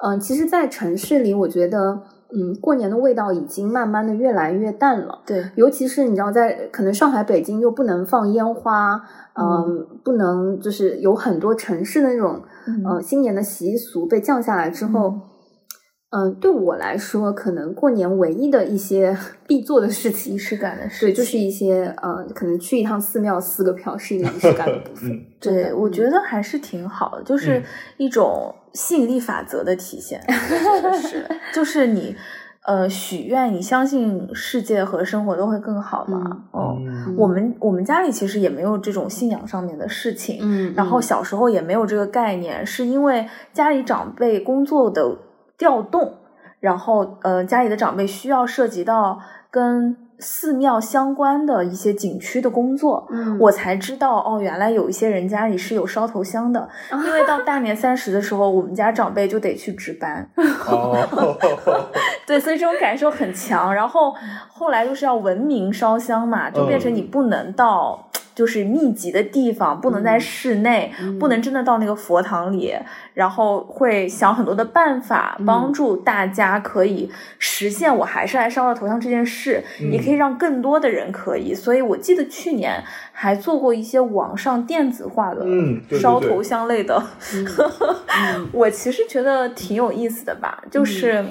[SPEAKER 2] 嗯、其实，在城市里，我觉得，嗯，过年的味道已经慢慢的越来越淡了。
[SPEAKER 3] 对，
[SPEAKER 2] 尤其是你知道在，可能上海、北京又不能放烟花，嗯，不能就是有很多城市的那种，
[SPEAKER 3] 嗯
[SPEAKER 2] 呃，新年的习俗被降下来之后，嗯、对我来说，可能过年唯一的一些 必做的事情
[SPEAKER 3] 仪式感的事
[SPEAKER 2] 对，
[SPEAKER 3] 情，
[SPEAKER 2] 就是一些呃，可能去一趟寺庙撕个票是一个仪式感的部分。
[SPEAKER 4] 嗯
[SPEAKER 2] 真的
[SPEAKER 3] 对，我觉得还是挺好的，就是
[SPEAKER 4] 嗯
[SPEAKER 3] 一种吸引力法则的体现，我觉得是，就是你呃许愿，你相信世界和生活都会更好嘛，哦。
[SPEAKER 4] 嗯
[SPEAKER 3] 我们我们家里其实也没有这种信仰上面的事情，
[SPEAKER 2] 嗯，
[SPEAKER 3] 然后
[SPEAKER 2] 嗯
[SPEAKER 3] 小时候也没有这个概念，是因为家里长辈工作的调动，然后呃家里的长辈需要涉及到跟寺庙相关的一些景区的工作。
[SPEAKER 2] 嗯，
[SPEAKER 3] 我才知道哦，原来有一些人家里是有烧头香的，因为到大年三十的时候，我们家长辈就得去值班，
[SPEAKER 4] 哦，
[SPEAKER 3] 对，所以这种感受很强。然后后来就是要文明烧香嘛，就
[SPEAKER 4] 嗯
[SPEAKER 3] 变成你不能到就是密集的地方，不能在室内，
[SPEAKER 2] 嗯
[SPEAKER 3] 不能真的到那个佛堂里，然后会想很多的办法
[SPEAKER 4] 嗯
[SPEAKER 3] 帮助大家可以实现我还是来烧了头像这件事，
[SPEAKER 4] 嗯
[SPEAKER 3] 也可以让更多的人可以。所以我记得去年还做过一些网上电子化的
[SPEAKER 4] 嗯对对
[SPEAKER 3] 烧
[SPEAKER 4] 对
[SPEAKER 3] 头香类的，
[SPEAKER 2] 嗯
[SPEAKER 3] 我其实觉得挺有意思的吧，就是。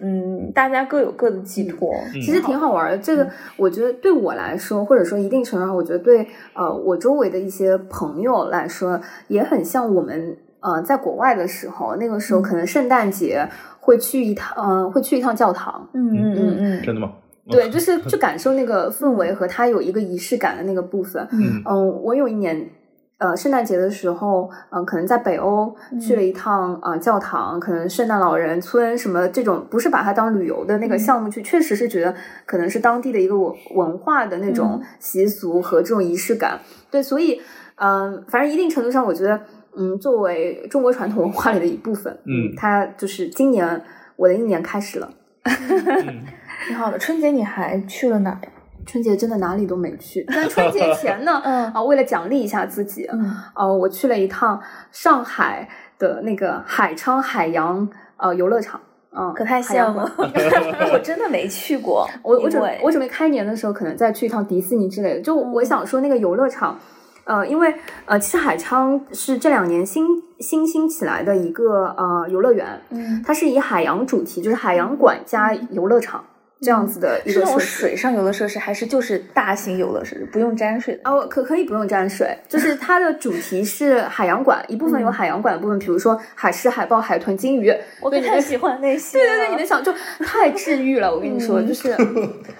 [SPEAKER 3] 嗯，大家各有各的寄托，
[SPEAKER 2] 嗯其实挺好玩的。这个我觉得对我来说，或者说一定程度上，我觉得对呃我周围的一些朋友来说，也很像我们呃在国外的时候，那个时候可能圣诞节会去一趟，呃，会去一趟教堂。
[SPEAKER 3] 嗯嗯嗯嗯，
[SPEAKER 4] 真的吗？哦
[SPEAKER 2] 对，就是去感受那个氛围和它有一个仪式感的那个部分。
[SPEAKER 4] 嗯
[SPEAKER 2] 嗯，我有一年，呃，圣诞节的时候，嗯、可能在北欧去了一趟啊、呃教堂，可能圣诞老人村什么这种，不是把它当旅游的那个项目去，确实是觉得可能是当地的一个文文化的那种
[SPEAKER 3] 嗯
[SPEAKER 2] 习俗和这种仪式感。对，所以，嗯、反正一定程度上，我觉得，嗯，作为中国传统文化里的一部分，
[SPEAKER 4] 嗯
[SPEAKER 2] 它就是今年我的一年开始了。
[SPEAKER 4] 嗯
[SPEAKER 3] 挺好的。春节你还去了哪儿呀？，
[SPEAKER 2] 春节真的哪里都没去，但春节前呢
[SPEAKER 3] 嗯
[SPEAKER 2] 啊，为了奖励一下自己，
[SPEAKER 3] 嗯，
[SPEAKER 2] 呃，我去了一趟上海的那个海昌海洋呃游乐场，嗯，
[SPEAKER 3] 可太
[SPEAKER 2] 海洋
[SPEAKER 3] 羡慕
[SPEAKER 2] 馆。
[SPEAKER 3] 了， 我真的没去 过。
[SPEAKER 2] 我我
[SPEAKER 3] 因
[SPEAKER 2] 准
[SPEAKER 3] 为嗯
[SPEAKER 2] 我准备开年的时候，可能再去一趟迪士尼之类的。就我想说那个游乐场，呃，因为呃，其实海昌是这两年新新兴起来的一个呃游乐园，
[SPEAKER 3] 嗯，
[SPEAKER 2] 它是以海洋主题，就是海洋馆加游乐场这样子的一
[SPEAKER 3] 嗯是
[SPEAKER 2] 个
[SPEAKER 3] 那
[SPEAKER 2] 设
[SPEAKER 3] 种
[SPEAKER 2] 施。
[SPEAKER 3] 水上游乐设施，还是就是大型游乐设施，不用沾水的？
[SPEAKER 2] 哦，可可以不用沾水，就是它的主题是海洋馆，一部分有
[SPEAKER 3] 嗯
[SPEAKER 2] 海洋馆的部分，比如说海狮、海豹、海豚、金鱼，
[SPEAKER 3] 我
[SPEAKER 2] 对你的
[SPEAKER 3] 喜欢那些。
[SPEAKER 2] 对对对，你能想就太治愈了，我跟你说，就是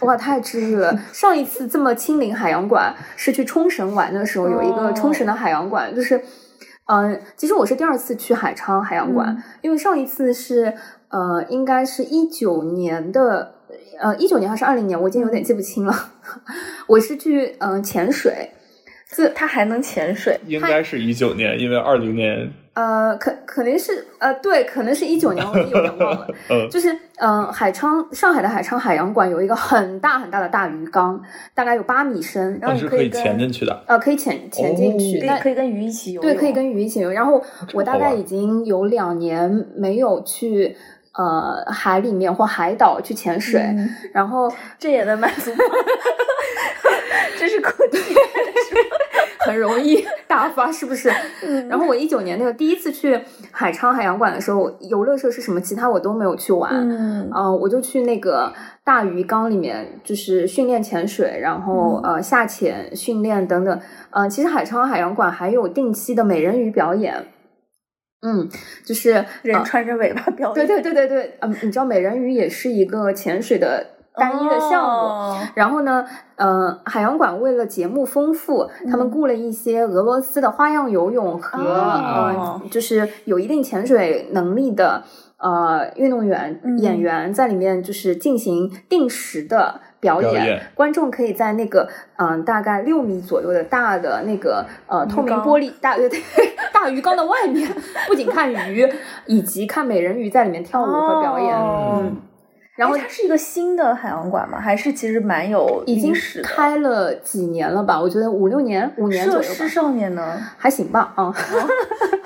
[SPEAKER 2] 哇，太治愈了。上一次这么亲临海洋馆是去冲绳玩的时候，有一个冲绳的海洋馆，就是嗯、呃其实我是第二次去海昌海洋馆，
[SPEAKER 3] 嗯
[SPEAKER 2] 因为上一次是呃，应该是一九年的。呃，一九年还是二零年，我已经有点记不清了。 我是去嗯、呃潜水，
[SPEAKER 3] 这它还能潜水。
[SPEAKER 4] 应该是一九年，因为二零年，
[SPEAKER 2] 呃，可可能是呃，对，可能是一九年，我有点忘了。
[SPEAKER 4] 嗯
[SPEAKER 2] 就是嗯、呃海昌上海的海昌海洋馆有一个很大很大的大鱼缸，大概有八米深，然
[SPEAKER 4] 当
[SPEAKER 2] 后你
[SPEAKER 4] 时可以
[SPEAKER 2] 跟、
[SPEAKER 4] 潜进去的。
[SPEAKER 2] 呃可以潜潜进去，
[SPEAKER 4] 哦
[SPEAKER 2] 但
[SPEAKER 3] 对，可以跟鱼一起游泳。
[SPEAKER 2] 对可以跟鱼一起游。然后我大
[SPEAKER 4] 好
[SPEAKER 2] 概
[SPEAKER 4] 玩
[SPEAKER 2] 已经有两年没有去呃海里面或海岛去潜水，
[SPEAKER 3] 嗯
[SPEAKER 2] 然后
[SPEAKER 3] 这也能满足 吗？这是苦地。
[SPEAKER 2] 很容易大发，是不是？
[SPEAKER 3] 嗯
[SPEAKER 2] 然后我一九年那个第一次去海昌海洋馆的时候，游乐设施什么其他我都没有去玩，
[SPEAKER 3] 嗯
[SPEAKER 2] 呃，我就去那个大鱼缸里面，就是训练潜水，然后、呃下潜训练等等。呃，其实海昌海洋馆还有定期的美人鱼表演。嗯，就是
[SPEAKER 3] 人
[SPEAKER 2] 呃
[SPEAKER 3] 穿着尾巴表演，
[SPEAKER 2] 对对对对对，嗯，你知道美人鱼也是一个潜水的单一的项目。
[SPEAKER 3] 哦
[SPEAKER 2] 然后呢，呃，海洋馆为了节目丰富，他们
[SPEAKER 3] 嗯
[SPEAKER 2] 雇了一些俄罗斯的花样游泳和、
[SPEAKER 3] 哦
[SPEAKER 2] 呃，就是有一定潜水能力的呃运动员、
[SPEAKER 3] 嗯
[SPEAKER 2] 演员在里面就是进行定时的表演，
[SPEAKER 4] 表演
[SPEAKER 2] 观众可以在那个嗯、呃大概六米左右的大的那个呃透明
[SPEAKER 3] 缸
[SPEAKER 2] 玻璃大 对对大鱼缸的外面，不仅看鱼，以及看美人鱼在里面跳舞和表演。
[SPEAKER 3] 哦
[SPEAKER 2] 嗯，然后
[SPEAKER 3] 哎它是一个新的海洋馆吗？还是其实蛮有
[SPEAKER 2] 已经
[SPEAKER 3] 历史的
[SPEAKER 2] 开了几年了吧？我觉得五六年，五年左
[SPEAKER 3] 设
[SPEAKER 2] 右
[SPEAKER 3] 施
[SPEAKER 2] 吧，
[SPEAKER 3] 少年呢？
[SPEAKER 2] 还行吧啊。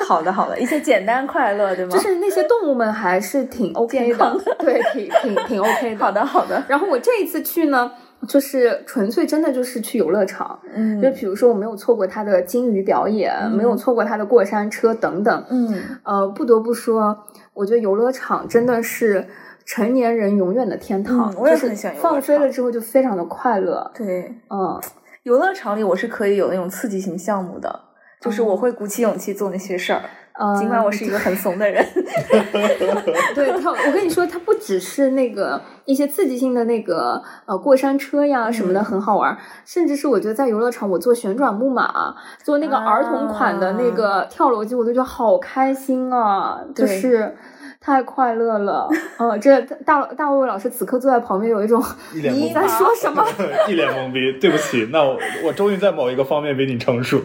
[SPEAKER 3] 好的好的，一些简单快乐对吗？
[SPEAKER 2] 就是那些动物们还是挺 OK
[SPEAKER 3] 健康
[SPEAKER 2] 的，对，挺挺挺 OK 的。
[SPEAKER 3] 好的好的，
[SPEAKER 2] 然后我这一次去呢，就是纯粹真的就是去游乐场，
[SPEAKER 3] 嗯
[SPEAKER 2] 就比如说我没有错过他的金鱼表演，
[SPEAKER 3] 嗯
[SPEAKER 2] 没有错过他的过山车等等。
[SPEAKER 3] 嗯
[SPEAKER 2] 呃，不得不说，我觉得游乐场真的是成年人永远的天堂。
[SPEAKER 3] 嗯我也
[SPEAKER 2] 就是
[SPEAKER 3] 很喜欢游乐
[SPEAKER 2] 放飞
[SPEAKER 3] 场
[SPEAKER 2] 了之后就非常的快乐。
[SPEAKER 3] 对，
[SPEAKER 2] 嗯，
[SPEAKER 3] 游乐场里我是可以有那种刺激型项目的，就是我会鼓起勇气做那些事儿，
[SPEAKER 2] 呃
[SPEAKER 3] 尽管我是一个很怂的人。
[SPEAKER 2] 对它，我跟你说，它不只是那个一些刺激性的那个呃过山车呀什么的
[SPEAKER 3] 嗯
[SPEAKER 2] 很好玩儿，甚至是我觉得在游乐场我坐旋转木马，坐那个儿童款的那个跳楼机，我都觉得好开心啊，就
[SPEAKER 3] 啊对
[SPEAKER 2] 是。太快乐 了，嗯，这大大卫老师此刻坐在旁边，有一种
[SPEAKER 4] 一脸
[SPEAKER 2] 你
[SPEAKER 4] 懵
[SPEAKER 2] 在
[SPEAKER 4] 逼
[SPEAKER 2] 说什 么？
[SPEAKER 4] 一脸懵逼，对不起，那我我终于在某一个方面比你成熟了。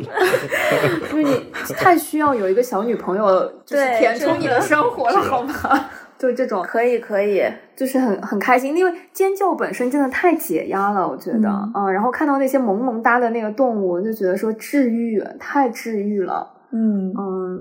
[SPEAKER 2] 就是你太需要有一个小女朋友，就是
[SPEAKER 3] 对
[SPEAKER 2] 填充
[SPEAKER 3] 真
[SPEAKER 2] 你的
[SPEAKER 3] 的
[SPEAKER 2] 生活了，好吗？ 就这种，
[SPEAKER 3] 可以可以，
[SPEAKER 2] 就是很很开心，因为尖叫本身真的太解压了，我觉得，嗯
[SPEAKER 3] 嗯
[SPEAKER 2] 然后看到那些萌萌哒的那个动物，我就觉得说治愈，太治愈了，
[SPEAKER 3] 嗯，
[SPEAKER 2] 嗯，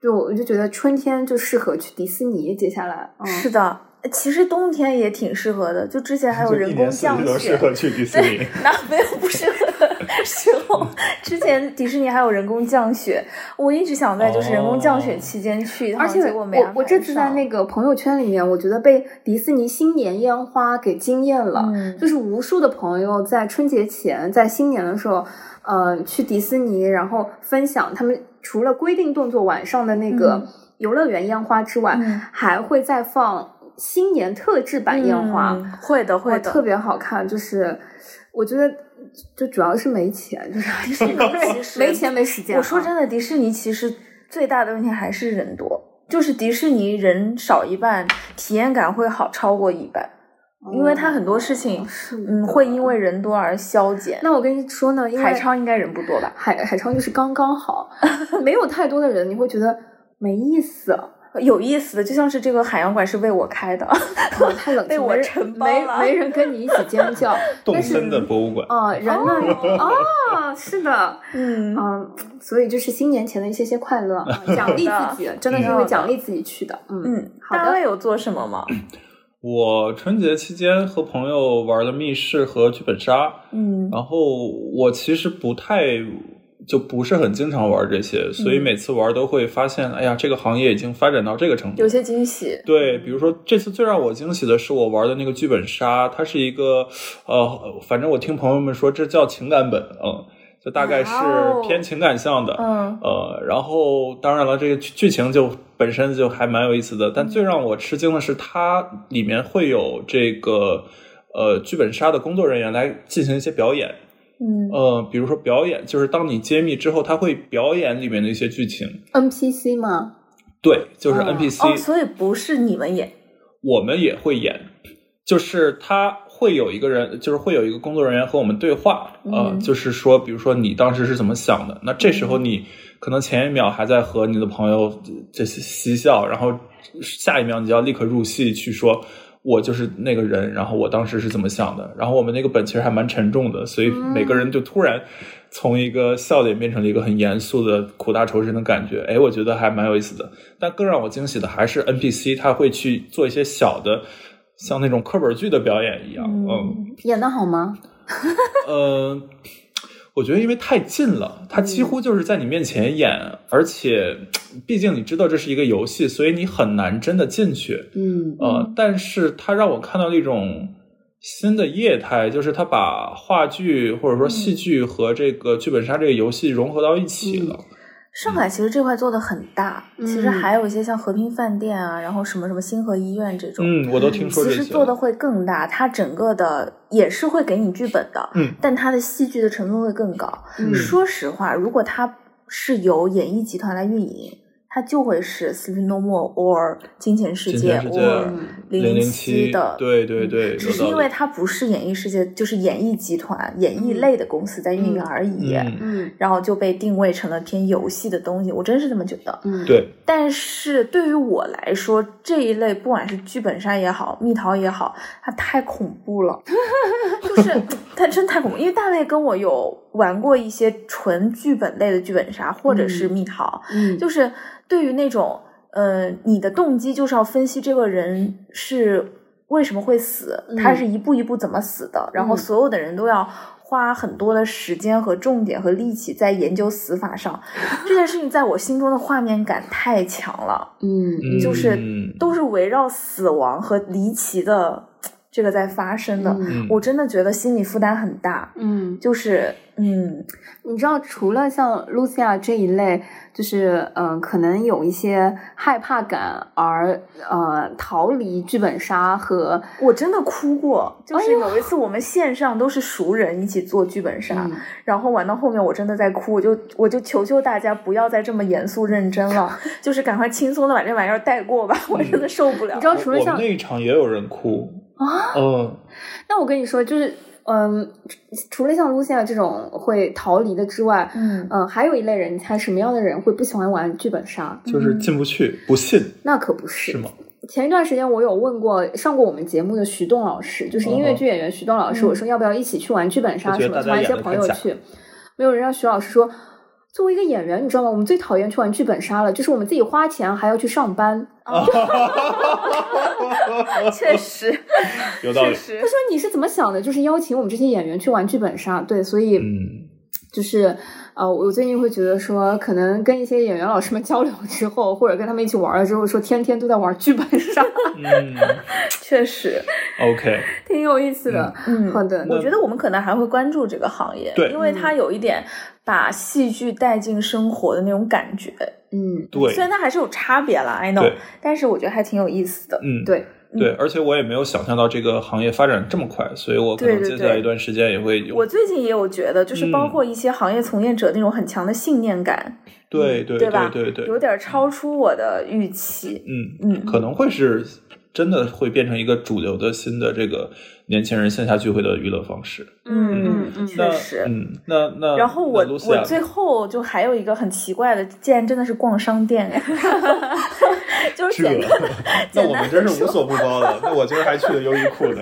[SPEAKER 2] 就我就觉得春天就适合去迪士尼，接下来，嗯，
[SPEAKER 3] 是的。其实冬天也挺适合的，就之前还有
[SPEAKER 4] 就一
[SPEAKER 3] 人工
[SPEAKER 4] 年四
[SPEAKER 3] 降
[SPEAKER 4] 季都适
[SPEAKER 3] 雪，
[SPEAKER 4] 合去迪士尼，
[SPEAKER 3] 对。，那没有不适合的时候。之前迪士尼还有人工降雪，我一直想在就是人工降雪期间去一趟，
[SPEAKER 2] 而且
[SPEAKER 3] 结果
[SPEAKER 2] 我
[SPEAKER 3] 没安排
[SPEAKER 2] 我这次在
[SPEAKER 3] 上
[SPEAKER 2] 那个朋友圈里面，我觉得被迪士尼新年烟花给惊艳了，
[SPEAKER 3] 嗯
[SPEAKER 2] 就是无数的朋友在春节前，在新年的时候，呃，去迪士尼，然后分享他们除了规定动作晚上的那个
[SPEAKER 3] 嗯
[SPEAKER 2] 游乐园烟花之外，
[SPEAKER 3] 嗯
[SPEAKER 2] 还会再放新年特制版烟花，
[SPEAKER 3] 嗯会的
[SPEAKER 2] 哇
[SPEAKER 3] 会的，
[SPEAKER 2] 特别好看，就是我觉得就主要是没钱，就是 迪士尼
[SPEAKER 3] 其实
[SPEAKER 2] 没钱没时间啊，
[SPEAKER 3] 我说真的，迪士尼其实最大的问题还是人多，就是迪士尼人少一半，体验感会好超过一半，因为
[SPEAKER 2] 哦
[SPEAKER 3] 它很多事情，
[SPEAKER 2] 是
[SPEAKER 3] 嗯，
[SPEAKER 2] 的
[SPEAKER 3] 会因为人多而消减。
[SPEAKER 2] 那我跟你说呢，因为
[SPEAKER 3] 海昌应该人不多吧？
[SPEAKER 2] 海海昌就是刚刚好， 没有太多的人，你会觉得没意思，
[SPEAKER 3] 有意思的，就像是这个海洋馆是为我开的，
[SPEAKER 2] 啊太冷清，
[SPEAKER 3] 被我
[SPEAKER 2] 没人
[SPEAKER 3] 承包
[SPEAKER 2] 没
[SPEAKER 3] 了
[SPEAKER 2] 没人跟你一起尖叫
[SPEAKER 4] 动森的博物馆，
[SPEAKER 2] 啊、人呢？
[SPEAKER 3] 哦
[SPEAKER 2] 啊，是的，
[SPEAKER 3] 嗯
[SPEAKER 2] 嗯，所以就是新年前的一些些快乐， 啊奖励自己，真的是为奖励自己去的，嗯
[SPEAKER 3] 嗯。
[SPEAKER 2] 好
[SPEAKER 3] 大卫
[SPEAKER 2] 的，
[SPEAKER 3] 有做什么吗？
[SPEAKER 4] 我春节期间和朋友玩了密室和剧本杀，
[SPEAKER 3] 嗯
[SPEAKER 4] 然后我其实不太就不是很经常玩这
[SPEAKER 3] 嗯
[SPEAKER 4] 些，所以每次玩都会发现，哎呀，这个行业已经发展到这个程度
[SPEAKER 3] 有。些惊喜。
[SPEAKER 4] 对，比如说这次最让我惊喜的是我玩的那个剧本杀，它是一个呃，反正我听朋友们说这叫情感本，嗯，就大概是
[SPEAKER 3] 哇哦
[SPEAKER 4] 偏情感向的，
[SPEAKER 3] 嗯
[SPEAKER 4] 呃，然后当然了，这个剧剧情就本身就还蛮有意思的，
[SPEAKER 3] 嗯
[SPEAKER 4] 但最让我吃惊的是，它里面会有这个呃剧本杀的工作人员来进行一些表演，
[SPEAKER 3] 嗯
[SPEAKER 4] 呃，比如说表演，就是当你揭秘之后，他会表演里面的一些剧情，
[SPEAKER 2] NPC 嘛，
[SPEAKER 4] 对，就是
[SPEAKER 2] 哦
[SPEAKER 4] NPC，、
[SPEAKER 3] 哦，所以不是你们演，
[SPEAKER 4] 我们也会演，就是他会有一个人，就是会有一个工作人员和我们对话，呃，
[SPEAKER 3] 嗯
[SPEAKER 4] 就是说，比如说你当时是怎么想的，那这时候你可能前一秒还在和你的朋友呃这些嬉笑，然后下一秒你就要立刻入戏去说。我就是那个人，然后我当时是怎么想的？然后我们那个本其实还蛮沉重的，所以每个人就突然从一个笑点变成了一个很严肃的苦大仇深的感觉。哎，我觉得还蛮有意思的。但更让我惊喜的还是 NPC，他会去做一些小的，像那种课本剧的表演一样。嗯，
[SPEAKER 2] 演的好吗？
[SPEAKER 4] 呃，我觉得因为太近了，他几乎就是在你面前演，而且毕竟你知道这是一个游戏，所以你很难真的进去。
[SPEAKER 2] 嗯
[SPEAKER 4] 呃，但是它让我看到了一种新的业态，就是它
[SPEAKER 3] 嗯
[SPEAKER 4] 把话剧或者说戏剧和这个剧本杀这个游戏融合到一起了。
[SPEAKER 3] 上海其实这块做的很大，
[SPEAKER 2] 嗯
[SPEAKER 3] 其实还有一些像和平饭店啊，然后什么什么星河医院这种，
[SPEAKER 4] 嗯，我都听说这
[SPEAKER 3] 其
[SPEAKER 4] 些
[SPEAKER 3] 实
[SPEAKER 4] 了。
[SPEAKER 3] 做的会更大。它整个的也是会给你剧本的，
[SPEAKER 4] 嗯
[SPEAKER 3] 但它的戏剧的成分会更高。
[SPEAKER 2] 嗯
[SPEAKER 3] 说实话，如果它是由演艺集团来运营，它就会是《Sleep No More》or《金钱世
[SPEAKER 4] 金
[SPEAKER 3] 界
[SPEAKER 4] 钱》世界
[SPEAKER 3] or
[SPEAKER 4] 零
[SPEAKER 3] 零
[SPEAKER 4] 七
[SPEAKER 3] 的，嗯
[SPEAKER 4] 对对对，
[SPEAKER 3] 只
[SPEAKER 4] 有
[SPEAKER 3] 是
[SPEAKER 4] 道
[SPEAKER 3] 因为
[SPEAKER 4] 理
[SPEAKER 3] 它不是演艺世界，就是演艺集团、演艺类的公司在运营而已。
[SPEAKER 4] 嗯
[SPEAKER 2] 嗯
[SPEAKER 3] 然后就被定位成了偏游戏的东西，我真是这么觉得。
[SPEAKER 2] 嗯，
[SPEAKER 4] 对，
[SPEAKER 3] 但是对于我来说，这一类不管是剧本杀也好，蜜桃也好，它太恐怖了， 就是它真太恐怖。因为大卫跟我有玩过一些纯剧本类的剧本杀，或者是蜜桃，
[SPEAKER 2] 嗯
[SPEAKER 3] 就是对于那种，呃，你的动机就是要分析这个人是为什么会死，
[SPEAKER 2] 嗯
[SPEAKER 3] 他是一步一步怎么死的，然后
[SPEAKER 2] 嗯
[SPEAKER 3] 所有的人都要花很多的时间和重点和力气在研究死法上。这件事情在我心中的画面感太强了，
[SPEAKER 2] 嗯
[SPEAKER 4] 嗯
[SPEAKER 3] 就是
[SPEAKER 4] 嗯
[SPEAKER 3] 都是围绕死亡和离奇的这个在发生的，
[SPEAKER 2] 嗯
[SPEAKER 3] 我真的觉得心理负担很大。
[SPEAKER 2] 嗯。
[SPEAKER 3] 就是，嗯，
[SPEAKER 2] 你知道，除了像 Lucia 这一类，就是嗯、呃可能有一些害怕感而呃逃离剧本杀和
[SPEAKER 3] 我真的哭过，就
[SPEAKER 2] 哎
[SPEAKER 3] 是
[SPEAKER 2] 呦
[SPEAKER 3] 有一次我们线上都是熟人一起做剧本杀，
[SPEAKER 2] 嗯
[SPEAKER 3] 然后玩到后面，我真的在哭，我就我就求求大家不要再这么严肃认真 了，就是赶快轻松的把这玩意儿带过吧，我真的受不了。
[SPEAKER 2] 嗯你知道，
[SPEAKER 4] 我
[SPEAKER 2] 除了
[SPEAKER 4] 我们
[SPEAKER 2] 像
[SPEAKER 4] 那一场也有人哭啊，嗯，
[SPEAKER 2] 那我跟你说，就是嗯，除了像 Lucia 这种会逃离的之外，
[SPEAKER 3] 嗯，
[SPEAKER 2] 嗯、还有一类人，你猜什么样的人会不喜欢玩剧本杀？
[SPEAKER 4] 就是进不去，不信
[SPEAKER 3] 嗯
[SPEAKER 2] 那可不是，
[SPEAKER 4] 是吗？
[SPEAKER 2] 前一段时间我有问过上过我们节目的徐栋老师，就是音乐剧演员徐栋老师，
[SPEAKER 3] 嗯
[SPEAKER 2] 我说要不要一起去玩剧本杀什么，
[SPEAKER 4] 我觉得大
[SPEAKER 2] 突
[SPEAKER 4] 家
[SPEAKER 2] 然一些
[SPEAKER 4] 演得
[SPEAKER 2] 朋友
[SPEAKER 4] 太假
[SPEAKER 2] 去，没有人让徐老师说。作为一个演员，你知道吗？我们最讨厌去玩剧本杀了，就是我们自己花钱还要去上班。嗯
[SPEAKER 3] 确
[SPEAKER 4] 哦
[SPEAKER 3] 实，
[SPEAKER 4] 有道
[SPEAKER 3] 确
[SPEAKER 2] 他
[SPEAKER 4] 理，
[SPEAKER 3] 实，
[SPEAKER 2] 说你是怎么想的？就是邀请我们这些演员去玩剧本杀，对，所以
[SPEAKER 4] 嗯，
[SPEAKER 2] 就是呃，我最近会觉得说，可能跟一些演员老师们交流之后，或者跟他们一起玩了之后，说天天都在玩剧本杀，
[SPEAKER 4] 嗯
[SPEAKER 3] 确实，
[SPEAKER 4] ，OK，
[SPEAKER 2] 挺有意思的。
[SPEAKER 3] 嗯
[SPEAKER 2] 好的，
[SPEAKER 3] 我觉得我们可能还会关注这个行业，
[SPEAKER 4] 对
[SPEAKER 3] 因为
[SPEAKER 2] 嗯
[SPEAKER 3] 它有一点把戏剧带进生活的那种感觉，
[SPEAKER 2] 嗯，
[SPEAKER 4] 对
[SPEAKER 3] 虽，然它还是有差别啦，I know，
[SPEAKER 4] 对
[SPEAKER 3] 但是我觉得还挺有意思的。
[SPEAKER 4] 嗯，
[SPEAKER 2] 对，
[SPEAKER 4] 对，而且我也没有想象到这个行业发展这么快，所以我可能
[SPEAKER 3] 对对
[SPEAKER 4] 接下来
[SPEAKER 3] 对
[SPEAKER 4] 一段时间也会有，
[SPEAKER 3] 我最近也有觉得，就是包
[SPEAKER 4] 嗯
[SPEAKER 3] 括一些行业从业者那种很强的信念感，
[SPEAKER 4] 对
[SPEAKER 3] 嗯
[SPEAKER 4] 对
[SPEAKER 3] 对吧
[SPEAKER 4] 对对
[SPEAKER 3] 有点超出我的预期。
[SPEAKER 4] 嗯，
[SPEAKER 3] 嗯，
[SPEAKER 4] 可能会是真的会变成一个主流的新的这个年轻人线下聚会的娱乐方式。
[SPEAKER 3] 嗯
[SPEAKER 2] 嗯
[SPEAKER 3] 嗯，
[SPEAKER 2] 嗯
[SPEAKER 3] 确
[SPEAKER 4] 那
[SPEAKER 3] 实。
[SPEAKER 4] 嗯，那那
[SPEAKER 3] 然后我
[SPEAKER 4] 那
[SPEAKER 3] 我
[SPEAKER 4] Lucia
[SPEAKER 3] 最后就还有一个很奇怪的，竟然真的是逛商店哎， 就是
[SPEAKER 4] 这
[SPEAKER 3] 简单的，
[SPEAKER 4] 那
[SPEAKER 3] 简
[SPEAKER 4] 我们
[SPEAKER 3] 单
[SPEAKER 4] 真
[SPEAKER 3] 的
[SPEAKER 4] 是无
[SPEAKER 3] 说，
[SPEAKER 4] 所不包了。那我今儿还去了优衣库呢。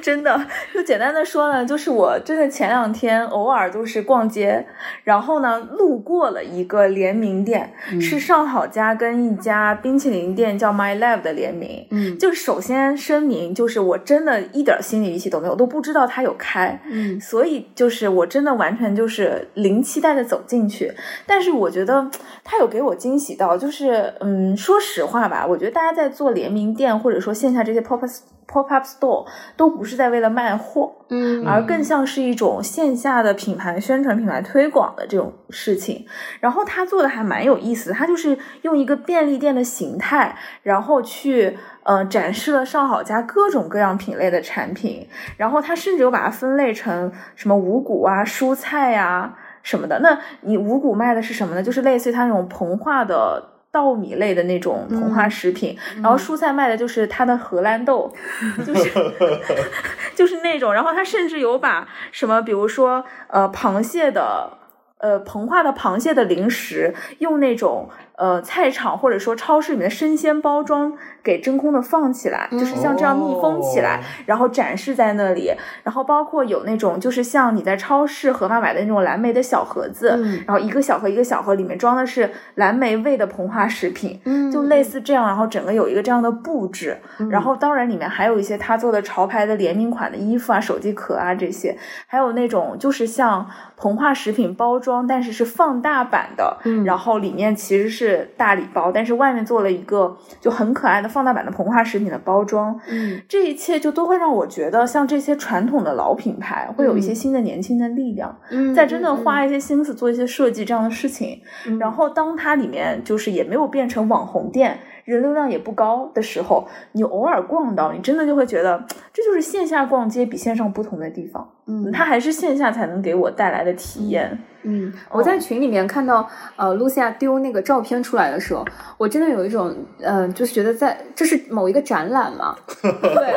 [SPEAKER 3] 真的就简单的说呢，就是我真的前两天偶尔就是逛街，然后呢路过了一个联名店，是上好佳跟一家冰淇淋店叫 My Lab 的联名，
[SPEAKER 2] 嗯
[SPEAKER 3] 就是首先声明，就是我真的一点心理预期都没有，我都不知道它有开，
[SPEAKER 2] 嗯
[SPEAKER 3] 所以就是我真的完全就是零期待的走进去。但是我觉得它有给我惊喜到，就是嗯，说实话吧，我觉得大家在做联名店或者说线下这些 pop up pop up store 都不是在为了卖货，
[SPEAKER 2] 嗯
[SPEAKER 3] 而更像是一种线下的品牌宣传、品牌推广的这种事情。然后他做的还蛮有意思的，他就是用一个便利店的形态，然后去呃展示了上好佳各种各样品类的产品，然后他甚至有把它分类成什么五谷啊、蔬菜呀、什么的。那你五谷卖的是什么呢？就是类似于它那种膨化的。稻米类的那种膨化食品，然后蔬菜卖的就是它的荷兰豆，就是就是那种，然后它甚至有把什么，比如说呃螃蟹的。呃，膨化的螃蟹的零食，用那种呃菜场或者说超市里面的生鲜包装给真空的放起来， 就是像这样密封起
[SPEAKER 4] 嗯哦
[SPEAKER 3] 来，然后展示在那里。然后包括有那种就是像你在超市盒马买的那种蓝莓的小盒子，
[SPEAKER 2] 嗯
[SPEAKER 3] 然后一个小盒一个小盒里面装的是蓝莓味的膨化食品，
[SPEAKER 2] 嗯
[SPEAKER 3] 就类似这样。然后整个有一个这样的布置，然后当然里面还有一些他做的潮牌的联名款的衣服啊、手机壳啊这些，还有那种就是像膨化食品包装，但是是放大版的，
[SPEAKER 2] 嗯
[SPEAKER 3] 然后里面其实是大礼包，但是外面做了一个就很可爱的放大版的膨化食品的包装。
[SPEAKER 2] 嗯
[SPEAKER 3] 这一切就都会让我觉得，像这些传统的老品牌，会有一些
[SPEAKER 2] 嗯
[SPEAKER 3] 新的年轻的力量，
[SPEAKER 2] 嗯
[SPEAKER 3] 在真的花一些心思做一些设计这样的事情。
[SPEAKER 2] 嗯
[SPEAKER 3] 然后当它里面就是也没有变成网红店，人流量也不高的时候，你偶尔逛到，你真的就会觉得这就是线下逛街比线上不同的地方。
[SPEAKER 2] 嗯，
[SPEAKER 3] 它还是线下才能给我带来的体验。
[SPEAKER 2] 嗯，我在群里面看到呃露西亚丢那个照片出来的时候，我真的有一种呃，就是觉得在这是某一个展览嘛，对，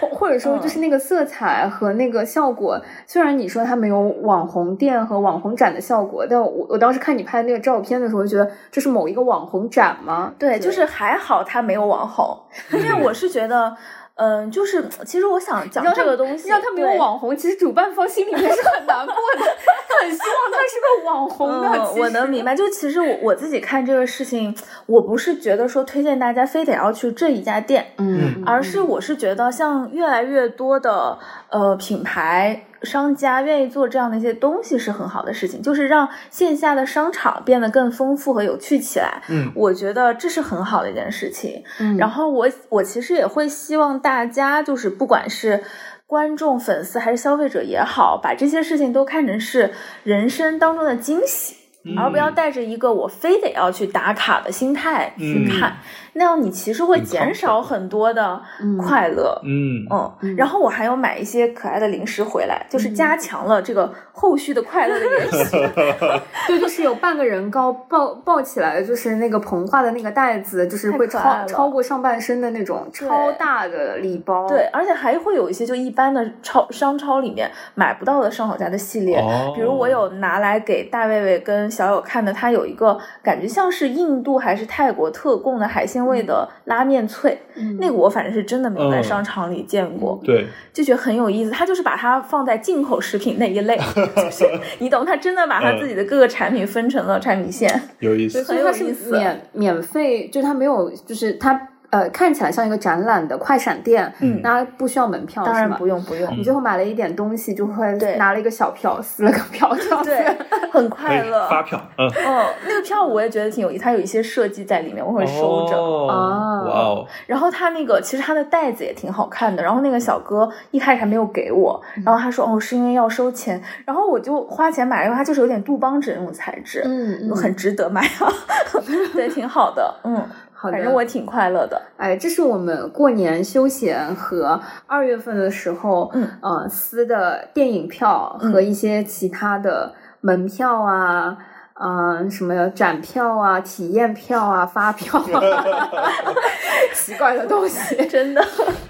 [SPEAKER 2] 或或者说就是那个色彩和那个效果，虽然你说它没有网红店和网红展的效果，但我我当时看你拍的那个照片的时候，我就觉得这是某一个网红展吗？
[SPEAKER 3] 对，就是还好它没有网红，因为我是觉得，嗯、就是其实我想讲
[SPEAKER 2] 嗯让他
[SPEAKER 3] 这个东西，
[SPEAKER 2] 让他没有
[SPEAKER 3] 对
[SPEAKER 2] 网红，其实主办方心里面是很难过 的，他很希望他是个网红的。
[SPEAKER 3] 嗯、我能明白，就其实我我自己看这个事情，我不是觉得说推荐大家非得要去这一家店，
[SPEAKER 2] 嗯，
[SPEAKER 3] 而是我是觉得像越来越多的呃品牌商家愿意做这样的一些东西是很好的事情，就是让线下的商场变得更丰富和有趣起来。
[SPEAKER 4] 嗯，
[SPEAKER 3] 我觉得这是很好的一件事情。
[SPEAKER 2] 嗯，
[SPEAKER 3] 然后我我其实也会希望大家就是不管是观众、粉丝还是消费者也好，把这些事情都看成是人生当中的惊喜，而不要带着一个我非得要去打卡的心态去看，那样你其实会减少很多的
[SPEAKER 2] 嗯
[SPEAKER 3] 快乐。
[SPEAKER 4] 嗯
[SPEAKER 3] 嗯
[SPEAKER 2] 嗯
[SPEAKER 3] 然后我还有买一些可爱的零食回来，就是加强了这个后续的快乐的延续。
[SPEAKER 2] 对，就是有半个人高抱抱起来，就是那个膨化的那个袋子，就是会
[SPEAKER 3] 太可爱
[SPEAKER 2] 超
[SPEAKER 3] 了
[SPEAKER 2] 超过上半身的那种超大的礼包。
[SPEAKER 3] 对，，而且还会有一些就一般的超商超里面买不到的上好佳的系列，
[SPEAKER 4] 哦
[SPEAKER 3] 比如我有拿来给大卫卫跟小友看的，它有一个感觉像是印度还是泰国特供的海鲜味的拉面脆，
[SPEAKER 2] 嗯
[SPEAKER 3] 那个我反正是真的没有在
[SPEAKER 4] 嗯
[SPEAKER 3] 商场里见过，
[SPEAKER 4] 对，
[SPEAKER 3] 就觉得很有意思。它就是把它放在进口食品那一 类，就是你懂，它真的把
[SPEAKER 4] 嗯
[SPEAKER 3] 它自己的各个产品分成了产品线。
[SPEAKER 4] 有意思。
[SPEAKER 2] 所以它是
[SPEAKER 3] 很有意思
[SPEAKER 2] 免免费，就它没有，就是它呃看起来像一个展览的快闪店，
[SPEAKER 4] 嗯
[SPEAKER 2] 那不需要门票，
[SPEAKER 3] 当然
[SPEAKER 2] 是吗
[SPEAKER 3] 不。用不用，
[SPEAKER 2] 你最后买了一点东西，就会
[SPEAKER 3] 对
[SPEAKER 2] 拿了一个小票，撕了个票，这样子
[SPEAKER 3] 对，很
[SPEAKER 4] 可以
[SPEAKER 3] 快乐。
[SPEAKER 4] 发票，嗯，
[SPEAKER 3] 嗯，那个票我也觉得挺有意思，它有一些设计在里面，我会收着。
[SPEAKER 4] 哦
[SPEAKER 2] 啊
[SPEAKER 4] 哇哦，
[SPEAKER 3] 然后它那个其实它的袋子也挺好看的，然后那个小哥一开始还没有给我，
[SPEAKER 2] 嗯
[SPEAKER 3] 然后他说哦是因为要收钱，然后我就花钱买了，因为它就是有点杜邦纸那种材质，
[SPEAKER 2] 嗯，嗯
[SPEAKER 3] 很值得买啊， 对，挺好的，嗯，
[SPEAKER 2] 好的。
[SPEAKER 3] 反正我挺快乐的，
[SPEAKER 2] 哎，这是我们过年休闲和二月份的时候，
[SPEAKER 3] 嗯
[SPEAKER 2] 呃，撕的电影票和一些其他的门票啊，啊、什么展票啊、体验票啊、发票 啊，奇怪的东西。
[SPEAKER 3] 真的，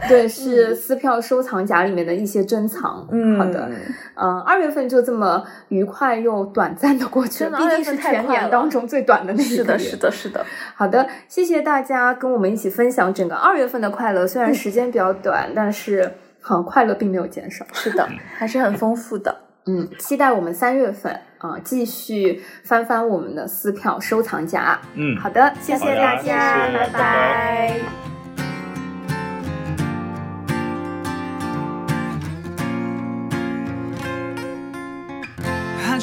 [SPEAKER 2] 对，是撕票收藏夹里面的一些珍藏。
[SPEAKER 3] 嗯，
[SPEAKER 2] 好的，，嗯，二月份就这么愉快又短暂的过去
[SPEAKER 3] 真的
[SPEAKER 2] 毕
[SPEAKER 3] 二
[SPEAKER 2] 竟
[SPEAKER 3] 月
[SPEAKER 2] 是
[SPEAKER 3] 份太
[SPEAKER 2] 全
[SPEAKER 3] 快
[SPEAKER 2] 年
[SPEAKER 3] 了
[SPEAKER 2] 当中最短的那一个
[SPEAKER 3] 是的，
[SPEAKER 2] 月
[SPEAKER 3] 是的，是的，
[SPEAKER 2] 好的，谢谢大家跟我们一起分享整个二月份的快乐。虽然时间比较短，但是好、快乐并没有减少。
[SPEAKER 3] 是的，还是很丰富的，
[SPEAKER 2] 嗯，期待我们三月份啊、继续翻翻我们的撕票收藏夹。
[SPEAKER 4] 嗯，
[SPEAKER 2] 好的，谢
[SPEAKER 4] 好的
[SPEAKER 2] 大
[SPEAKER 4] 谢
[SPEAKER 2] 家，
[SPEAKER 4] 谢
[SPEAKER 2] 拜
[SPEAKER 4] 拜拜
[SPEAKER 3] 拜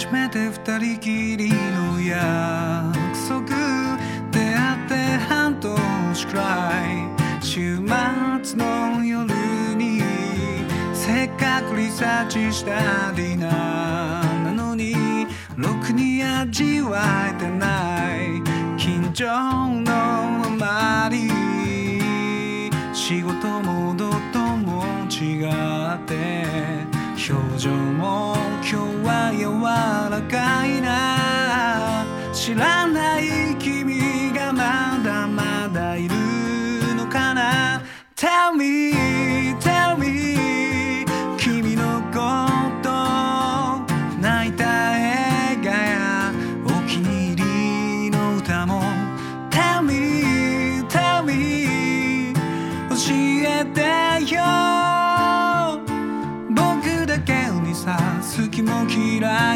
[SPEAKER 1] 初めて二人きりの約束出会って半年くらい週末の夜にせっかくリサーチしたディナーなのにろくに味わえてない緊張のあまり仕事もどとも違って表情も今日は柔らかいな知らない君がまだまだいるのかな Tell me, tell me 君のこと泣いた映画やお気に入りの歌も Tell me, tell me 教えてよ僕だけにさ好きも嫌